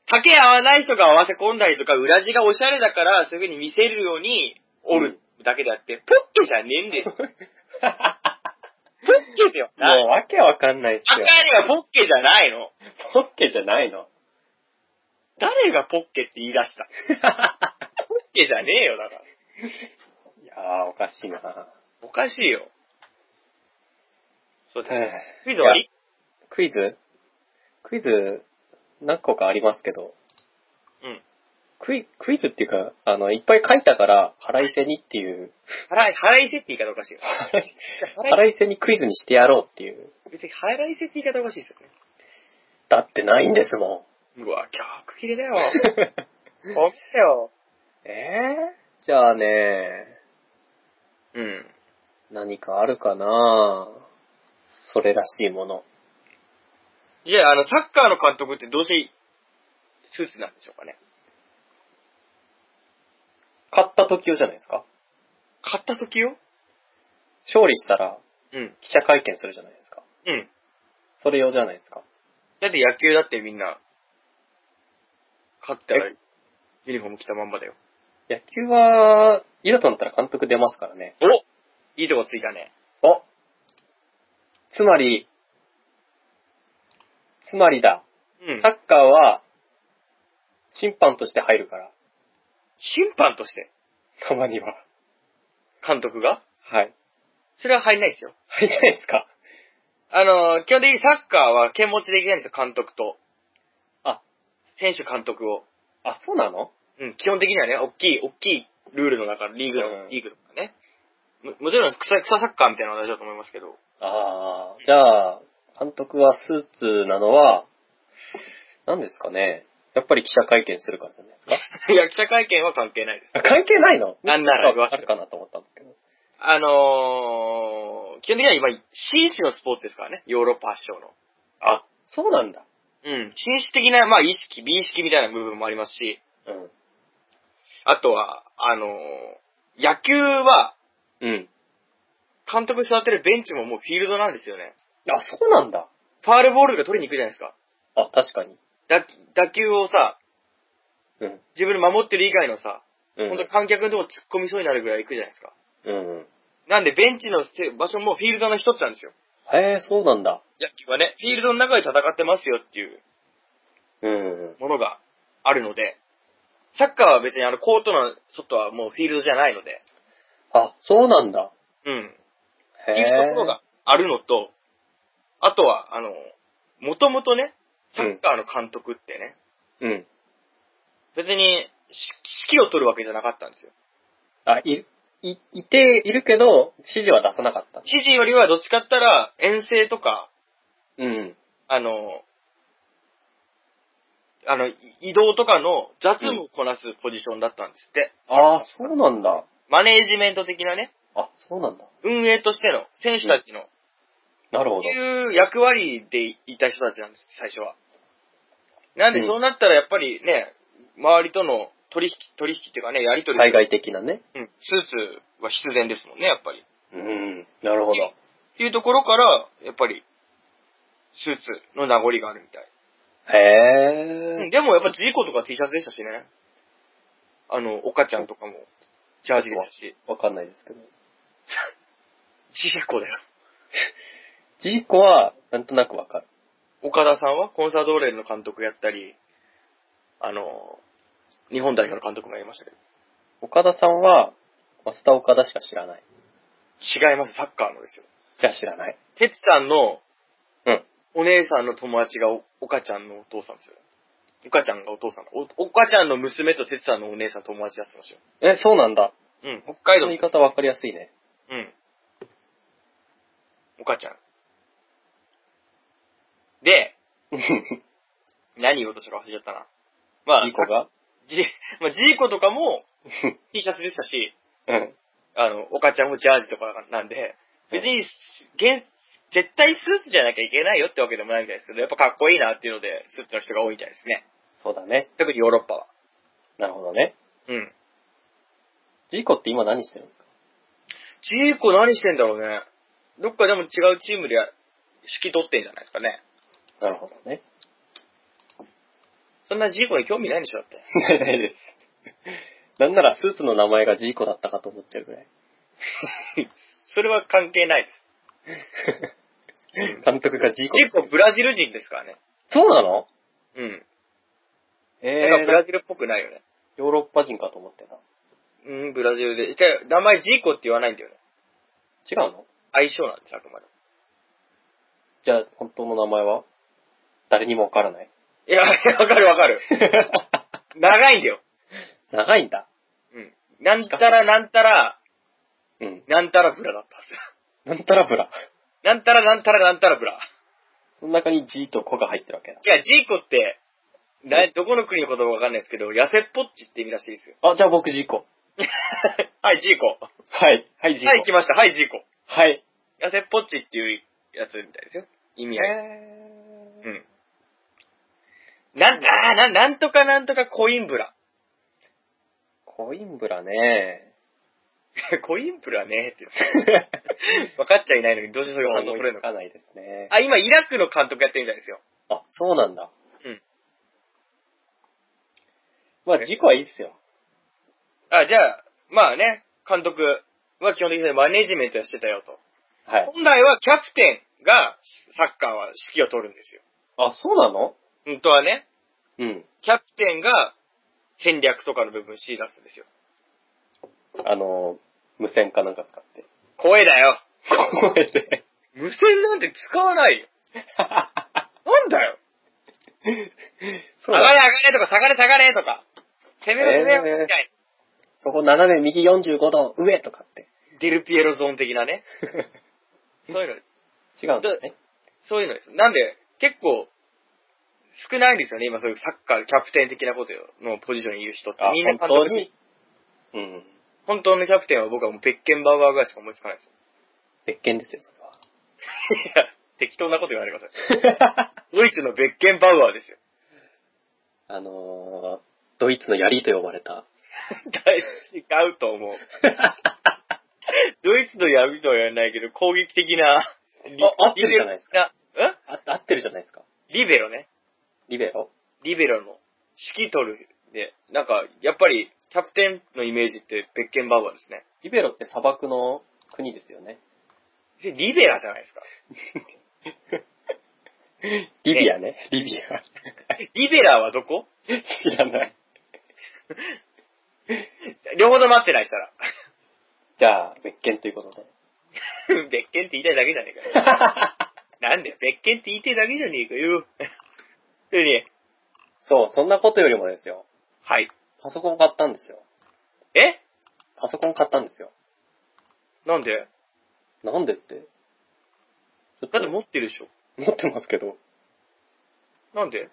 A: 竹合わない人が合わせ込んだりとか、裏地がおしゃれだから、そういう風に見せるように折るだけであって、ポッケじゃねえんですよ。ポッケでは
B: も
A: ない。
B: うわけわかんないっす
A: 赤
B: よ。
A: いのがポッケじゃないの。
B: ポッケじゃないの。
A: 誰がポッケって言い出したポッケじゃねえよ、だから。
B: いやー、おかしいな。
A: おかしいよ。そうだ。
B: はい
A: クイズ終わり
B: クイズクイズ何個かありますけど。
A: うん。
B: クイクイズっていうか、あの、いっぱい書いたから、腹いせにって いう、
A: 払い、払いせって言い方おかしいよ。払い、
B: 腹いせにクイズにしてやろうっていう。
A: 別に払いせって言い方おかしいですよね。
B: だってないんですも
A: うわ、逆切れ だよ。ほ
B: ん。
A: んとよ。
B: え えじゃあね、
A: うん。
B: 何かあるかなそれらしいもの。
A: じゃあ、あの、サッカーの監督ってどうせ、スーツなんでしょうかね。
B: 買った時用じゃないですか
A: 買った時よ
B: 勝利したら
A: うん。
B: 記者会見するじゃないですか。
A: うん。
B: それ用じゃないですか。
A: だって野球だってみんな、勝ったら、ユニフォーム着たまんまだよ。
B: 野球は、いざとなったら監督出ますからね。
A: おいいとこついたね。
B: おつまり、つまりだ。
A: うん
B: サッカーは、審判として入る から、
A: 審判として、
B: たまには。
A: 監督が
B: はい。
A: それは入んないですよ。
B: 入んないですか
A: あの、基本的にサッカーは剣持ちできないんですよ、監督と。
B: あ、
A: 選手監督を。
B: あ、そうなの
A: うん、基本的にはね、大きい、大きいルールの中、リーグの、
B: うん
A: リーグとかね。ももちろん草、草サッカーみたいなのは大事だと思いますけど。
B: ああ、じゃあ、監督はスーツなのは、何ですかね。やっぱり記者会見するからじゃないですか。
A: いや、記者会見は関係ないです。
B: あ 関係ないの
A: なんなら
B: ちょっとあるかなと思ったんですけど。
A: あのー、基本的には今、紳士のスポーツですからね、ヨーロッパ発祥の。
B: あ、そうなんだ。
A: うん、紳士的な、まあ、意識、美意識みたいな部分もありますし、
B: うん。
A: あとは、あのー、野球は、
B: うん。
A: 監督座ってるベンチももうフィールドなんですよね。
B: あ、そうなんだ。
A: ファールボールが取りに行くじゃないですか。
B: あ、確かに。
A: 打打球をさ、
B: うん。
A: 自分の守ってる以外のさ、
B: う
A: ほんと
B: ん。
A: 観客のとこ突っ込みそうになるぐらい行くじゃないですか。
B: うん。
A: なんで、ベンチのせ場所もフィールドの一つなんですよ。
B: へえ、そうなんだ。
A: 野球はね、フィールドの中で戦ってますよっていう
B: うん。
A: ものがあるので、サッカーは別にあのコートの外はもうフィールドじゃないので、
B: あ、そうなんだ。
A: うん。っ
B: へ
A: て
B: え。
A: いうところがあるのと、あとは、あの、もともとね、サッカーの監督ってね、
B: うん。
A: 別に指指揮を取るわけじゃなかったんですよ。
B: あ、い、い、いて、いるけど、指示は出さなかった。
A: 指示よりはどっちかって言ったら遠征とか、
B: うん。
A: あの、あの、い移動とかの雑務をこなすポジションだったんですって。
B: ああ、そうなんだ。
A: マネージメント的なね、
B: あ、そうなんだ。
A: 運営としての、選手たちの、
B: なる
A: そ
B: ほ
A: う
B: ど。
A: いう役割でいた人たちなんです、最初は。なんで
B: うん
A: そうなったらやっぱりね、周りとの取引、取引っていうかね、やり取り、
B: 対外的なね。
A: うん、スーツは必然ですもんね、やっぱり。
B: うん。なるほど。
A: っていうところから、やっぱり、スーツの名残があるみたい。う
B: へ
A: ん、
B: え。
A: でもやっぱジーコとか T シャツでしたしね。あの、おかちゃんとかも、ジャージでしたし。
B: わかんないですけど。
A: ジーコだよ。
B: ジーコは、なんとなくわかる。
A: 岡田さんはコンサートオレールの監督やったり、あの、日本代表の監督もやりましたけど。
B: 岡田さんは、増田岡田しか知らない。
A: 違います、サッカーのですよ。
B: じゃあ知らない。
A: てつさんの
B: うん。
A: お姉さんの友達がお、おかちゃんのお父さんですよ。おかちゃんがお父さんだ。お、おかちゃんの娘とてつさんのお姉さん友達やってましたよ。
B: え、そうなんだ。
A: うん、北海
B: そ
A: 道
B: の言い方わかりやすいね。
A: うん。おかちゃん。で、何言おうとしたか忘れちゃったな。まあ、
B: ジーコが。
A: ジまあ、ジーコ とかも T シャツでしたし、
B: うん。
A: あの、おかちゃんもジャージとかなんで、別に、現絶対スーツじゃなきゃいけないよってわけでもないみたいですけど、やっぱかっこいいなっていうので、スーツの人が多いみたいですね。
B: そうだね。
A: 特にヨーロッパは。
B: なるほどね。
A: うん。
B: ジーコって今何してるんですか
A: ジーコ何してんだろうね。どっかでも違うチームで指揮取ってんじゃないですかね。
B: なるほどね。
A: そんなジーコに興味ないんでしょだって。
B: ないです。 なんならスーツの名前がジーコだったかと思ってるぐ らい。
A: それは関係ないです。
B: 監督がジーコ。
A: ジーコブラジル人ですからね。
B: そうなの
A: うん。
B: え
A: なんかブ
B: ー
A: ラ、ジルっぽくないよね。
B: ヨーロッパ人かと思ってた。
A: うん、ブラジルで。一回、名前ジーコって言わないんだよね。
B: 違うの
A: 相性なんです、あくまで。
B: じゃあ、本当の名前は誰にもわから ない。
A: いや、わかるわかる。長いんだよ。
B: 長いんだ。
A: うん。なんたらなんたら、
B: うん。
A: なんたらブラだったはず。
B: なんたらブラ。
A: なんたらなんたらなんたらブラ。
B: その中に G とコが入ってるわけだ。
A: いや、ジーコって、な
B: う
A: どこの国の言葉かわかんないですけど、痩せっぽっちって意味らしいですよ。
B: あ、じゃあ僕 G コ。
A: はい、ジーコ。
B: はい。はい、G コ。
A: はい、来ました。はい、ジーコ。
B: はい。
A: 痩せっぽっちっていうやつみたいですよ。意味合い。
B: え
A: うん。なん、あーな、なんとかなんとかコインブラ。
B: コインブラ ね。
A: コインブラね って言って。分かっちゃいないのにどうしてそういう反応
B: 思
A: 取れる
B: い
A: の
B: つ
A: か。
B: かないですね。
A: あ、今イラクの監督やってるみたいですよ。
B: あ、そうなんだ。
A: うん。
B: まあ、事故はいいっすよ。
A: あ、じゃあ、まあね、監督は基本的にマネージメントはしてたよと。
B: はい。
A: 本来はキャプテンがサッカーは指揮を取るんですよ。
B: あ、そうなの
A: 本当はね、
B: うん。
A: キャプテンが戦略とかの部分を指示出すんですよ。
B: あの、無線かなんか使って。
A: 声だよ。
B: 声 で。
A: 無線なんて使わないよ。なんだよ。
B: そう
A: 上が
B: だ
A: れ上がれとか下がれ下がれとか、攻めろ攻めろみたいな。
B: そこ斜め右45度上とかって。
A: ディルピエロゾーン的なね。そういうの、
B: 違うんだね。
A: そういうのです。なんで、結構、少ないんですよね、今そういうサッカー、キャプテン的なことよのポジションにいる人って
B: あ。、
A: みんな
B: 本
A: 監
B: 当
A: 督し
B: に。うん。
A: 本当のキャプテンは僕はもうベッケンバウアーぐらいしか思いつかないですよ。
B: 別件ですよ、それは。
A: いや、適当なこと言わないでくださ い。ドイツのベッケンバウアーですよ。
B: あのー、ドイツの槍と呼ばれ た。
A: だいぶ違うと思う。ドイツの闇とは言わないけど、攻撃的な、
B: あ合ってるじゃないです
A: か。ん
B: あ、合ってるじゃないですか。
A: リベロね。
B: リベロ
A: リベロの指揮取るで、なんか、やっぱり、キャプテンのイメージってベッケンバウアーですね。
B: リベロって砂漠の国ですよね。
A: それリベラじゃないですか。
B: リビアね。リビア。
A: リベラはどこ
B: 知らない。
A: 両方と待ってないした ら。
B: じゃあ、別件ということで。
A: 別件って言いたいだけじゃねえかよ。なんで、別件って言いてえだけじゃねえかよ。それで、
B: そう、そんなことよりもですよ。
A: はい。
B: パソコン買ったんですよ。
A: え
B: パソコン買ったんですよ。
A: なんで
B: なんでって。ちょっ
A: だ
B: と
A: って持ってるでしょ。
B: 持ってますけど、
A: なんで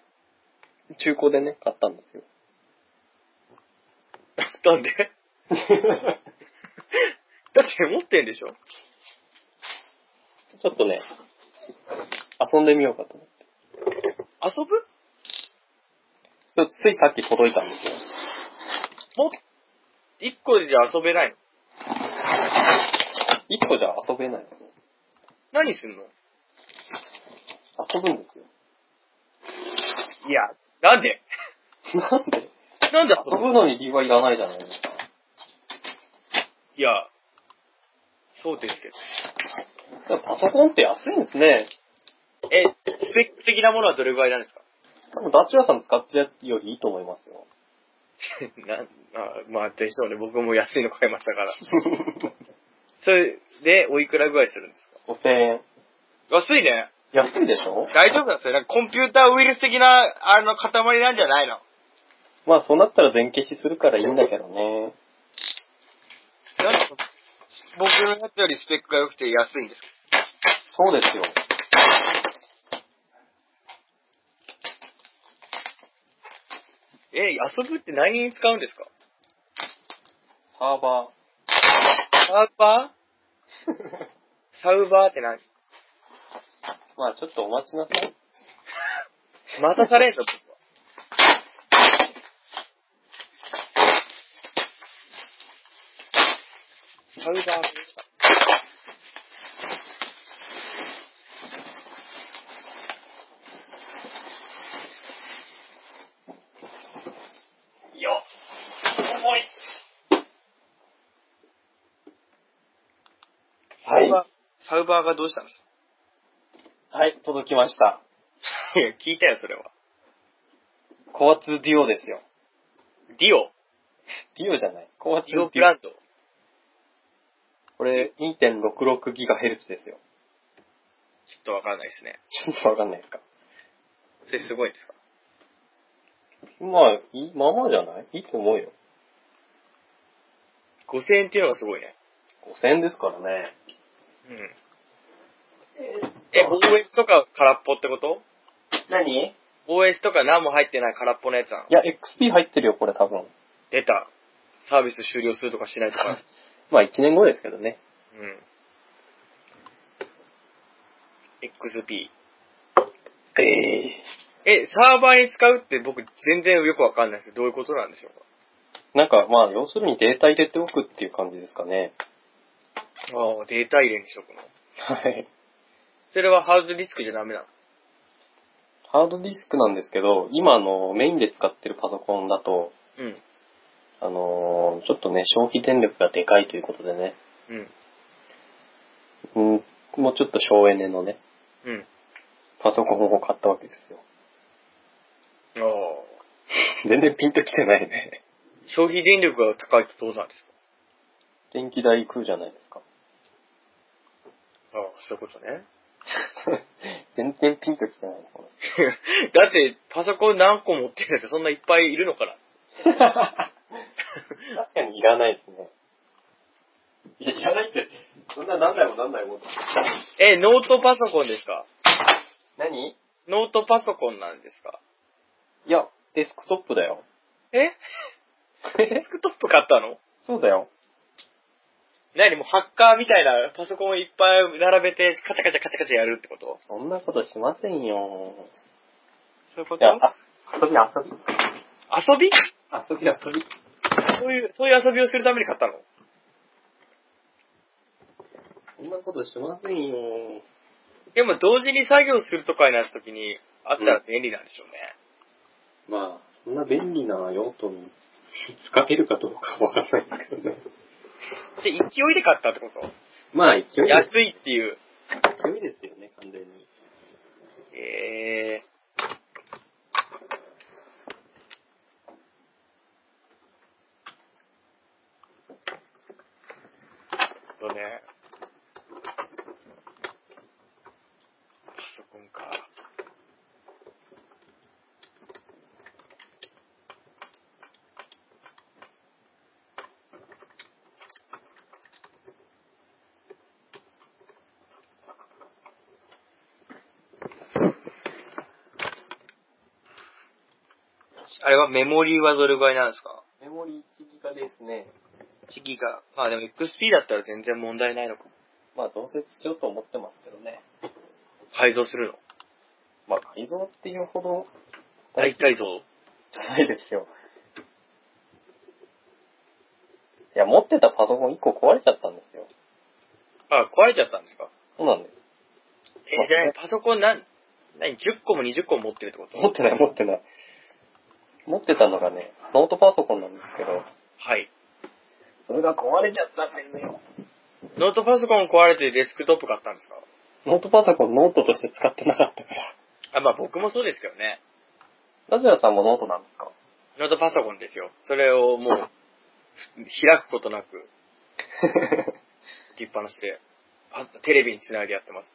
B: 中古でね、買ったんです よ。
A: なんでだって持ってんでしょ
B: ちょっとね、遊んでみようかと思って。
A: 遊ぶ
B: ちょっとついさっき届いたんですよ。
A: も、一個でじゃ遊べないの
B: 一個じゃ遊べないですよ。
A: 何すんの
B: 遊ぶんですよ。
A: いや、なんで
B: なんで
A: なんで遊
B: 遊
A: ぶ
B: ぶのに理由はいらないじゃないですか。
A: いや、そうですけど。
B: でもパソコンって安いんですね。
A: え、スペック的なものはどれぐらいなんですか
B: 多分ダチュラさん使ってるやつよりいいと思います よ。
A: なんあまあ、でしょうね。僕も安いの買いましたから。それで、おいくらぐらいするんですか
B: 5000円。
A: 安いね。
B: 安いでしょ
A: 大丈夫なんですよ。なんかコンピューターウイルス的な、あの、塊なんじゃないの
B: まあそうなったら全消しするからいいんだけどね。
A: なんか僕のやつよりスペックが良くて安いんです
B: そうですよ。
A: え、遊ぶって何に使うんですか
B: サーバ
A: サーバ
B: ー。
A: ーサウバーって何
B: まあちょっとお待ちなさい。
A: 待たされんの僕は。サウバーでした。
C: よ重い。
A: サウバー、サウバーがどうしたんですか
B: はい、届きました。
A: いや、聞いたよ、それは。
B: コア2デュオですよ。
A: ディオ。
B: デュオじゃない。コア2
A: ディオ
B: デ
A: ブ
B: ュ
A: ラ
B: オ。
A: ンド。
B: これ 2.66GHz ですよ。
A: ちょっとわかんないですね。
B: ちょっとわかんないですか。
A: それすごいんですか
B: まあ、いいまあまあじゃないいいと思うよ。
A: ?5000 円っていうのがすごいね。
B: 5000円ですからね。
A: うん。え、OS とか空っぽってこと
B: 何い
A: ?OS とか何も入ってない空っぽのやつなの
B: や、XP 入ってるよ、これ多分。
A: 出た。サービス終了するとかしないとか。
B: まあ1年後ですけどね。
A: うん。XP。
B: ええ
A: え、サーバーに使うって僕全然よくわかんないですけど、どういうことなんでしょう
B: なんかまあ、要するにデータ入れておくっていう感じですかね。
A: かああ、データ入れにしとくの。
B: はい。
A: それはハードディスクじゃダメなの
B: ハードディスクなんですけど、今あの、メインで使ってるパソコンだと、
A: うん。
B: あのーちょっとね、消費電力がでかいということでね、
A: うん。
B: うん、もうちょっと省エネのね、
A: うん。
B: パソコンを買ったわけですよ。
A: ああ。
B: 全然ピンときてないね。
A: 消費電力が高いとどうなんですか
B: 電気代食うじゃないです か。
A: ああ、そういうことね。
B: 全然ピンときてないねこ れ
A: だって、パソコン何個持ってるんですかそんないっぱいいるのかな
B: 確かにいらないですね。いや、いらないって、そんな何台も何台も。
A: え、ノートパソコンですか
B: 何い
A: ノートパソコンなんですか
B: や、デスクトップだ よ。
A: えデスクトップ買ったの
B: そうだよ。
A: 何もうハッカーみたいなパソコンをいっぱい並べてカチャカチャカチャカチャやるってこと
B: そんなことしませんよ。
A: そういうこ
B: い
A: と
B: や、あ遊び遊び。
A: 遊び
B: 遊び遊び。
A: そういう、そういう遊びをするために買ったの
B: そんなことしませんよ。
A: でも同時に作業するとかになった時にあったら便利なんでしょうね。
B: まあ、そんな便利な用途に使えるかどうかわからないですけどね。
A: で、勢いで買ったってこと
B: まあ、勢いです。
A: 安いっていう。
B: 勢いですよね、完全に。
A: えー。そうね。ンか。あれはメモリーはどれぐらいなんですか
B: メモリ1ギガですね。
A: 時期が。まあでも XP だったら全然問題ないのかも。
B: まあ増設しようと思ってますけどね。
A: 改造するの
B: まあ改造っていうほど
A: 大改造
B: じゃないですよ。いや、持ってたパソコン1個壊れちゃったんですよ。
A: あ、壊れちゃったんですか
B: そうなんです。
A: えーじゃあねパソコンなん、何、10個も20個も持ってるってこと
B: 持ってない持ってない。持ってたのがね、ノートパソコンなんですけど、
A: はい。
B: それが壊れちゃったんですよ。
A: ノートパソコン壊れてデスクトップ買ったんですか
B: ノートパソコンノートとして使ってなかったから。
A: あ、まあ僕もそうですけどね。
B: ラジオさんもノートなんですか
A: ノートパソコンですよ。それを もう、開くことなく、切りっぱなしで、あテレビにつないでやってます。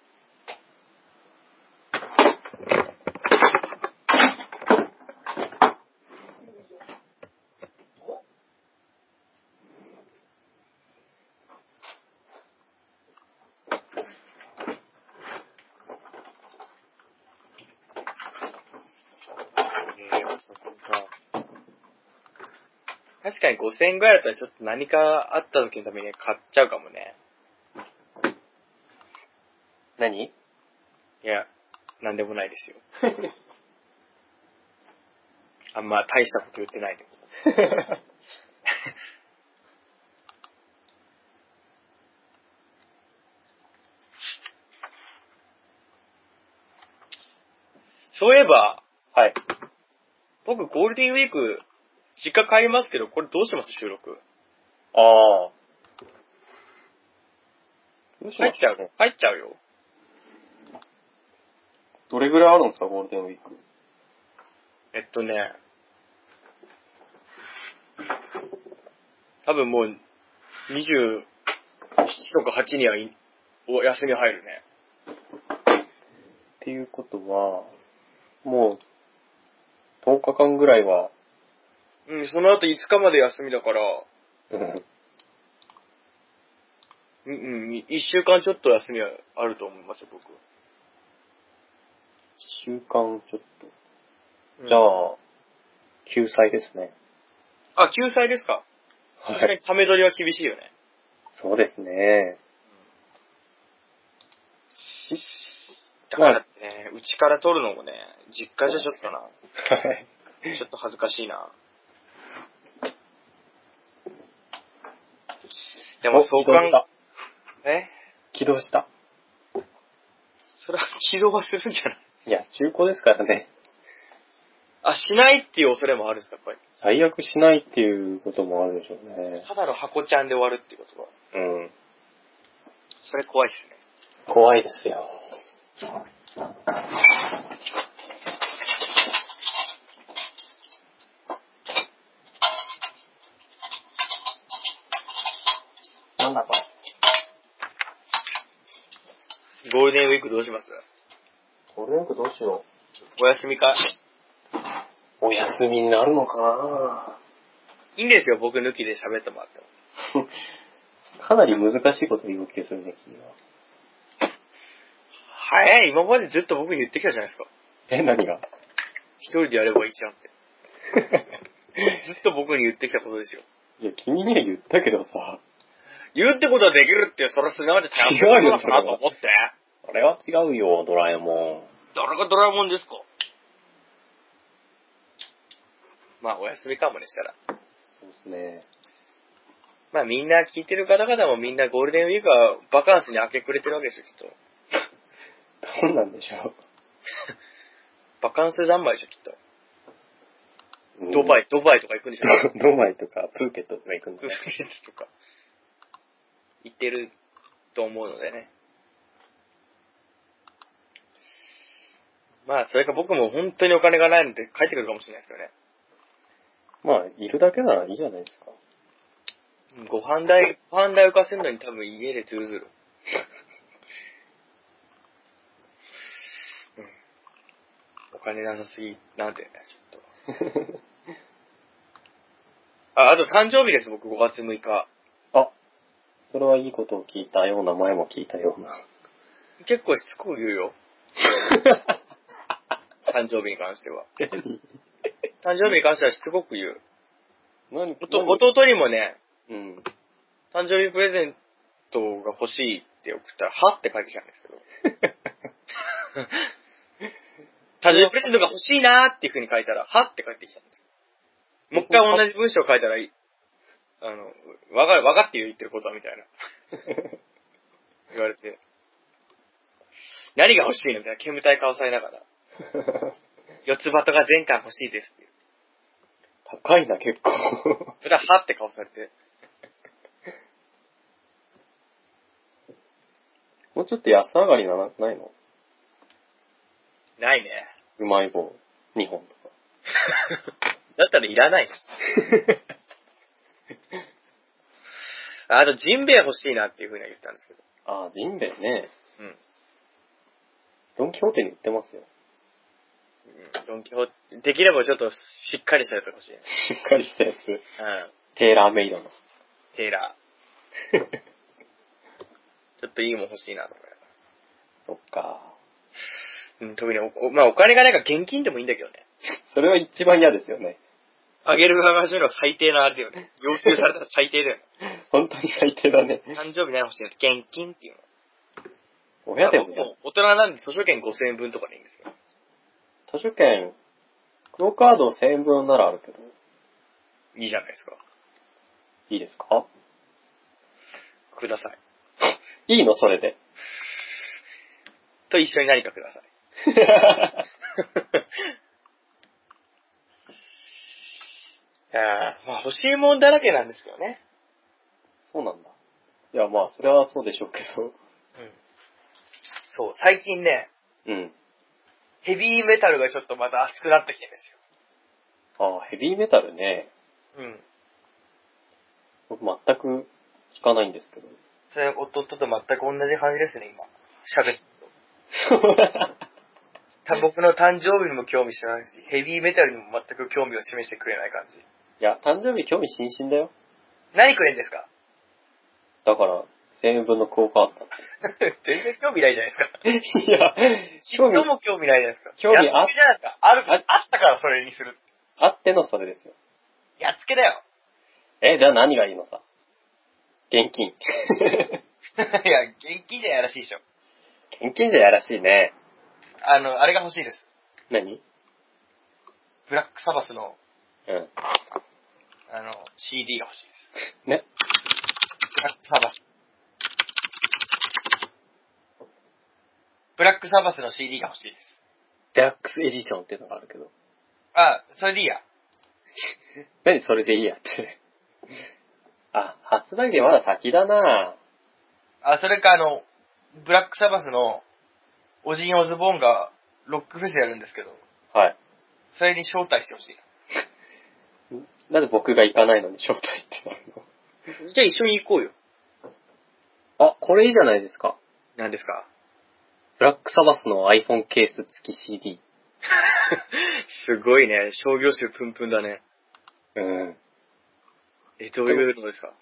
A: 確かに5000円ぐらいだったらちょっと何かあった時のために買っちゃうかもね。
B: 何
A: いや、なんでもないですよ。あんま大したこと言ってないで。そういえば、
B: はい。
A: 僕ゴールデンウィーク、実家帰りますけど、これどうします収録。
B: ああ。どうし
A: 帰
B: ま
A: っちゃう
B: しょう
A: 帰っちゃうよ。
B: どれぐらいあるんですか、ゴールデンウィーク。
A: えっとね、多分もう、27とか8にはい、お休み入るね。
B: っていうことは、もう、10日間ぐらいは、
A: うん、その後5日まで休みだから、
B: うん
A: うん、うん、1週間ちょっと休みはあると思いますよ、僕。
B: 1週間ちょっ
A: うん
B: と。じゃあ、救済ですね。
A: あ、救済ですか。さすが
B: い。
A: にため取りは厳しいよね。
B: そうですね。
A: だからね、うちから取るのもね、実家じゃちょっとな、
B: はい。
A: ちょっと恥ずかしいな。 でもそう考
B: お起動した
A: え、え
B: 起動した。
A: それは起動はするんじゃない
B: いや、中古ですからね。
A: あ、しないっていう恐れもあるんですか、やっぱり。
B: 最悪しないっていうこともあるでしょうね。
A: ただの箱ちゃんで終わるっていうことは。
B: うん。
A: それ怖いっすね。
B: 怖いですよ。なんだこれ。
A: ゴールデンウィークどうします
B: ゴールデンウィークどうしよ
A: お休みか。
B: う。お休みになるのかない
A: いんですよ、僕抜きで喋ってもらっても。
B: かなり難しいことを要求するね、君は。
A: 早い、今までずっと僕に言ってきたじゃないですか。
B: え、何が
A: 一人でやればいいじゃ んって。ずっと僕に言ってきたことですよ。
B: いや、君には言ったけどさ、
A: 言うってことはできるって、それはすなわちちゃんと
B: 違うよ
A: ことだなと思って。
B: あれは違うよ、ドラえも
A: 誰がドラえもんですかまあ、お休みかもね、したら。
B: ん。そうですね。
A: まあ、みんな聞いてる方々もみんなゴールデンウィークはバカンスに明け暮れてるわけですよ、きっと。
B: どうなんでしょ
A: バカンス三昧でしょ、きっと。
B: う。
A: ドバイ、ドバイとか行くんでしょ。
B: イ。ドバイとか、プーケットとか行くん
A: プ
B: だ
A: ー
B: ね。
A: ケットとか、行ってると思うのでね。まあ、それか僕も本当にお金がないので帰ってくるかもしれないですけど
B: まあ、いるだけならいいじゃないです か。
A: ね。ご飯代、ご飯代浮かせるのに多分家でズルズル。うん金なさすぎ、なんて、ちょっと。あ、あと誕生日です、僕、5月6日。
B: それはいいことを聞いたような、前も聞いたような。
A: 結構しつこく言うよ。誕生日に関しては。誕生日に関してはしつこく言う。
B: 何
A: おと弟にもね、
B: うん。
A: 誕生日プレゼントが欲しいって送ったら、はって返ってきたん ですけど。誕生日プレゼントが欲しいなーっていう風に書いたら、はって返ってきたんです。もう一回同じ文章を書いたらいい。あの、わかる、わかって言ってることはみたいな。言われて。何が欲しいのみたいな、煙たい顔されながら。四つ葉とが全巻欲しいですっていう。
B: 高いな、結構。
A: それははって顔されて。
B: もうちょっと安上がりならないの
A: ないね。
B: うまい棒、2本とか。
A: だったらいらない。 あと、ジンベエ欲しいなっていう風には言ったんですけど。
B: ああ、ジンベエね。
A: うん。
B: ドンキホーテに売ってますよ。
A: うんドンキホーテできればちょっとしっかりしたやつが欲しいね。
B: しっかりしたやつ。
A: うん。
B: テーラーメイド の。
A: テーラー。ちょっといいもん欲しいなとか。
B: そっか。
A: うん、特にお、おまあお金がないから現金でもいいんだけどね。
B: それは一番嫌ですよね。
A: あげる側がするのは最低なあれだよね。要求されたら最低だよ ね。
B: 本当に最低だね。
A: 誕生日何欲しいの現金っていうの。
B: 親でも
A: 僕
B: やる
A: も大人なんで図書券5000円分とかでいいんですよ。
B: 図書券、クロカード1000円分ならあるけど、
A: いいじゃないですか。
B: いいですか
A: ください。
B: いいのそれで。
A: と一緒に何かください。いやーまあ欲しいもんだらけなんですけどね。
B: そうなんだ。いや、まあ、それはそうでしょうけど。
A: そう、最近ね、
B: うん。
A: ヘビーメタルがちょっとまた熱くなってきてるんです
B: ああ、ヘビーメタルね。
A: よ。うん。
B: 僕全く聞かないんです けど。
A: それ、弟と全く同じ感じですね、今。喋って。た僕の誕生日にも興味してないし、ヘビーメタルにも全く興味を示してくれない感じ。
B: いや、誕生日興味津々だよ。
A: 何くれんですか
B: だから、1000円分のクオカードだっ
A: 全然興味ないじゃないですか。
B: て。いや、
A: ちっ
B: 興味
A: とも興味ないじゃないですか。
B: 興味あ
A: やっつけじゃないですか。ある、あったからそれにする。
B: あってのそれですよ。
A: やっつけだよ。
B: え、じゃあ何がいいのさ。現 金。
A: いや、現金じゃやらしいでしょ。
B: 現金じゃやらしいね。
A: あの、あれが欲しいです。
B: 何
A: ブラックサバスの、
B: うん。
A: あの、CD が欲しいです。
B: ね。
A: ブラックサバス。ブラックサバスの CD が欲しいです。
B: デラックスエディションっていうのがあるけど。
A: あ、それでいいや。
B: 何それでいいやって。 あ、発売日まだ先だな
A: あ、それかあの、ブラックサバスの、オジン・オズボーンが、ロックフェスやるんですけど、
B: はい。
A: それに招待してほしい。
B: なぜ僕が行かないのに招待ってなる の
A: じゃあ一緒に行こうよ。
B: あ、これいいじゃないですか。
A: 何ですか
B: ブラックサバスの iPhone ケース付き CD。
A: すごいね。商業集プンプンだね。
B: うん。
A: え、どういうのですか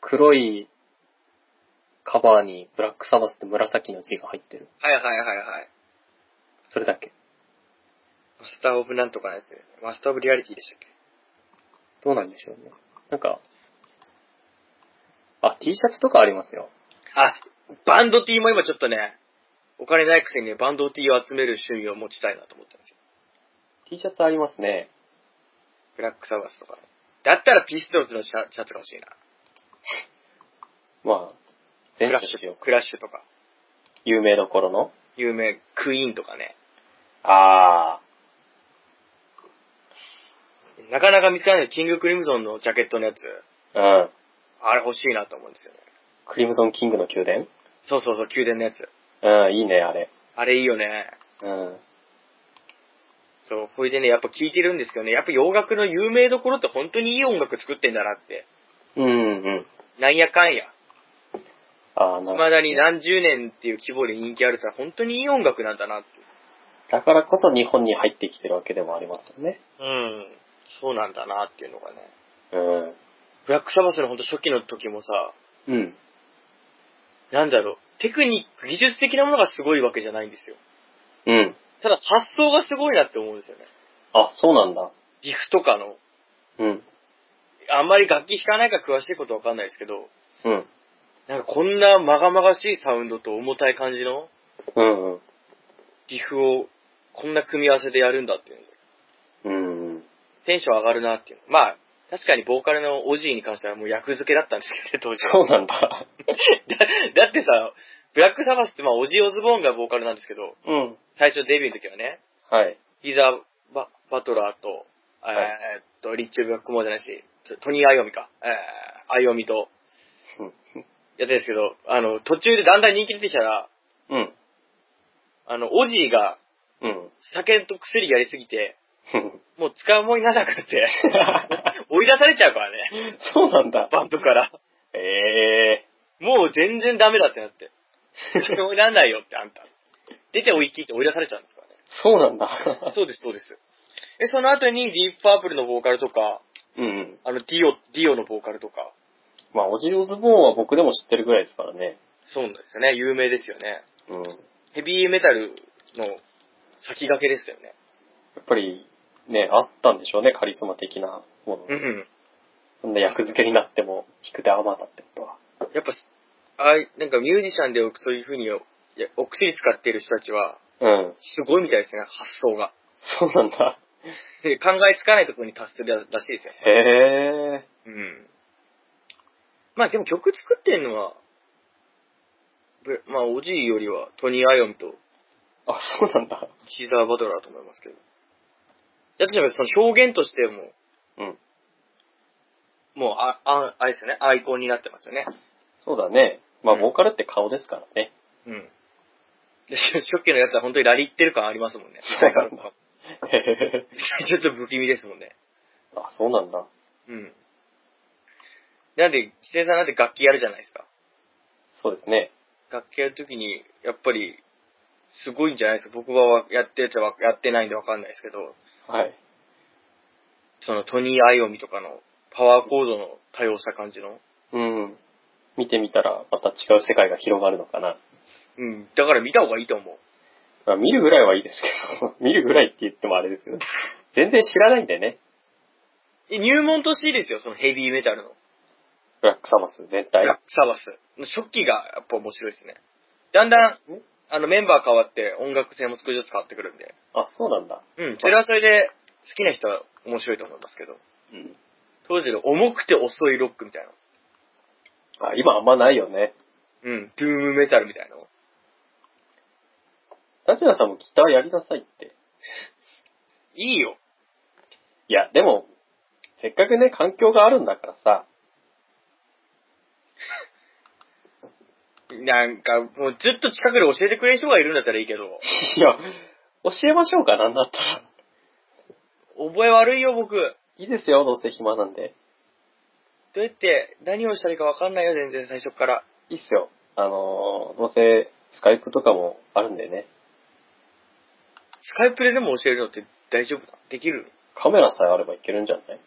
B: 黒いカバーにブラックサバスって紫の字が入ってる。
A: はいはいはいはい。
B: それだけ。
A: マスターオブなんとかのやつ。マスターオブリアリティでしたっけ
B: どうなんでしょうね。なんか、あ、T シャツとかありますよ。
A: あ、バンド T も今ちょっとね、お金ないくせにね、バンド T を集める趣味を持ちたいなと思ったんですよ。
B: T シャツありますね。
A: ブラックサバスとかね。だったらピストルズのシャシャツが欲しいな。
B: まあ、
A: ク
B: 全
A: ラッ
B: 種
A: シュ
B: 種、
A: クラッシュとか、
B: 有名どころの。
A: 有名、クイーンとかね。
B: あ
A: なかなか見つからないキングクリムゾンのジャケットのやつ、
B: ー、うん。
A: あれ欲しいなと思うんですよね。
B: クリムゾンキングの宮殿
A: そうそうそう、宮殿のやつ。
B: うん、いいね、あれ。
A: あれいいよね。
B: うん。
A: そう、それでね、やっぱ聴いてるんですけどね、やっぱ洋楽の有名どころって本当にいい音楽作ってんだなって。
B: うん、うん。
A: なんやかんや。
B: ああ、なる
A: 未
B: ほど。
A: だに何十年っていう規模で人気あるから本当にいい音楽なんだなって。
B: だからこそ日本に入ってきてるわけでもありますよね。
A: うん。そうなんだなっていうのがね。
B: うん。
A: ブラックサバスのほんと初期の時もさ、
B: うん。
A: なんだろう、テクニック、技術的なものがすごいわけじゃないんですよ。
B: うん。
A: ただ発想がすごいなって思うんですよね。
B: あ、そうなんだ。
A: リフとかの。
B: うん。
A: あんまり楽器弾かないから詳しいことわかんないですけど、
B: うん。
A: なんかこんなまがまがしいサウンドと重たい感じの
B: うん。
A: リフをこんな組み合わせでやるんだっていうので
B: うん。うん。
A: テンション上がるなっていうの。まあ、確かにボーカルのオジーに関してはもう役付けだったんですけどね、当時は。
B: そうなんだ。
A: だだってさ、ブラックサバスってまあオジー・オズボーンがボーカルなんですけど、
B: うん。
A: 最初デビューの時はね、
B: はい。
A: ギザバ・バトラーと、
B: い
A: えーっと、リッチ・ブラックモアじゃないし、トトニー・アイオミか、えー、アイオミと
B: うん
A: やってるんですけど、あの、途中でだんだん人気出てきたら、
B: うん。
A: あの、オジーが
B: うん。
A: 酒と薬やりすぎて、
B: うん
A: もう使うもんにならなくて、 追い出されちゃうからね、
B: そうなんだ。
A: バンドから。
B: ええ
A: もう全然ダメだってなって。もうなんないよってあんた。出て追い切って追い出されちゃうんですからね。
B: そうなんだ。
A: そうです、そうです。え、その後にディープパープルのボーカルとか、
B: うんうん。
A: あの、ディオ、ディオのボーカルとか、
B: まあ、オジーオズボーンは僕でも知ってるぐらいですからね。
A: そうなんですよね。有名ですよね。
B: うん。や
A: ヘビーメタルの先駆けですよね。
B: っぱり、ね、あったんでしょうね、カリスマ的なもの。
A: ん。
B: そんな役付けになっても、引く手あまたってことは。
A: やっぱ、あいなんかミュージシャンでそういう風においやお薬使ってる人たちは、
B: うん。
A: すごいみたいですね、発想が。
B: そうなんだ。
A: で考えつかないところに達するらしいですよ。
B: へえ。
A: うん。まあでも曲作ってんのは、ぶまあおじいよりはトニー・アイオミと
B: あ、そうなんだ。
A: シーザー・バトラーだと思いますけど。やってしまえばその表現としても、
B: うん。
A: もうあ、あ、あれですよね、アイコンになってますよね。
B: そうだね。まあ、
A: うん
B: ボーカルって顔ですからね。
A: うん。でし初期のやつは本当にラリってる感ありますもんね。
B: そうなんだへへ へ。
A: ちょっと不気味ですもんね。
B: あ、そうなんだ。
A: うん。なんで、キセさんなんて楽器やるじゃないですか。
B: そうですね。
A: 楽器やるときに、やっぱり、すごいんじゃないですか。僕はやってては、やってないんでわかんないですけど、
B: はい。
A: そのトニー・アイオミとかのパワーコードの多様した感じの。
B: うん。見てみたら、また違う世界が広がるのかな。
A: うん。だから見た方がいいと思う。
B: まあ、見るぐらいはいいですけど、 見るぐらいって言ってもあれですけど、全然知らないんでね、
A: え入門としていいですよ、そのヘビーメタルの。
B: ブラックサバス全体
A: ブ。ラックサバス。初期がやっぱ面白いですね。だんだん、あのメンバー変わって音楽性も少しずつ変わってくるんで。
B: あ、そうなんだ。
A: うん。それはそれで好きな人は面白いと思いますけど。
B: うん。
A: 当時の重くて遅いロックみたいな。
B: あ、今あんまないよね。
A: うん。ドゥームメタルみたいな。
B: ダジラさんもギターやりなさいって。
A: いいよ。
B: いや、でも、せっかくね、環境があるんだからさ、
A: なんか、もうずっと近くで教えてくれる人がいるんだったらいいけど。
B: いや、教えましょうか、なんだったら。
A: 覚え悪いよ、僕。ど
B: いいですよ、どうせ暇なんで。
A: うやって、何をしたらいいかわかんないよ、全然最初っから。
B: いいっすよ。あのー、どうせ、スカイプとかもあるんでね。
A: スカイプででも教えるのって大丈夫だできる
B: カメラさえあればいけるんじゃない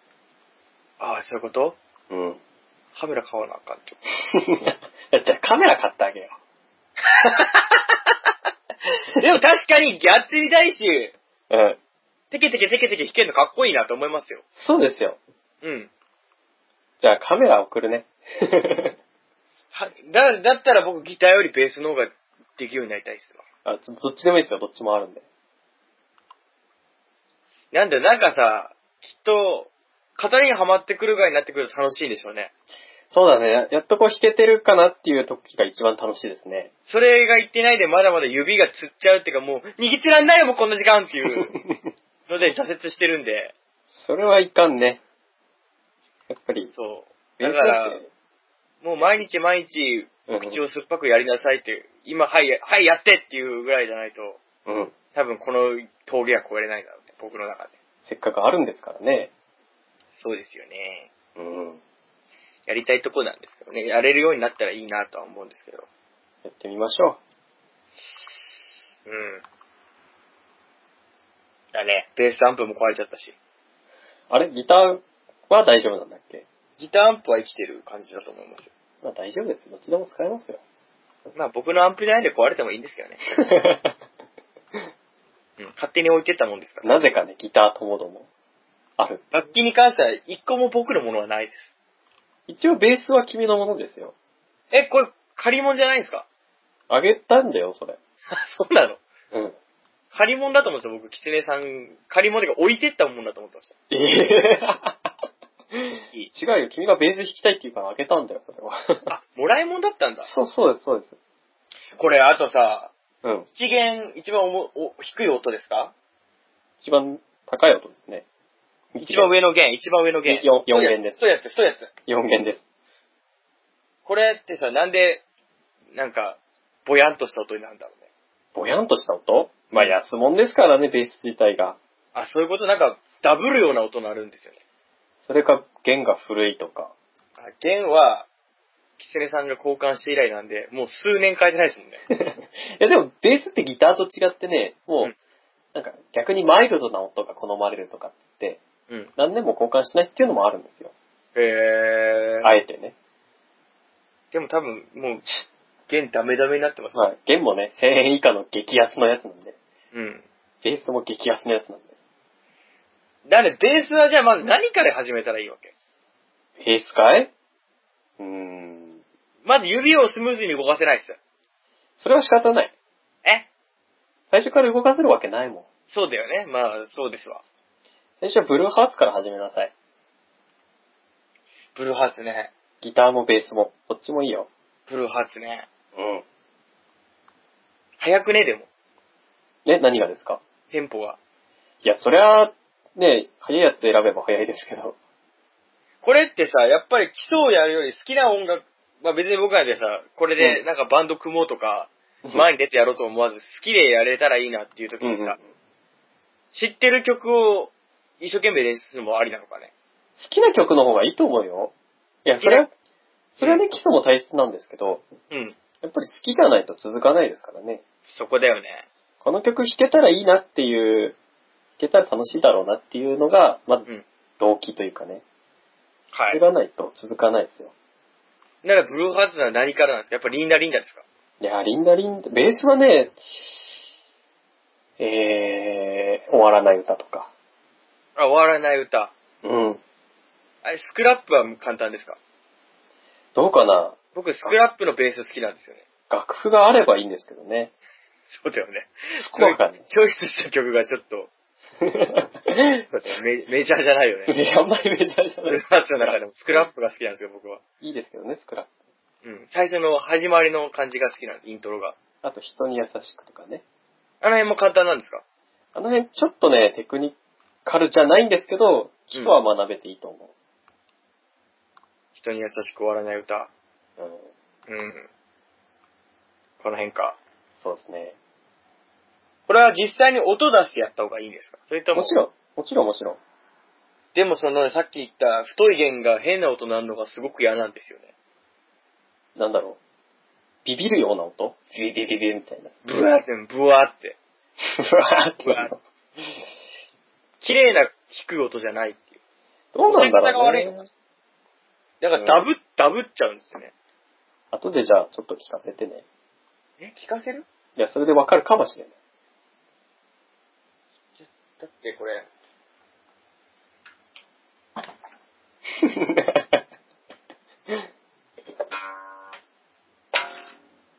A: ああ、そういうこと
B: うん。
A: カメラ買わなあ かんってこと。
B: じゃあカメラ買ってあげよ
A: でも確かにやってみたいし、
B: う。うん。
A: テケテケテケテケ弾けるのかっこいいなと思いますよ。
B: そうですよ。
A: うん。
B: じゃあカメラ送るね。
A: はだ、だったら僕ギターよりベースの方ができるようになりたいですわ。
B: あちょどっちでもいいですよ、どっちもあるんで。
A: なんでなんかさ、きっと、型にはまってくるぐらいになってくると楽しいでしょうね。
B: そうだね、ややっとこう弾けてるかなっていう時が一番楽しいですね。
A: それが言ってないでまだまだ指がつっちゃうっていうかもう、握ってらんないよもうこんな時間っていうので挫折してるんで。
B: それはいかんね。やっぱり、
A: そう。だから、
B: 勉強って
A: もう毎日毎日
B: うん、
A: 口を酸っぱくやりなさいっていう、今はい、はいやってっていうぐらいじゃないと、
B: うん、
A: 多分この峠は越えれないだろうね、僕の中で。
B: せっかくあるんですからね。
A: そうですよね。
B: うん。
A: やりたいとこなんですけどね、やれるようになったらいいなとは思うんですけど。
B: やってみましょ
A: うん。ね。ベースアンプも壊れちゃったし。
B: あれギターは大丈夫なんだっけ
A: ギターアンプは生きてる感じだと思いますよ。
B: まあ大丈夫です。どっちでも使えます よ。
A: まあ僕のアンプじゃないんで壊れてもいいんですけど ね。うん、勝手に置いてったもんですから。
B: なぜかね、ギターともどもある。
A: 楽器に関しては一個も僕のものはないです。
B: 一応ベースは君のものですよ。
A: え、これ、借り物じゃないですか
B: あげたんだよ、それ。
A: そうなの
B: うん。
A: 借り物だと思ってた僕、キツネさん、借り物が置いてったもんだと思ってま した。
B: ええ
A: いい
B: 違うよ、君がベース弾きたいって言うからあげたんだよ、それは。
A: あ、もらい物だったんだ。
B: そう、そうです、そうです。
A: これ、あとさ、
B: うん。
A: 一弦、一番おもお低い音ですか
B: 一番高い音ですね。
A: 一番上の弦、一番上の弦。
B: よ四弦です
A: そうやつ、そうやつ。
B: 4弦です。
A: これってさ、なんで、なんか、ぼやんとした音になるんだろうね。
B: ぼやんとした音まあ安物ですからね、ベース自体が。
A: あ、そういうこと、なんか、ダブるような音になるんですよね。
B: それか弦が古いとか。
A: あ弦は、キツネさんが交換して以来なんで、もう数年変えてないですもんね。
B: いやでもベースってギターと違ってね、も
A: う、
B: うんなんか逆にマイルドな音が好まれるとかってって、
A: うん。
B: 何年も交換しないっていうのもあるんですよ。
A: へー。
B: あえてね。
A: でも多分、もう、弦ダメダメになってます。
B: まあ弦もね、1000円以下の激安のやつなんで、
A: うん。
B: ベースも激安のやつなんで。
A: なんで、ベースはじゃあまず何から始めたらいいわけ
B: ベースかいうーん。
A: まず指をスムーズに動かせないっすよ。
B: それは仕方ない。
A: え
B: 最初から動かせるわけないもん。
A: そうだよね。まあ、そうですわ。
B: 最初はブルーハーツから始めなさい。
A: ブルーハーツね。
B: ギターもベースも、どっちもいいよ。
A: ブルーハーツね。
B: うん。
A: 早くね、でも。
B: え、何がですか
A: テンポが。
B: いや、そりゃ、ね、早いやつ選べば早いですけど。
A: これってさ、やっぱり基礎をやるより好きな音楽、まあ別に僕なんてさ、これ
B: う
A: で
B: ん
A: なんかバンド組もうとか、前に出てやろうと思わず、好きでやれたらいいなっていう時
B: うん
A: に
B: うん、
A: さ
B: 好、
A: 知ってる曲を一生懸命練習するのもありなのかね。
B: きな曲の方がいいと思うよ。いや、それは、それはね、基礎も大切なんですけど、
A: うん。
B: やっぱり好きじゃないと続かないですからね。
A: そこだよね。
B: この曲弾けたらいいなっていう、弾けたら楽しいだろうなっていうのが、まあ
A: う、ん。
B: 動機というかね。
A: は
B: それ
A: い。
B: がないと続かないですよ。
A: ならブルーハーツは何からなんですかやっぱリンダリンダですか
B: いや、リンダリンダ、ベースはね、えー、終わらない歌とか。
A: あ、終わらない歌。
B: うん。
A: あれ、スクラップは簡単ですか
B: どうかな
A: 僕、スクラップのベース好きなんですよね。
B: 楽譜があればいいんですけどね。
A: そうだよね。
B: 福岡ね。
A: チョイスした曲がちょっと、メメジャーじゃないよね。
B: あんまりメジャーじゃ
A: ブ
B: な
A: ルー
B: い。
A: ハーツの中でもスクラップが好きなんですよ、僕は。
B: いいですけどね、スクラップ。
A: うん。最初の始まりの感じが好きなんです、イントロが。
B: あと人に優しくとかね。
A: あの辺も簡単なんですか
B: あの辺ちょっとね、テクニカルじゃないんですけど、基礎は学べていいと思
A: 人に優しく終わらない歌。
B: う。うん。
A: うん。この辺か。
B: そうですね。
A: これは実際に音出してやった方がいいんですかそれとも。
B: もちろん、もちろんもちろん。
A: でもその、さっき言った太い弦が変な音になるのがすごく嫌なんですよね。
B: なんだろう。ビビるような音ビビビビビみたいな。
A: ブワーって、ブワーって。
B: ブワーってなるの。
A: 綺麗な低い音じゃないっていう。
B: どうなんだ
A: 押さえ
B: ろう
A: 方が悪いの
B: ね
A: か。だからダブ、ダブっちゃうんですよね。
B: 後でじゃあちょっと聞かせてね。
A: え、聞かせる
B: いや、それでわかるかもしれない。
A: だってこれ、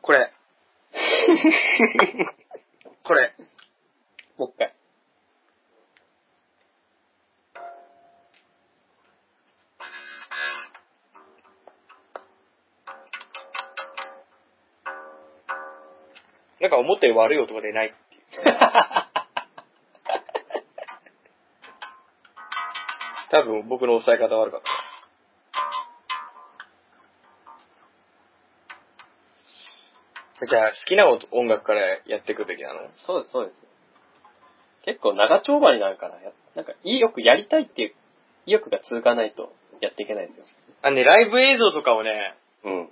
A: これ。これ。
B: もう一回。
A: なんか思ったより悪い音が出ないっていう。多分僕の押さえ方悪かった。じゃあ、好きな音音楽からやっていくべきなの
B: そうです、そうです。結構長丁場になるから、やなんか、意欲やりたいっていう意欲が続かないとやっていけないんですよ。
A: あ、ね、ライブ映像とかをね、
B: うん。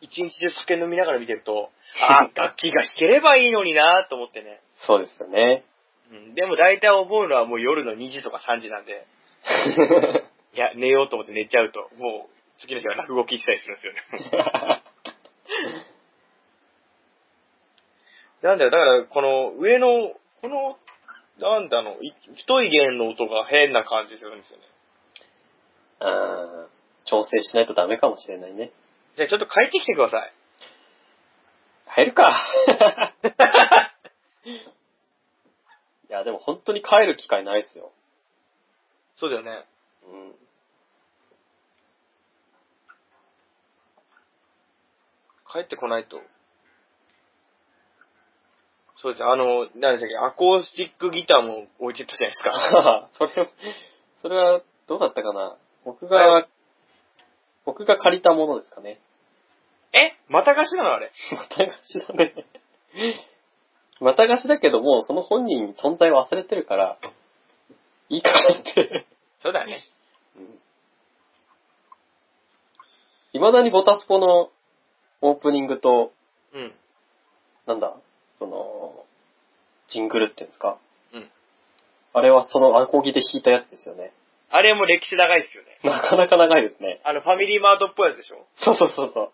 A: 一日中酒飲み ながら見てると、あー、楽器が弾ければいいのになーと思ってね。
B: そうですよね。
A: うん、でも大体思うのはもう夜の2時とか3時なんで、いや、寝ようと思って寝ちゃうと、もう、次の日は落語聞いてたりするんですよね。なんだよ、だから、この上の、この、なんだろう、い太い弦の音が変な感じするんですよね。
B: あー調整しないとダメかもしれないね。
A: じゃあちょっと帰ってきてくださ い。
B: 入るか いや、でも本当に帰る機会ないですよ。
A: そうだよね。
B: うん。
A: 帰ってこないと。そうです。あの、何でしたっけ、アコースティックギターも置いてったじゃないですか。
B: それ、それはどうだったかな僕が、僕が借りたものですかね。
A: えまた貸しなのあれ。
B: また貸しだね。また貸しだけども、その本人存在忘れてるから、いいからって。
A: そうだよね。
B: いまだにボタスポのオープニングと、
A: うん。
B: なんだ、その、ジングルっていうんですか。
A: うん
B: あれはそのアコギで弾いたやつですよね。
A: あれも歴史長いですよね。
B: なかなか長いですね。
A: あの、ファミリーマートっぽいやつでしょ
B: そうそうそうそう。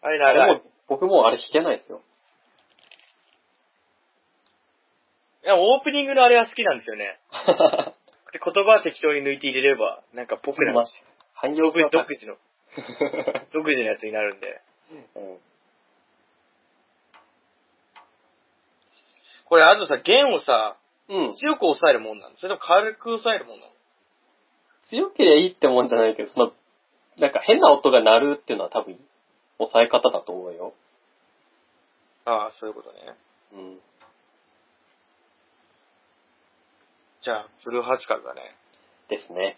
A: あれ
B: あれ
A: 長
B: も
A: い。
B: 僕もうあれ弾けないで すよ。
A: いや、オープニングのあれは好きなんですよね。で言葉は適当に抜いて入れれば、なんかぽくなるし。
B: 汎用
A: 独
B: 性
A: 自、
B: は
A: 独
B: 高い
A: 自の、独自のやつになるんで。
B: うん
A: これ、あとさ、弦をさ、
B: うん。
A: 強く押さえるもんなのそれとも軽く押さえるもんなの
B: 強ければいいってもんじゃないけど、その、なんか変な音が鳴るっていうのは多分、抑え方だと思うよ。
A: ああ、そういうことね。
B: うん。
A: じゃあ、ブルーハーツからだね。
B: ですね。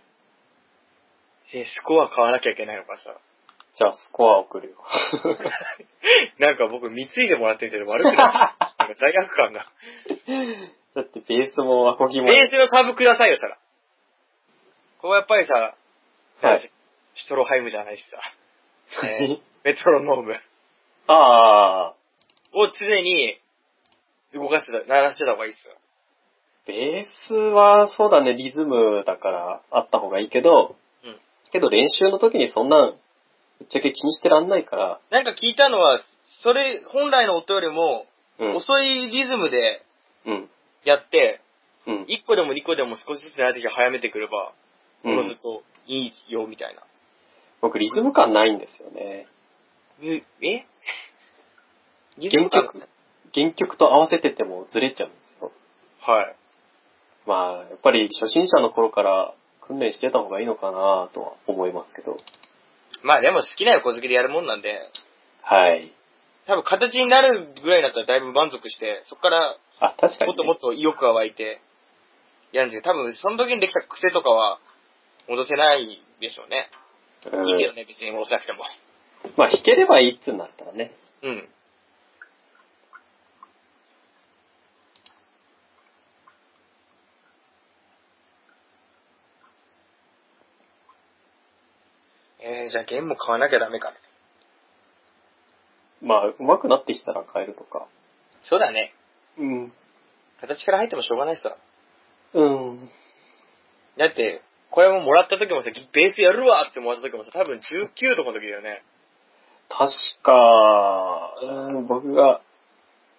A: え、スコア買わなきゃいけないのかさ。
B: じゃあ、スコア送るよ。
A: なんか僕、貢いでもらってるけど悪 くない。なんか罪悪感が。
B: だって、ベースもアコギ
A: ベ
B: も。
A: ースのサブくださいよ、したら。これはやっぱりさ、
B: はい。
A: シュトロハイムじゃないしさ、 えメトロノーム
B: ああ、
A: を常に動かしてた、鳴らしてた方がいいっすよ。
B: ベースはそうだね、リズムだからあった方がいいけど、
A: うん
B: けど練習の時にそんなん、ぶっちゃけ気にしてらんないから、
A: なんか聞いたのは、それ、本来の音よりも、
B: うん。
A: 遅いリズムで
B: うん。
A: やって、
B: うん。
A: 1個でも2個でも少しずつ鳴らして早めてくれば、
B: う
A: おのず
B: ん、
A: といいよ、みたいな。
B: 僕、リズム感ないんですよね。
A: ええ
B: 原曲、原曲と合わせててもずれちゃうんですよ。
A: はい。
B: まあ、やっぱり初心者の頃から訓練してた方がいいのかなとは思いますけど。
A: まあでも好きな横付けでやるもんなんで、
B: はい。
A: 多分形になるぐらいだったらだいぶ満足して、そこから
B: あ、確か
A: もっ
B: に、
A: とも
B: ね
A: っ。と意欲が湧いて、やるんですけど、多分その時にできた癖とかは戻せないでしょうね。いいけどね、別に戻せなくても。
B: うん、まあ、弾ければいいっつうんだったらね。
A: うん。えー、じゃあ弦も買わなきゃダメかね。
B: まあ、上手くなってきたら変えるとか。
A: そうだね。
B: うん。
A: 形から入ってもしょうがないさ。
B: うん。
A: だって、これももらった時もさ、ベースやるわってもらった時もさ、多分19とかの時だよね。
B: 確か、うん、僕が、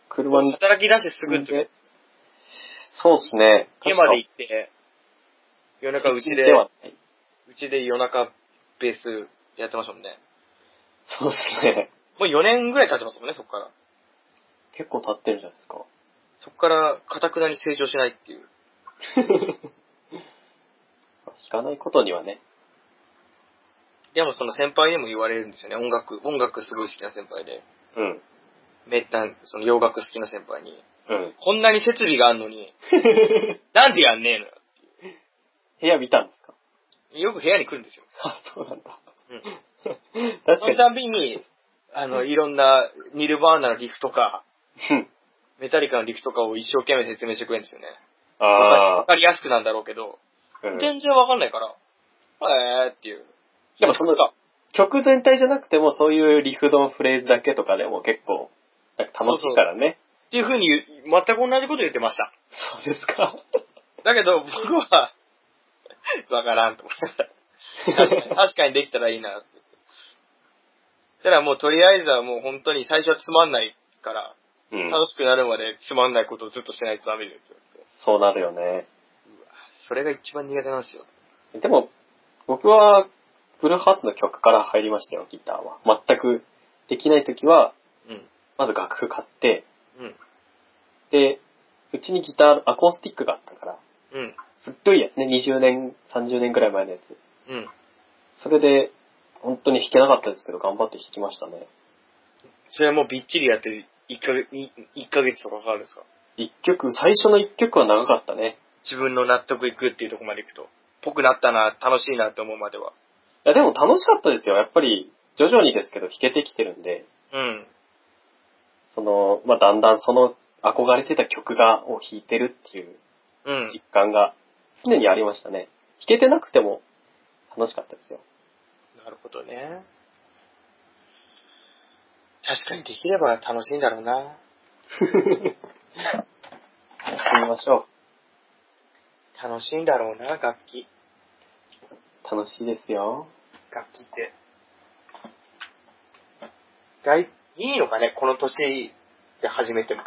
B: 車に、
A: 働き出してすぐの時、
B: そうですね。
A: 家まで
B: 行
A: 行って、夜中うちで、
B: はない。
A: うちで夜中ベースやってましたもんね。
B: そうですね。
A: もう4年ぐらい経ってますもんね、そっから。
B: 結構経ってるじゃないですか。
A: そっから、かたくなに成長しないっていう。
B: 弾かないことにはね。
A: でもその先輩にも言われるんですよね、音楽、音楽すごい好きな先輩で。
B: うん。
A: めったん、その洋楽好きな先輩に。
B: うん。
A: こんなに設備があんのに、なんでやんねえのよ。
B: 部屋見たんですか
A: よく部屋に来るんですよ。
B: あ、そうなんだ。
A: うん。
B: 確
A: そ
B: か
A: の
B: に。
A: たんびに、あの、いろんな、ニルバーナのリフとか、
B: うん
A: メタリカのリフとかを一生懸命説明してくれるんですよね。わ
B: あ
A: かりやすくなんだろうけど、
B: あ。うん
A: 全然わかんないから、えーっていう。
B: でもその
A: か、
B: 曲全体じゃなくても、そういうリフのフレーズだけとかでも結構、なんか楽しいからね。
A: っていうふうに言う、全く同じこと言ってました。
B: そうですか。
A: だけど、僕は、わからんと思って。確かに確かにできたらいいなって。そしたらもうとりあえずはもう本当に最初はつまんないから、
B: うん。
A: 楽しくなるまでつまんないことをずっとしないとダメですよ。
B: そうなるよね。
A: それが一番苦手なんですよ。
B: でも、僕は、ブルーハーツの曲から入りましたよ、ギターは。全くできない時は、
A: うん。
B: まず楽譜買って、
A: うん。
B: で、うちにギター、アコースティックがあったから、
A: うん。
B: 古いやつね、20年、30年くらい前のやつ。
A: うん。
B: それで、本当に弾けなかったですけど、頑張って弾きましたね。
A: それはもうびっちりやって1ヶ月、に一ヶ月とかかかるんですか
B: 一曲、最初の一曲は長かったね。
A: 自分の納得いくっていうところまでいくと。ぽくなったな、楽しいなって思うまでは。
B: いや、でも楽しかったですよ。やっぱり、徐々にですけど、弾けてきてるんで、
A: うん。
B: その、まあ、だんだんその、憧れてた曲が、を弾いてるっていう
A: うん。
B: 実感が、常にありましたね。弾けてなくても、楽しかったですよ。
A: なるほどね。確かにできれば楽しいんだろうな。
B: やってみましょ
A: 楽しいんだろうな、楽器。
B: う。楽しいですよ。
A: 楽器って。大、いいのかね、この年で始めても。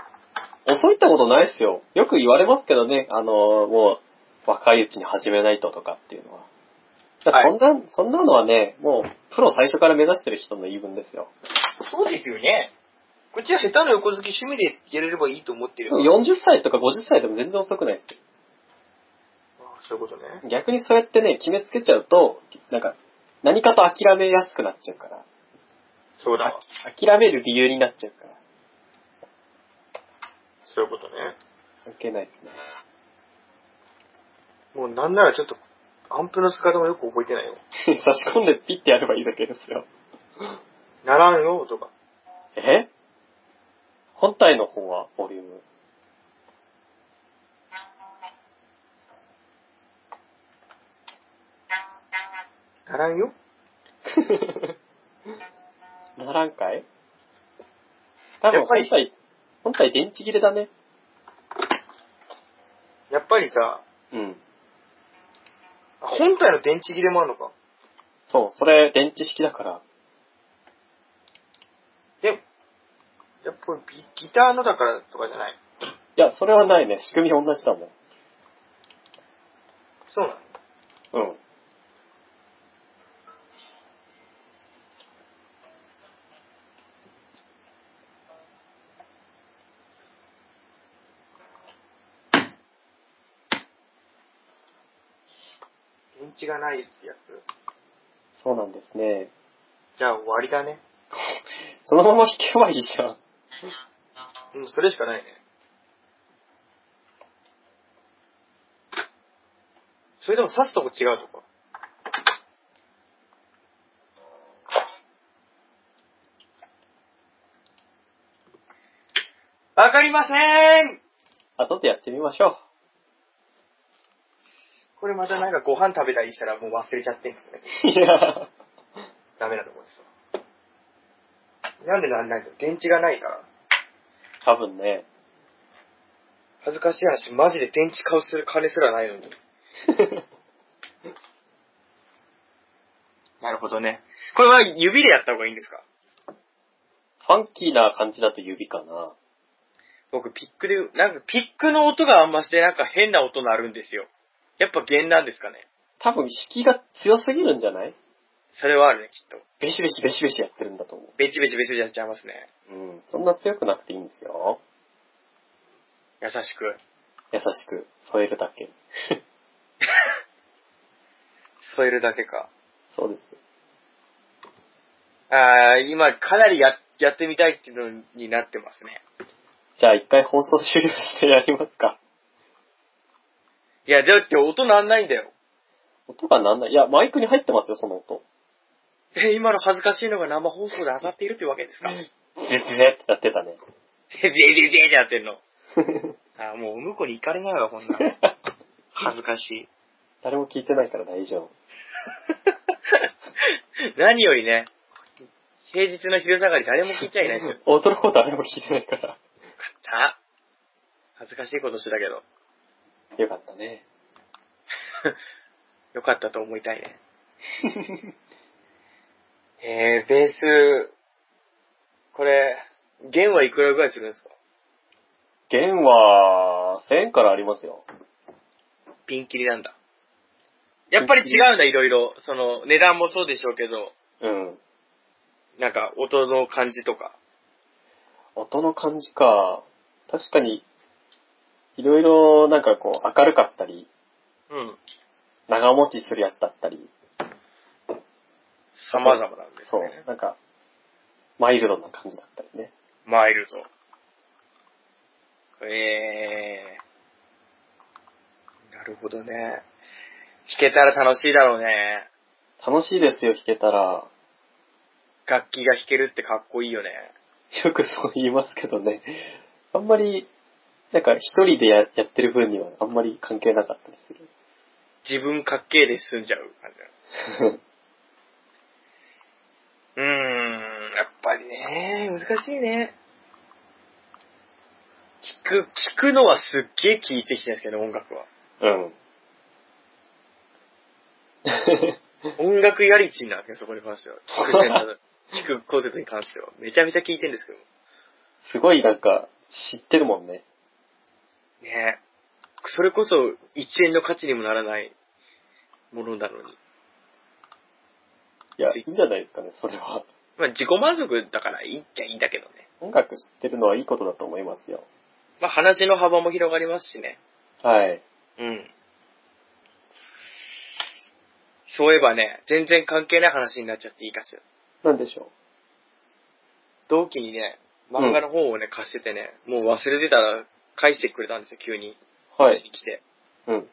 B: 遅いってことないですよ。よく言われますけどね、あの、もう、若いうちに始めないととかっていうのは。いや
A: はい
B: そんな、そんなのはね、もう、プロ最初から目指してる人の言い分ですよ。
A: そうですよね。こっちは下手な横好き趣味でやれればいいと思ってるよ。
B: 40歳とか50歳でも全然遅くないですよ
A: あそういうことね。
B: 逆にそうやってね、決めつけちゃうと、なんか、何かと諦めやすくなっちゃうから。
A: そうだわ。
B: 諦める理由になっちゃうから。
A: そういうことね。
B: 関係ないですね。
A: もうなんならちょっと、アンプの使い方もよく覚えてないよ。
B: 差し込んでピッてやればいいだけですよ。
A: ならんよ、とか。
B: え本体の方はボリューム。
A: ならんよ。
B: ならんかい多
A: やっ
B: 分
A: ぱ
B: 本
A: り
B: 体、本体電池切れだね。
A: やっぱりさ、
B: うん。
A: あ本体の電池切れもあるのか。
B: そう、それ電池式だから。
A: で、やっぱりギギターのだからとかじゃない。
B: いや、それはないね。仕組み同じだもん。
A: そうなの
B: うん。
A: 電池がないってやつ。
B: そうなんですね。
A: じゃあ終わりだね。
B: そのまま弾けばいいじゃん。
A: うん、それしかないね。それでも刺すとこ違うとこ。わかりません
B: 後でやってみましょ
A: これまたなんかご飯食べたりしたらもう忘れちゃってんですよね。
B: う。 いや、
A: ダメなとこですよ。なんでなんないの電池がないから。
B: 多分 ね。
A: 恥ずかしい話、マジで電池買うする金すらないのに。なるほどね。これは指でやった方がいいんですか
B: ファンキーな感じだと指かな。
A: 僕、ピックで、なんかピックの音があんまして、なんか変な音鳴るんですよ。やっぱ弦なんですかね。
B: 多分弾きが強すぎるんじゃない
A: それはあるね、きっと。
B: ベシベシベシベシやってるんだと思
A: ベチベチベチベチやっちゃいますね。
B: う。うん。そんな強くなくていいんですよ。
A: 優しく。
B: 優しく添えるだけ。
A: 添えるだけか。
B: そうです。
A: あー、今、かなりや、やってみたいっていうのになってますね。
B: じゃあ一回放送終了してやりますか。
A: いや、だって音鳴んないんだよ。
B: 音がなんない。いや、マイクに入ってますよ、その音。
A: え、今の恥ずかしいのが生放送で当たっているってわけですか
B: ゼゼゼってやってたね。
A: え、ビえビえビえってやってんの。あー、もう、向こうに行かれないわ、こんな。 恥ずかしい。
B: 誰も聞いてないから大丈夫。
A: 何よりね、平日の昼下がり誰も聞いちゃいないですよ。
B: 驚くことは誰も聞いてないから。
A: あ、恥ずかしいことしたけど、
B: よかったね。
A: よかったと思いたい ね。
C: えー、ベース、
A: これ、弦はいくらぐらいするんですか
B: 弦は、1000円からありますよ。
A: ピンキリなんだ。やっぱり違うんだ、いろいろ。その、値段もそうでしょうけど、
B: うん。
A: なんか、音の感じとか。
B: 音の感じか。確かに、いろいろなんかこう、明るかったり、
A: うん。
B: 長持ちするやつだったり、
A: 様々なんです
B: そう
A: ね。、
B: なんか、マイルドな感じだったりね。
A: マイルド。えー。なるほどね。弾けたら楽しいだろうね。
B: 楽しいですよ、弾けたら。
A: 楽器が弾けるってかっこいいよね。
B: よくそう言いますけどね。あんまり、なんか一人でややってる分にはあんまり関係なかったりす
A: 自分かっけえで済んじゃう感じだ。
B: る。
A: うーん、やっぱりね、難しいね。聞く、聞くのはすっげえ聞いてきてるんですけど、音楽は。
B: うん。
A: 音楽やりちんなんですね、そこに関しては。聞くセンター の聞くコンセプトに関しては。めちゃめちゃ聞いてるんですけど。
B: すごいなんか知ってるもんね。
A: ねそれこそ1円の価値にもならないものなのに。
B: いや、いいんじゃないですかね、それは。
A: まあ自己満足だからいいっちゃいいんだけどね。
B: 音楽知ってるのはいいことだと思いますよ。
A: まあ話の幅も広がりますしね。
B: はい。
A: うん。そういえばね、全然関係ない話になっちゃっていいかしら。
B: なんでしょ
A: 同期にね、漫画の本をね、貸しててね、もう忘れてたら返してくれたんですよ、急に。
B: う。は
A: うち
B: い。
A: に来て。
B: うん。
A: こ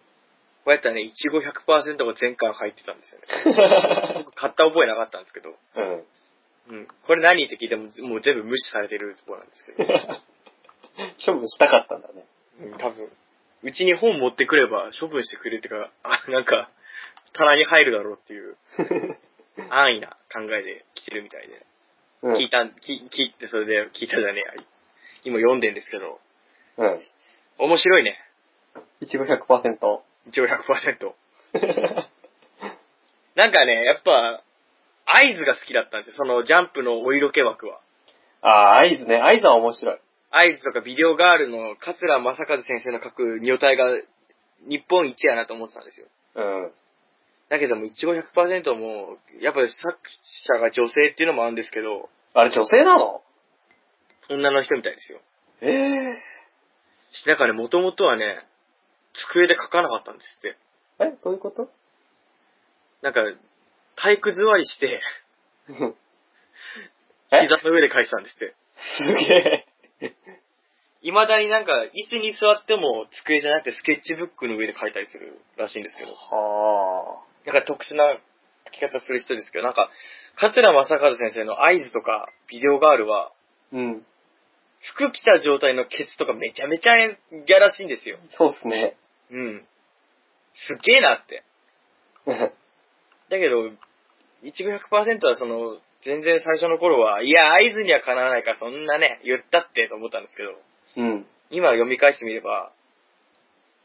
A: うやったらね、いちご100%が全巻入ってたんですよね。僕買った覚えなかったんですけど。
B: うん。
A: うん。これ何って聞いても、もう全部無視されてるところなんですけど。
B: 処分したかったんだ ね。
A: うん、多分。うちに本持ってくれば処分してくれるってか、あ、なんか、棚に入るだろうっていう、安易な考えで来てるみたいで。
B: う
A: 聞い
B: ん。
A: た、聞聞いて、それで聞いたじゃねえや。今読んでんですけど、
B: うん。
A: 面白いね。
B: いちご100%。
A: 一応100%。なんかね、やっぱ、合図が好きだったんですよ。そのジャンプのお色気枠は。
B: あー、合図ね。合図は面白い。
A: 合図とかビデオガールの桂正和先生の書く女体が日本一やなと思ってたんですよ。
B: うん。
A: だけども、一応100%も、やっぱり作者が女性っていうのもあるんですけど、
B: あれ女性なの
A: 女の人みたいですよ。
B: ええ
A: なんかね、もともとはね、机で書かなかったんですって。
B: ー。え、どういうこと
A: なんか、体育座りして、
B: うんえ
A: 膝の上で書いてたんですって。
B: すげえ。
A: 未だになんか、椅子に座っても机じゃなくてスケッチブックの上で書いたりするらしいんですけど。
B: は
A: なんか特殊な書き方する人ですけど、なんか、桂正和先生の合図とか、ビデオガールは、
B: あ。うん。
A: 服着た状態のケツとかめちゃめちゃギャラしいんですよ。
B: そうっす ね。
A: うん。すっげえなって。だけど、一部100%はその、全然最初の頃は、いや、合図にはかなわないから、そんなね、言ったってと思ったんですけど、
B: うん。
A: 今読み返してみれば、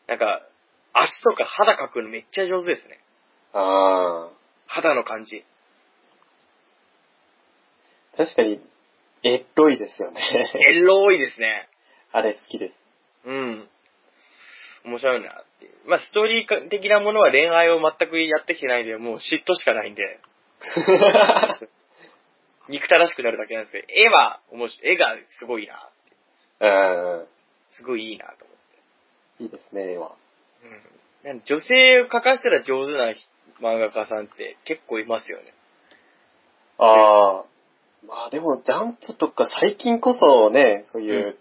A: なんか、足とか肌描くのめっちゃ上手ですね。
B: あ
A: 肌の感じ。
B: あ。確かに、エロいですよね。
A: エロいですね。
B: あれ好き です。
A: うん。面白いなっていう。まあ、ストーリー的なものは恋愛を全くやってきてないんで、もう嫉妬しかないんで、憎たらしくなるだけなんですけど、絵は、面白い。絵がすごいな。
B: う
A: すごいいいなと思って。
B: ん。いいですね、絵は。
A: うん。なんで女性を描かせたら上手な漫画家さんって結構いますよね。
B: ああ。まあでも、ジャンプとか最近こそね、そういう、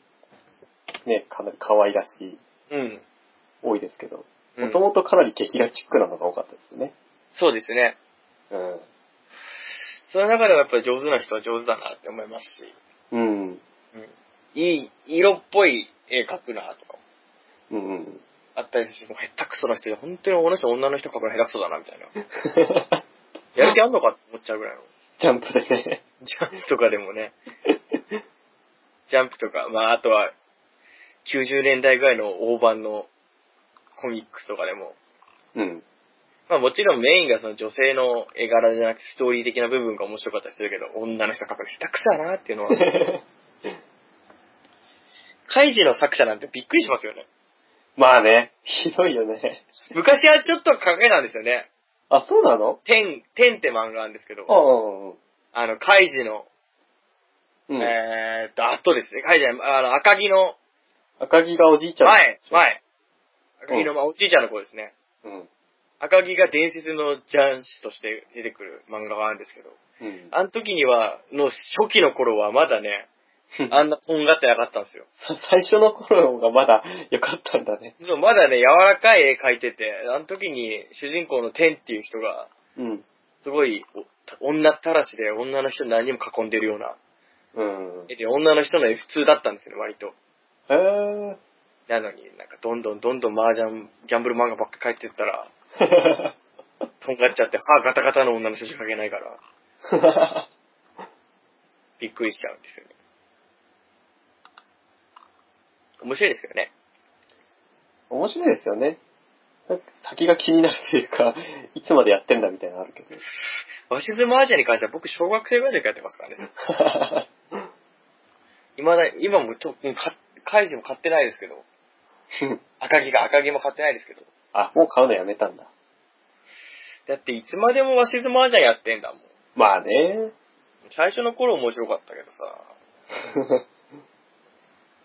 B: ね、かなり可愛らしい、
A: うん。
B: 多いですけど、
A: うん
B: もともとかなり激ラチックなのが多かったですよね。
A: そうですね。
B: うん。
A: その中でもやっぱり上手な人は上手だなって思いますし、
B: うん。
A: うん。いい、色っぽい絵描くなとか、
B: うん うん。
A: あったりするし、もう下手くそな人で、本当にこの人女の人描くの下手くそだなみ たいな。やる気あんのかって思っちゃうぐ らいの。
B: ジャンプでね。
A: ジャンプとかでもね。ジャンプとか、まああとは、 90年代ぐらいの大判のコミックスとかでも、
B: うん。
A: まあもちろんメインがその女性の絵柄じゃなくてストーリー的な部分が面白かったりするけど、女の人描くの下手くそだなって いうのは、カイジの作者なんてびっくりしますよね。
B: まあね、ひどいよね。
A: 昔はちょっと描けたんですよね。
B: あ、そうなの
A: テン、テンって漫画なんですけど、
B: あ
A: あの、カイジの、
B: うん。
A: えーっと、あとですね、カイジは、あの、赤木の
B: 赤木がおじいちゃん。
A: 前、前、赤木の、まあおじいちゃんの子ですね。
B: うん。
A: 赤木が伝説の雀士として出てくる漫画があるんですけど、
B: うん。
A: あの時には、の初期の頃はまだね、
B: あ
A: あんなとんがってなかったんですよ。
B: 最初の頃がまだ良かったんだね。
A: でもまだね、柔らかい絵描いてて、あの時に主人公の天っていう人が、
B: うん。
A: すごいお女ったらしで女の人何人も囲んでるような
B: うん。
A: 絵で、女の人の絵普通だったんですよね、割と。
B: へえ
A: なのになんかどんどんどんどん麻雀、ギャンブル漫画ばっか描いてったら、
B: ー。
A: とんがっちゃって、歯ガタガタの女の人しか描けないから、びっくりしちゃうんですよね。面白いですけどね。
B: 面白いですよね。なんか先が気になるというか、いつまでやってんだみたいなのあるけど。
A: 鷲津麻雀に関しては僕小学生ぐらいの時やってますからね。今だ、今もと、もうか、カイジも買ってないですけど、赤木が、赤木も買ってないですけど。
B: あ、もう買うのやめたんだ。
A: だっていつまでも鷲津麻雀やってんだもん。
B: まあね。
A: 最初の頃面白かったけどさ。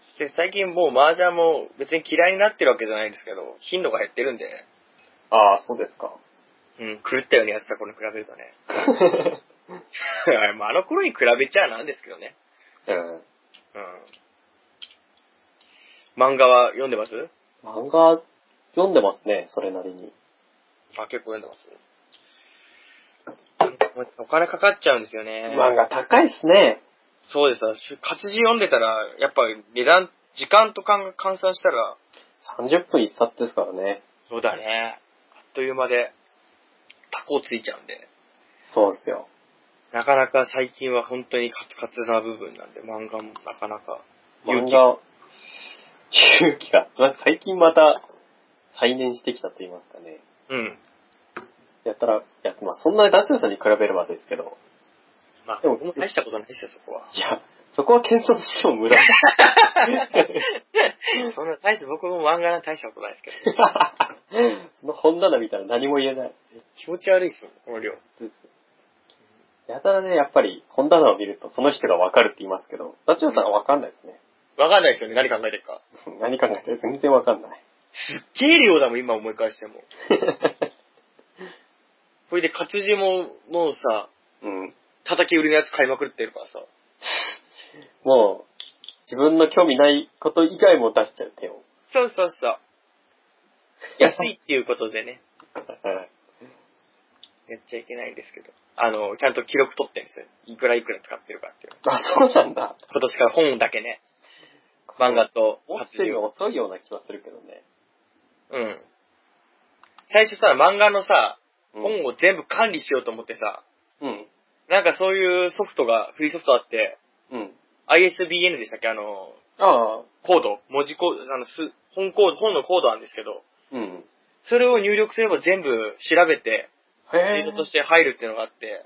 A: そして最近もう麻雀も別に嫌いになってるわけじゃないんですけど、頻度が減ってるんで、
B: ああ、そうですか。
A: うん、狂ったようにやってた頃に比べるとね。 まああの頃に比べちゃなんですけどね。
B: うん。
A: うん。漫画は読んでます
B: 漫画読んでますね、それなりに。
A: あ、結構読んでます。お金かかっちゃうんですよね。
B: 漫画高いっすね。
A: そうです。活字読んでたら、やっぱ値段、時間と間換算したら、
B: 30分一冊ですからね。
A: そうだね。あっという間で、タコついちゃうんで、
B: そうですよ。
A: なかなか最近は本当にカツカツな部分なんで、漫画もなかなか勇
B: 漫
A: 気。
B: 画、勇気が、なんか最近また再燃してきたと言いますかね。
A: うん。
B: やったら、いや、まあそんなダッシュさんに比べればですけど、
A: まあ、
B: でも
A: 僕も大したことないですよ、そこは。
B: いや、そこは検索して も無駄。
A: そんな大した、僕も漫画なんて大したことないですけど、
B: その本棚見たら何も言えない。
A: 気持ち悪いですよ、この量。
B: やたらね、やっぱり本棚を見るとその人がわかるって言いますけど、ダチュウさんはわかんないですね。
A: わかんないですよね、何考えてるか。
B: 何考えてる全然わか んない。
A: すっげえ量だもん、今思い返しても。それで活字も、もうさ、
B: うん。
A: 叩き売りのやつ買いまくってるからさ。
B: もう、自分の興味ないこと以外も出しちゃう手を。
A: そうそうそう。安いっていうことでね、やっちゃいけないんですけど。あの、ちゃんと記録取ってるんですよ。いくらいくら使ってるかっていう。
B: あ、そうなんだ。
A: 今年から本だけね。漫画と
B: 持っ
A: 活
B: て
A: 字
B: るの
A: を。
B: 遅いような気はするけどね。
A: うん。最初さ、漫画のさ、
B: うん
A: 本を全部管理しようと思ってさ、
B: うん。
A: なんかそういうソフトが、フリーソフトあって、
B: うん。
A: ISBN でしたっけあの、
B: ああ。
A: コード、文字コード、あの、す本コード、本のコードなんですけど、
B: うん。
A: それを入力すれば全部調べて、デ
B: へ
A: ータとして入るっていうのがあって、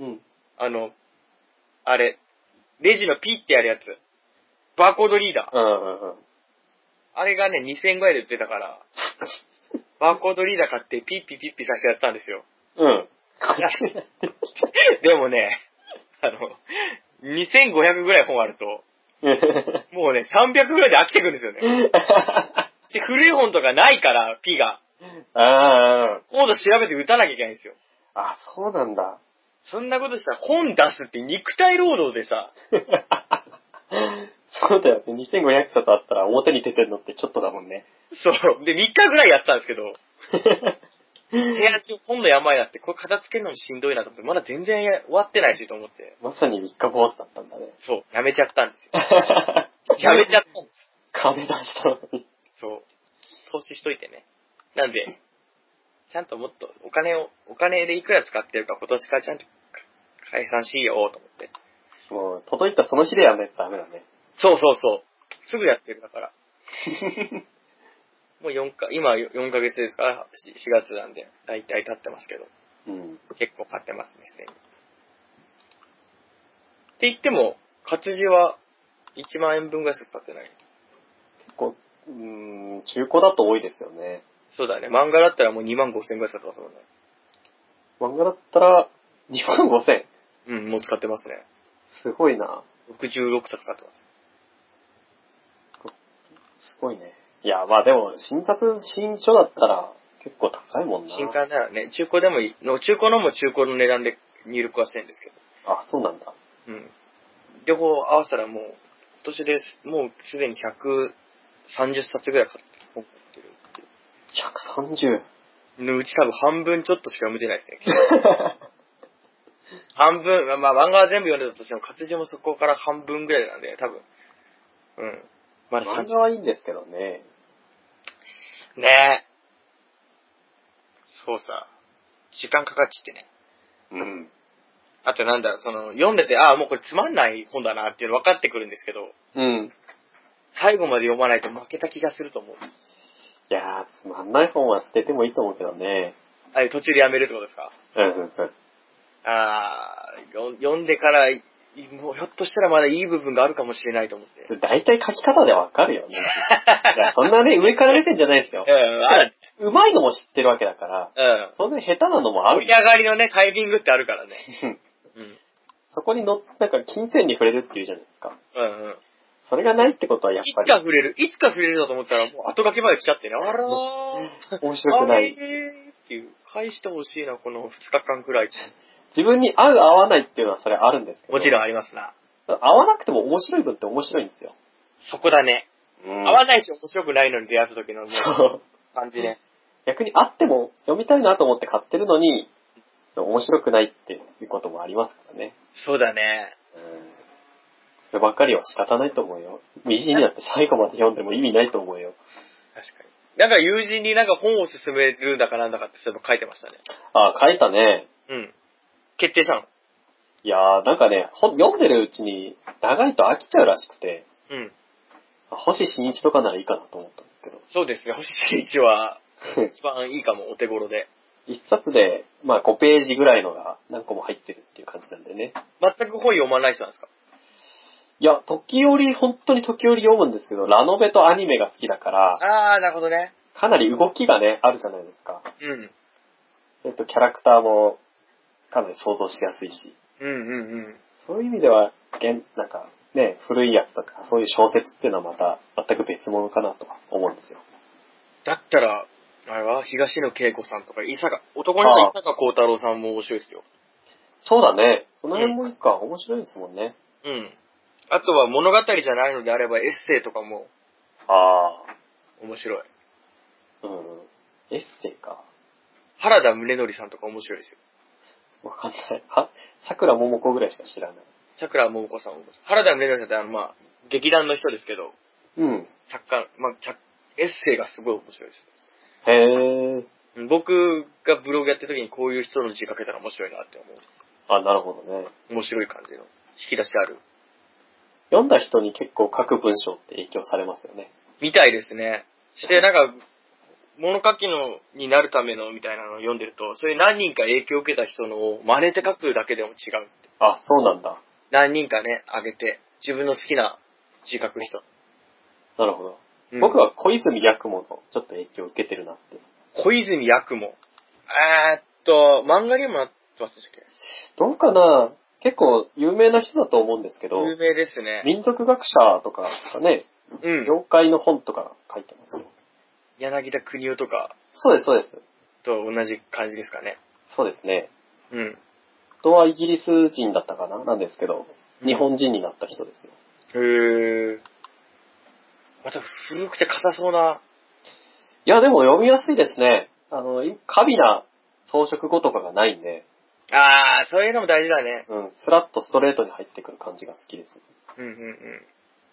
B: うん。
A: あの、あれ、レジのピってやるやつ。バーコードリーダー。
B: うんうんうん。
A: あれがね、2000円ぐらいで売ってたから、バーコードリーダー買ってピッピピッピさせてやったんですよ。
B: うん。
A: でもね、あの、2500ぐらい本あると、もうね、300ぐらいで飽きてくるんですよね。で、古い本とかないから、ピが。
B: ああ。
A: コード調べて打たなきゃいけないんですよ。
B: あ、そうなんだ。
A: そんなことしたら本出すって肉体労働でさ、
B: そうだよね。2500冊あったら表に出てるのってちょっとだもんね。
A: そう。で、3日ぐらいやったんですけど、手足を本の山になって、これ片付けるのもしんどいなと思って、まだ全然終わってないしと思って、
B: まさに三日坊主だったんだね。
A: そう、やめちゃったんですよ。やめちゃったんで
B: 金出したのに。
A: す。そう。投資しといてね。なんで、ちゃんともっとお金を、お金でいくら使ってるか今年からちゃんと解散しようと思って。
B: もう、届いたその日でやんないとダメだね。
A: そうそうそう。すぐやってるだから。もう4か、今4ヶ月ですから、し4月なんで、だいたい経ってますけど、
B: うん。
A: 結構買ってますね、すでに。って言っても、活字は1万円分ぐらいしか使ってない。
B: 結構、うーん、中古だと多いですよね。
A: そうだね、漫画だったらもう2万5千円ぐらいしか使ってますね。
B: 漫画だったら、2万5千。
A: うん、もう使ってますね。
B: すごいな。
A: 66冊使ってます。
B: すごいね。いや、まあでも、新冊、新書だったら、結構高いもんな。
A: 新刊ならね、中古でもいいの、中古のも中古の値段で入力はしてるんですけど。
B: あ、そうなんだ。
A: うん。両方合わせたらもう、今年です、もうすでに130冊ぐらい買って本買ってる。
B: 130。
A: のうち多分半分ちょっとしか読めてないですね。 半分、まあまあ漫画は全部読んでたとしても、活字もそこから半分ぐらいなんで、多分。うん。まだ
B: 漫
A: 30
B: 画はいいんですけどね。
A: ねえ。
C: そうさ。
A: 時間かかっちゃってね。
B: うん。
A: あとなんだ、その、読んでて、ああ、もうこれつまんない本だなっていうの分かってくるんですけど、
B: うん。
A: 最後まで読まないと負けた気がすると思う。
B: いやー、つまんない本は捨ててもいいと思うけどね。
A: ああいう途中でやめるってことですか
B: うんうんうん。
A: ああ、よ読んでから、いもうひょっとしたらまだいい部分があるかもしれないと思って。
B: 大体書き方でわかるよ ね。いや、そんなね、上から出てんじゃないです よ
A: う。ん、ある。
B: うまいのも知ってるわけだから、
A: うん。
B: 当然下手なのもあ
A: 盛
B: る
A: り。上がりのね、タイミングってあるからね。
B: う
A: う
B: ん
A: ん。
B: そこにの、なんか金銭に触れるっていうじゃないですか。
A: うんうん。
B: それがないってことはやっ
A: い
B: ぱ
A: つか
B: り
A: 触れる、いつか触れるだと思ったら、もう後書きまで来ちゃってね。あらー。
B: 面白くな
A: あ
B: い。
A: れーっていう。返してほしいな、この2日間くらい。
B: 自分に合う合わないっていうのはそれあるんですけど。
A: もちろんありますな。
B: 合わなくても面白い分って面白いんですよ。
A: そこだね。
B: うん
A: 合わないし面白くないのに出会った時のね
B: そう。
A: 感じね。
B: 逆にあっても読みたいなと思って買ってるのに、面白くないっていうこともありますからね。
A: そうだね。
B: うん。そればっかりは仕方ないと思うよ。みじんになって最後まで読んでも意味ないと思うよ。
A: 確かに。なんか友人になんか本を勧めるんだかなんだかってそういえば書いてましたね。
B: ああ、書いたね。
A: うん。決定したの
B: いやー、なんかね、ほん読んでるうちに長いと飽きちゃうらしくて、
A: うん。
B: あ星新一とかならいいかなと思ったんですけど。
A: そうですね。星新一は、一番いいかも、お手頃で。
B: 一冊で、まあ5ページぐらいのが何個も入ってるっていう感じなんでね。
A: 全く本読まない人なんですか
B: いや、時折、本当に時折読むんですけど、ラノベとアニメが好きだから、
A: あー、なるほどね。
B: かなり動きがね、あるじゃないですか。
A: うん。
B: それとキャラクターもかなり想像しやすいし。
A: うんうんうん。
B: そういう意味では、現なんかね、古いやつとか、そういう小説っていうのはまた全く別物かなとは思うんですよ。
A: だったら、あれは、東野圭子さんとか、伊坂、男の人は伊坂幸太郎さんも面白いですよ。
B: そうだね。その辺もいいか、面白いですもんね。
A: うん。あとは物語じゃないのであれば、エッセイとかも
B: あ
A: 面白い。
B: あ。うんうん。エッセイか。
A: 原田宗則さんとか面白いですよ。
B: わかんない。は桜桃子ぐらいしか知らない。
A: 桜桃子さんも面白い。原田宗則さんってあの、まあ、劇団の人ですけど、
B: うん。
A: 作家、まあ、作エッセイがすごい面白いですよ。
B: へえ。
A: うん僕がブログやってる時にこういう人の字書けたら面白いなって思う。
B: あ、なるほどね。
A: 面白い感じの。引き出しある。
B: 読んだ人に結構書く文章って影響されますよね。
A: みたいですね。して、なんか、物書きのになるためのみたいなのを読んでると、それ何人か影響を受けた人のを真似て書くだけでも違うって。
B: あ、そうなんだ。
A: 何人かね、あげて、自分の好きな字書く人。
B: なるほど。
A: うん
B: 僕は小泉八雲のちょっと影響を受けてるなって。
A: 小泉八雲。えーっと、漫画にもなってますでしたっけ
B: どうかな結構有名な人だと思うんですけど、
A: 有名ですね。
B: 民族学者とかね、
A: うん。
B: 業界の本とか書いてますよ。
A: 柳田国夫とか
B: そうです、そうです。
A: と同じ感じですかね。
B: そうですね。
A: うん。
B: 人はイギリス人だったかななんですけど、
A: うん
B: 日本人になった人ですよ。
A: へえ。また古くて硬そうな。
B: いや、でも読みやすいですね。あの、カビな装飾語とかがないんで、
A: あー、そういうのも大事だね。
B: うん、スラッとストレートに入ってくる感じが好きです。
A: うんうんうん。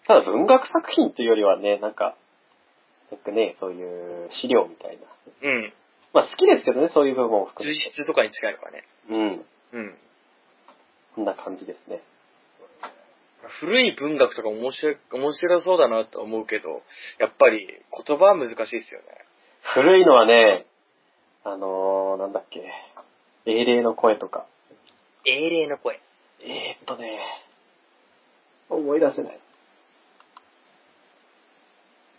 B: ただ文学作品というよりはね、なんか、なんかね、そういう資料みたいな。
A: うん。
B: まあ好きですけどね、そういう部分を含
A: 随
B: めて。
A: 筆とかに近いのかね。
B: うん。
A: うん。
B: こんな感じですね。
A: 古い文学とか面白い、面白そうだなと思うけど、やっぱり言葉は難しいですよね。
B: 古いのはね、あのー、なんだっけ、英霊の声とか。
A: 英霊の声。
B: えー、っとね、思い出せない。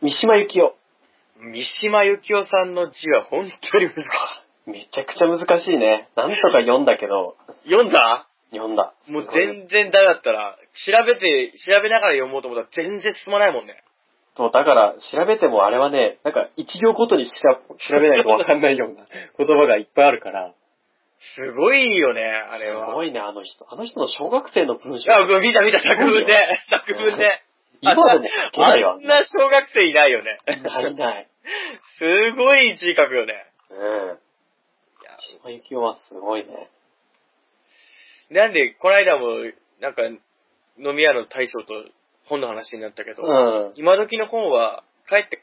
B: 三島由紀夫。
A: 三島由紀夫さんの字は本当に難し
B: めちゃくちゃ難しいね。なんとか読んだけど、
A: い。読んだ
B: 読んだ。
A: もう
B: すごい
A: 全然ダメだったら、調べて、調べながら読もうと思ったら全然進まないもんね。
B: そう、だから調べてもあれはね、なんか一行ごとに調調べないとわかんないような 言葉がいっぱいあるから。
A: すごいよね、あれは。
B: すごいね、あの人。あの人の小学生の文章。
A: あ、見た見た、作文 で。作文で。
B: 今でも書けないわ
A: あん。な小学生いないよね。
B: ないない。
A: すごい字書くよね。
B: うん。
A: いや
B: 島由紀夫はすごいね。
A: なんで、この間も、なんか、飲み屋の大将と本の話になったけど、
B: うん。
A: 今時の本は、かえって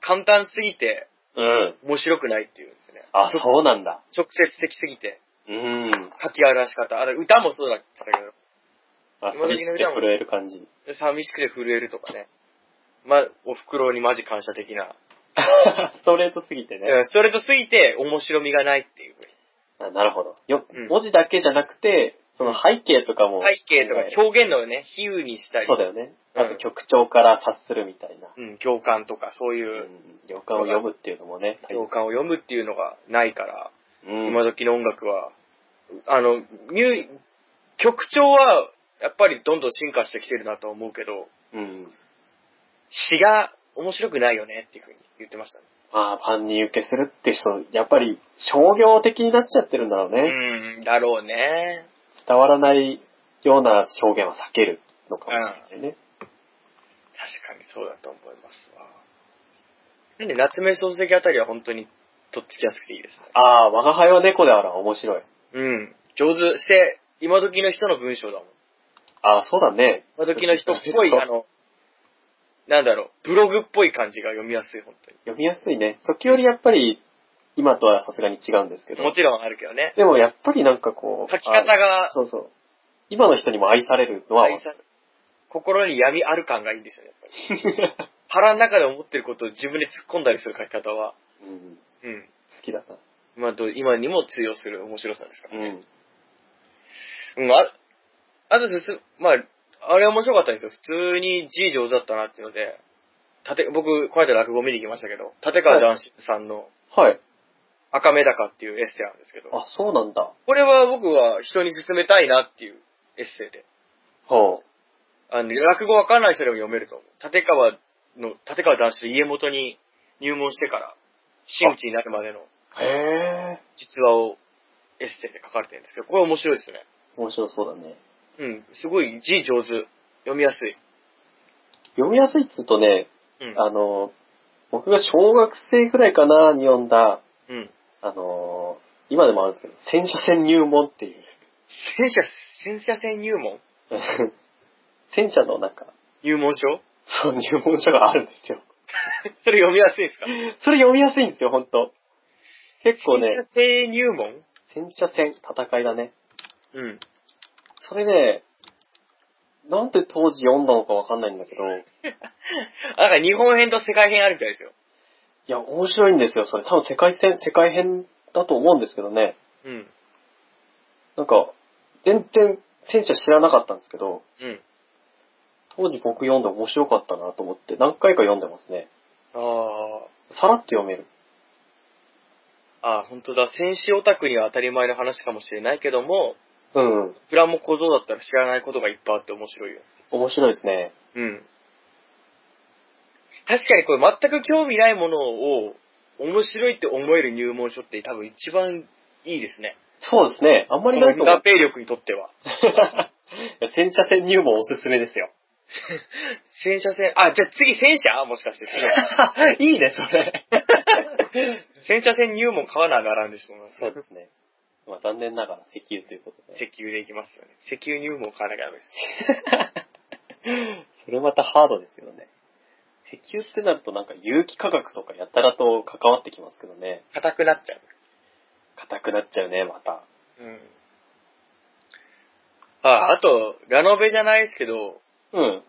A: 簡単すぎて
B: うん。
A: 面白くないっていうんですよね。
B: あ、そうなんだ。
A: 直接的すぎて、
B: うん。
A: 書き表し方。あれ、歌もそうだったけ
B: あ、寂しくて震える感じ。
A: ど、寂しくて震えるとかね。ま、お袋にマジ感謝的な。
B: ストレートすぎてね。
A: うんストレートすぎて面白みがないっていう。
B: あなるほど。よ
A: うん、
B: 文字だけじゃなくて、その背景とかも。
A: 背景とか表現のね、比喩にしたり。
B: そうだよね。
A: うん
B: あと曲調から察するみたいな。。
A: うん、行間とかそういううん
B: 予感を読むっていうのもね。
A: 行間を読むっていうのがないから、
B: うん。
A: 今時の音楽は、あの、ミュー曲調はやっぱりどんどん進化してきてるなと思うけど、
B: うん。
A: 詩が面白くないよねっていうふうに言ってましたね。
B: まあ、ファンに受けするって人、やっぱり商業的になっちゃってるんだろうね。
A: うん、だろうね。
B: 伝わらないような表現は避けるのかもしれないね。
A: 確かにそうだと思いますわ。なんで夏目漱石あたりは本当にとっつきやすくていいですね。
B: ああ、我が輩は猫であら面白い。
A: うん、上手して、今時の人の文章だもん。
B: ああ、そうだね。
A: 今時の人っぽい、あの、なんだろう、ブログっぽい感じが読みやすい、本当
B: 読みやすいね。時折やっぱり、今とはさすがに違うんですけ
A: に。も
B: ど。
A: ちろんあるけどね。
B: でもやっぱりなんかこう。
A: 書き方が
B: あ、そうそう。今の人にも愛されるのはわかる。
A: 心に闇ある感がいいんですよね、やっぱり。腹の中で思ってることを自分で突っ込んだりする書き方は、
B: うん、好
A: うん。
B: きだな。
A: まあ、ど今にも通用する面白さですか
B: う
A: ら。
B: ん。
A: うん、あ、あとすす、まあ、あれ面白かったんですよ。普通に字上手だったなっていうので、縦僕、この間落語見に行きましたけど、立川談志さんの
B: はい。
A: 赤目高っていうエッセイなんですけど、
B: あ、そうなんだ。
A: これは僕は人に勧めたいなっていうエッセイで。
B: ほ
A: あの、落語わかんない人でも読めると思う。立川の、立川男子の家元に入門してから、真打ちになるまでの
B: う。へえ。
A: 実話をエッセイで書かれてるんですけど、これ面白いですね。
B: 面白そうだね。
A: うん、すごい字上手。読みやすい。
B: 読みやすいっつうとね、
A: うん。
B: あの、僕が小学生くらいかなに読んだ、
A: うん。
B: あの、今でもあるんですけど、戦車戦入門っていう。
A: 戦車、戦車戦入門
B: 戦車のなんか、
A: 入門書
B: そう入門書があるんですよ。
A: それ読みやすいですか
B: それ読みやすいんですよ、ほんと。結構
A: 戦車、
B: ね
A: 戦入門
B: 戦車戦、戦いだね。
A: うん。
B: それね、なんで当時読んだのかわかんないんだけど、
A: だから日本編と世界編あるみたいですよ。
B: いや、面白いんですよ、それ。多分世界戦、世界編だと思うんですけどね。
A: うん。
B: なんか、全然戦車知らなかったんですけど、
A: うん。
B: 当時僕読んで面白かったなと思って何回か読んでますね。
A: ああ。
B: さらっと読める。
A: あ、本当だ。戦士オタクには当たり前の話かもしれないけども、
B: うん。
A: プラモ小僧だったら知らないことがいっぱいあって面白いよ。
B: 面白いですね。
A: うん。確かにこれ全く興味ないものを面白いって思える入門書って多分一番いいですね。
B: そうですね。あんま
A: こ
B: り
A: の
B: ない
A: 運
B: と思
A: 河。
B: う
A: ペイ力にとっては。
B: 戦車戦入門おすすめですよ。
A: 戦車戦、あ、じゃあ次戦車もしかして。
B: いいね、それ。
A: 戦車戦入門買わなあならんでしょうな。
B: そうですね。まあ残念ながら石油ということで。
A: 石油でいきますよね。石油入門買わなきゃダメです。
B: それまたハードですよね。石油ってなるとなんか有機化学とかやたらと関わってきますけどね。
A: 硬くなっちゃう。
B: 硬くなっちゃうね、また。
A: うん。あ、あと、ラノベじゃないですけど、
B: うん。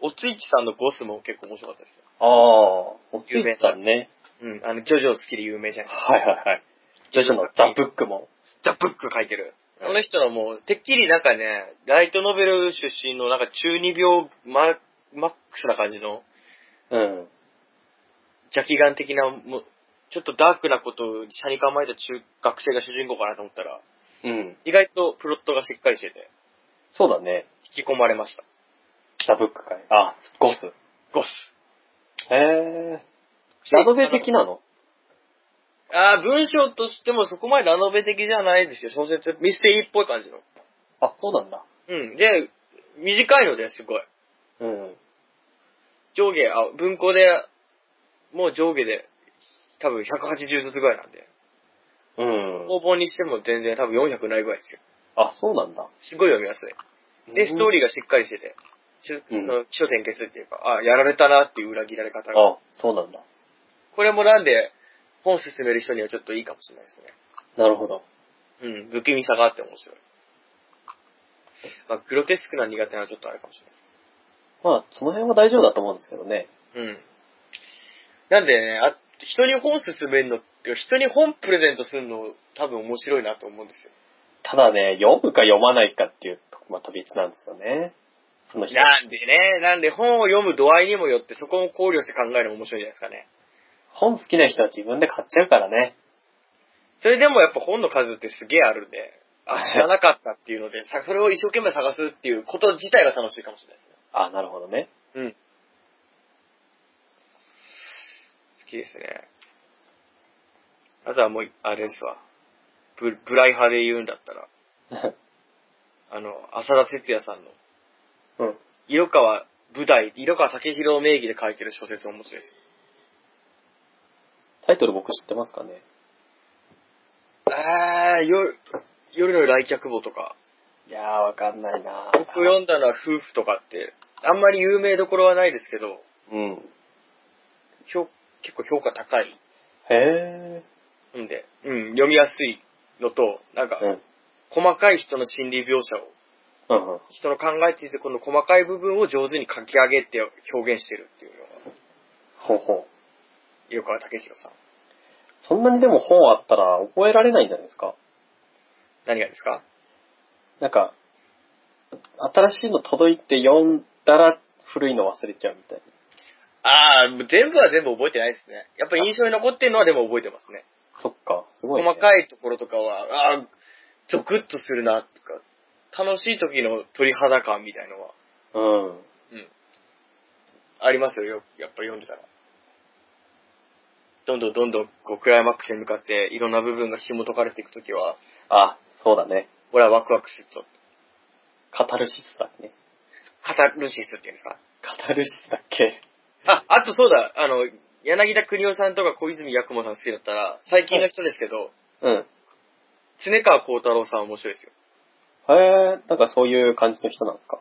A: おついちさんのゴスも結構面白かったですよ。
B: ああ、おついちさんね。
A: うん。あの、ジョジョ好きで有名じゃない
B: はいはいはい。ジョジョのザ・ブックも。
A: ザ・ブック書いてる。この人のもう、てっきりなんかね、ライトノベル出身のなんか中二病ママックスな感じの、
B: うん。
A: 邪気眼的な、もうちょっとダークなことを車に構えた中学生が主人公かなと思ったら、
B: うん。
A: 意外とプロットがしっかりしてて、
B: そうだね。
A: 引き込まれました。
B: ザ・ブックかい。あ、ゴス。
A: ゴス。
B: へえ。ラノベ的なの
A: ああ、文章としてもそこまでラノベ的じゃないですよ。小説、ミステリーっぽい感じの。
B: あ、そうなんだ。
A: うん。で、短いのですごい。
B: うん。
A: 上下、あ、文庫で、もう上下で、多分180ずつぐらいなんで。
B: うん。
A: 工房にしても全然多分400ないぐらいですよ。
B: あ、そうなんだ。
A: すごい読みやすい。で、ストーリーがしっかりしてて、ちょ
B: うん
A: その、起承転結っていうか、あ、やられたなっていう裏切られ方が。
B: あ、そうなんだ。
A: これもなんで、本進める人にはちょっといいかもしれないですね。
B: なるほど。
A: うん、不気味さがあって面白い。まあ、グロテスクな苦手なのはちょっとあるかもしれ
B: まあ、その辺は大丈夫だと思うんですけどね。
A: ないです。うん。なんでね、あ人に本進めるのって、人に本プレゼントするの多分面白いなと思うんですよ。
B: ただね、読むか読まないかっていうとこまた別なんですよね。その人。
A: なんでね、なんで本を読む度合いにもよってそこも考慮して考えるの面白いじゃないですかね。
B: 本好きな人は自分で買っちゃうからね。
A: それでもやっぱ本の数ってすげえあるんで、あ、知らなかったっていうので、さそれを一生懸命探すっていうこと自体が楽しいかもしれないですね。
B: あ、なるほどね。
A: うん。好きですね。あとはもう、あれですわ。ブブライ派で言うんだった ら、あの、浅田哲也さんの、
B: うん。
A: 色川舞台、色川武宏名義で書いてる小説をお持ちです。
B: タイトル僕知ってますかね
A: あー、夜、夜の来客簿とか、
B: いやー、わかんないな
A: 僕読んだのは夫婦とかって、あんまり有名どころはないですけど、
B: うん。
A: 評結構評価高い
B: へ
A: んで、うん、読みやすいのと、なんか
B: ー。、うん。
A: 細かい人の心理描写を、
B: うんうん。
A: 人の考えていてこの細かい部分を上手に書き上げて表現してるっていうのが、
B: ほうほう。
A: 色川武宏さん。
B: そんなにでも本あったら覚えられないんじゃないですか
A: 何がですか
B: なんか、新しいの届いて読んだら古いの忘れちゃうみたいな。
A: ああ、全部は全部覚えてないですね。やっぱ印象に残ってるのはでも覚えてますね。
B: そっか、すごい、ね。
A: 細
B: い。
A: かいところとかは、ああ、ゾクッとするな、とか、楽しい時の鳥肌感みたいのは、
B: うん。
A: うん。ありますよ、よやっぱ読んでたら。どんどんどんどん、こう、クライマックスに向かって、いろんな部分が紐解かれていくときは、
B: あ、そうだね。
A: 俺はワクワクすると。
B: カタルシスだね。
A: カタルシスっていうんですか
B: カタルシスだっけ
A: あ、あとそうだ、あの、柳田邦夫さんとか小泉八雲さん好きだったら、最近の人ですけど、
B: うん。
A: 常川幸太郎さんは面白いですよ。
B: へえ、なんかそういう感じの人なんですか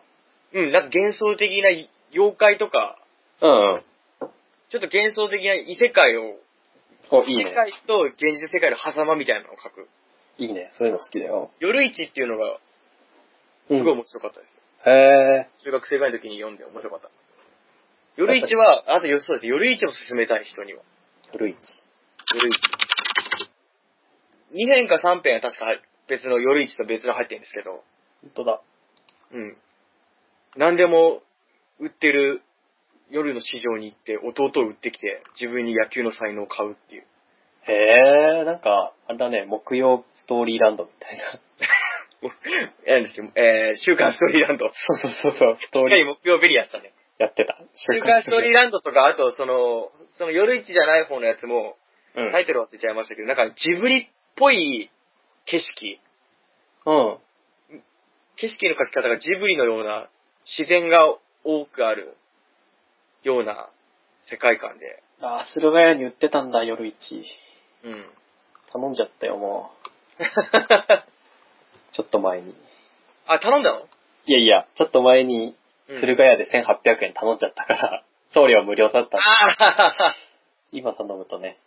A: うん、なんか幻想的な妖怪とか、
B: うんうん。
A: ちょっと幻想的な異世界を、
B: お、い
A: 異
B: い
A: 世
B: ね。
A: 界と現実世界の狭間みたいなのを書く。
B: いいね。そういうの好きだよ。
A: 夜市っていうのが、
B: うん
A: すごい面白かったですよ。
B: へえ。
A: 中学生ぐらいの時に読んで面白かった。夜市は、あとよ、そうです。夜市を勧めたい人には。
B: 古市。
A: 夜市。2編か3編は確か入別の夜市と別の入ってるんですけど、
B: 本当だ。
A: うん。何でも売ってる夜の市場に行って、弟を売ってきて、自分に野球の才能を買うっていう。
B: へえ、なんか、あれだね、木曜ストーリーランドみたいな。
A: なんですけど、えー、週刊ストーリーランド。
B: そうそう そうそう、ストー
A: 確か
B: リー
A: に木曜日にやってたね。
B: やってた。
A: 週刊ストーリーランドとか、あと、その、その夜市じゃない方のやつも、
B: ー
A: タイトル忘れちゃいましたけど、なんかジブリっぽい景色、
B: うん。うん。
A: 景色の描き方がジブリのような自然が多くあるような世界観で、
B: あー、駿河屋に売ってたんだ、夜市。
A: うん。
B: 頼んじゃったよ、も う。ちょっと前に。
A: あ、頼んだの
B: いやいや、ちょっと前に、
A: うん
B: 駿河屋で1800円頼んじゃったから、 送料無料だったんで
A: ああ
B: 今頼むとね。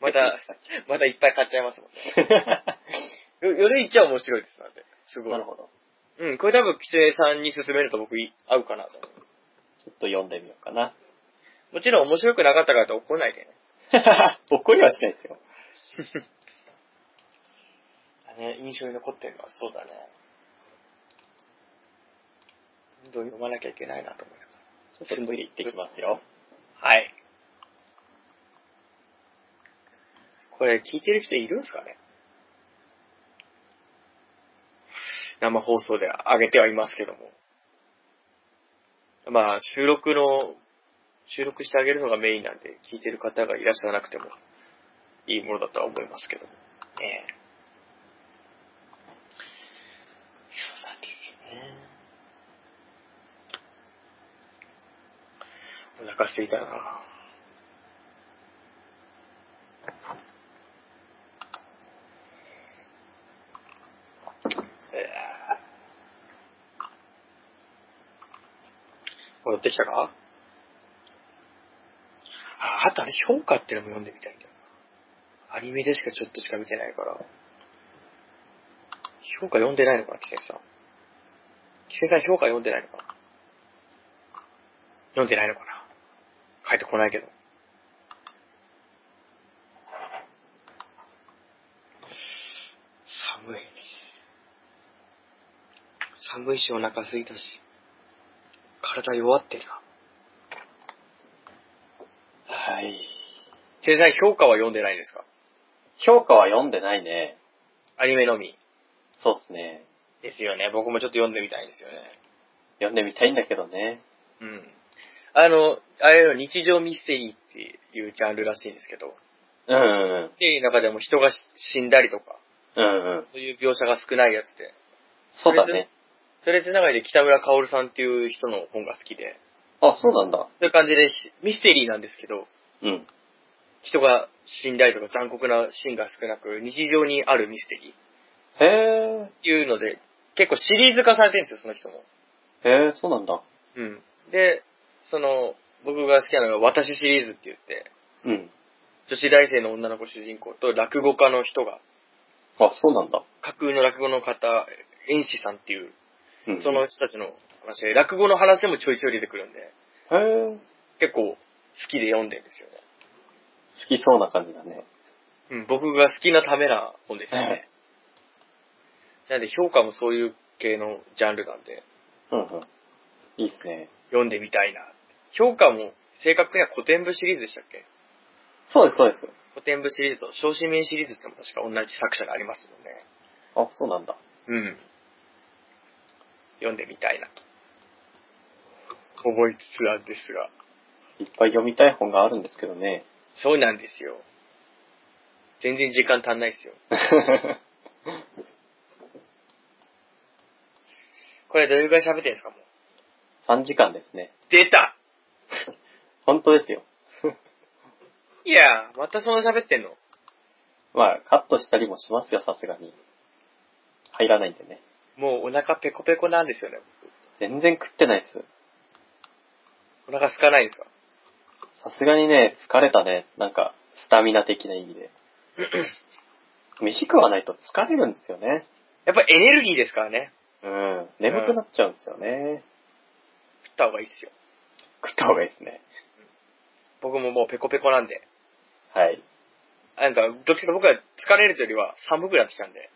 A: ま た、またいっぱい買っちゃいますもんね。
B: な
A: よ夜市は面白いです、なんで。すごい。
B: るほど。
A: うん、これ多分、規制さんに勧めると僕い、合うかなと。
B: ちょっと読んでみようかな。
A: もちろん面白くなかったからって怒らないでね。
B: 怒りはしないですよ。
A: ね、印象に残ってるのはそうだね。どんどん読まなきゃいけないなと思いなが
B: ちょっとトイレ行ってきますよ。
A: ら。はい。これ聞いてる人いるんすかね生放送で上げてはいますけども。まあ、収録の、収録してあげるのがメインなんで、聞いてる方がいらっしゃらなくてもいいものだとは思いますけども。ええそうなんですよね。お腹空いたなえー戻ってきたかあ、あとあれ評価っていうのも読んでみたいんだよな。アニメでしかちょっとしか見てないから。評価読んでないのかな、キセさん。キセさん評価読んでないのかな読んでないのかな帰ってこないけど。寒い。寒いしお腹すいたし、体弱ってるな。
B: はい。
A: 生産評価は読んでないですか
B: 評価は読んでないね。
A: アニメのみ。
B: そうですね。
A: ですよね。僕もちょっと読んでみたいですよね。
B: 読んでみたいんだけどね。
A: うん。あの、あれの日常ミステリーっていうジャンルらしいんですけど、
B: うんうん
A: ミステリーの中でも人がし死んだりとか、
B: うん。うんうん。
A: そういう描写が少ないやつで、
B: そうだね。
A: それつながりで北村薫さんっていう人の本が好きで、
B: あ、そうなんだ。
A: そういう感じでしミステリーなんですけど、
B: うん。
A: 人が死んだりとか残酷なシーンが少なく、日常にあるミステリーっ
B: へえ。
A: ていうので、結構シリーズ化されてるんですよ、その人も。
B: へえ、そうなんだ。
A: うん。で、その、僕が好きなのが私シリーズって言って、
B: うん。
A: 女子大生の女の子主人公と落語家の人が、
B: あ、そうなんだ。
A: 架空の落語の方、演師さんっていう、
B: うん。
A: その人たちの話で、落語の話もちょいちょい出てくるんで、
B: へえ。
A: 結構好きで読んでるんですよね。
B: 好きそうな感じだね。
A: うん、僕が好きなためな本ですよね。なんで評価もそういう系のジャンルなんで、
B: うんうん。いいっすね。
A: 読んでみたいな。評価も正確には古典部シリーズでしたっけ
B: そうです、そうです。
A: 古典部シリーズと小市民シリーズっても確か同じ作者がありますもんね。
B: あ、そうなんだ。
A: うん。読んでみたいなと。思いつつなんですが。
B: いっぱい読みたい本があるんですけど ね。
A: そうなんですよ。全然時間足んないですよ。これどれぐらい喋ってんですかもう。
B: 3時間ですね。
A: 出た
B: 本当ですよ。
A: いやー、またそんな喋ってんの
B: まあ、カットしたりもしますよ、さすがに。入らないんでね。
A: もうお腹ペコペコなんですよね。
B: 全然食ってないです。
A: お腹空かないんですか
B: さすがにね、疲れたね。なんか、スタミナ的な意味 で。飯食わないと疲れるんですよね。
A: やっぱエネルギーですからね。
B: うん。眠くなっちゃうんですよね。
A: 食った方がいいっすよ。
B: 食った方がいいですね。
A: 僕ももうペコペコなんで。
B: はい。
A: なんか、どっちかと僕は疲れるというよりは寒くなってきたんで、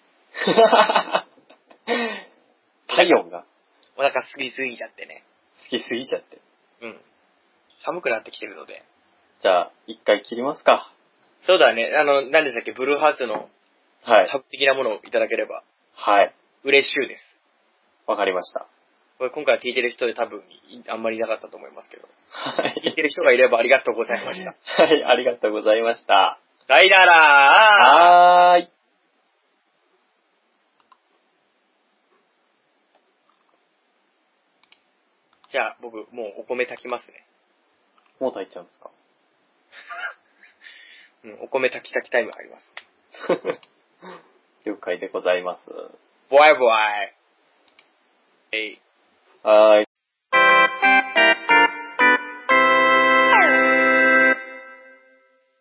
B: 体温が
A: お腹すきすぎちゃってね。
B: 好きすぎちゃって。
A: うん。寒くなってきてるので。
B: じゃあ、一回切りますか。
A: そうだね。あの、何でしたっけブルーハーツの
B: はい。
A: タブ的なものをいただければ
B: はい。
A: 嬉しいです。
B: わかりました。
A: これ今回聞いてる人で多分いあんまりいなかったと思いますけど。
B: は
A: 聞い
B: い。
A: てる人がいればありがとうございました。
B: はい、ありがとうございました。
A: さいならー
B: はーい。
A: じゃあ僕もうお米炊きますね。
B: もう炊いちゃうんですか
A: うん、お米炊き炊きタイムあります。
B: 了解でございます。
A: ボワイボワイ。えい。
B: はーい。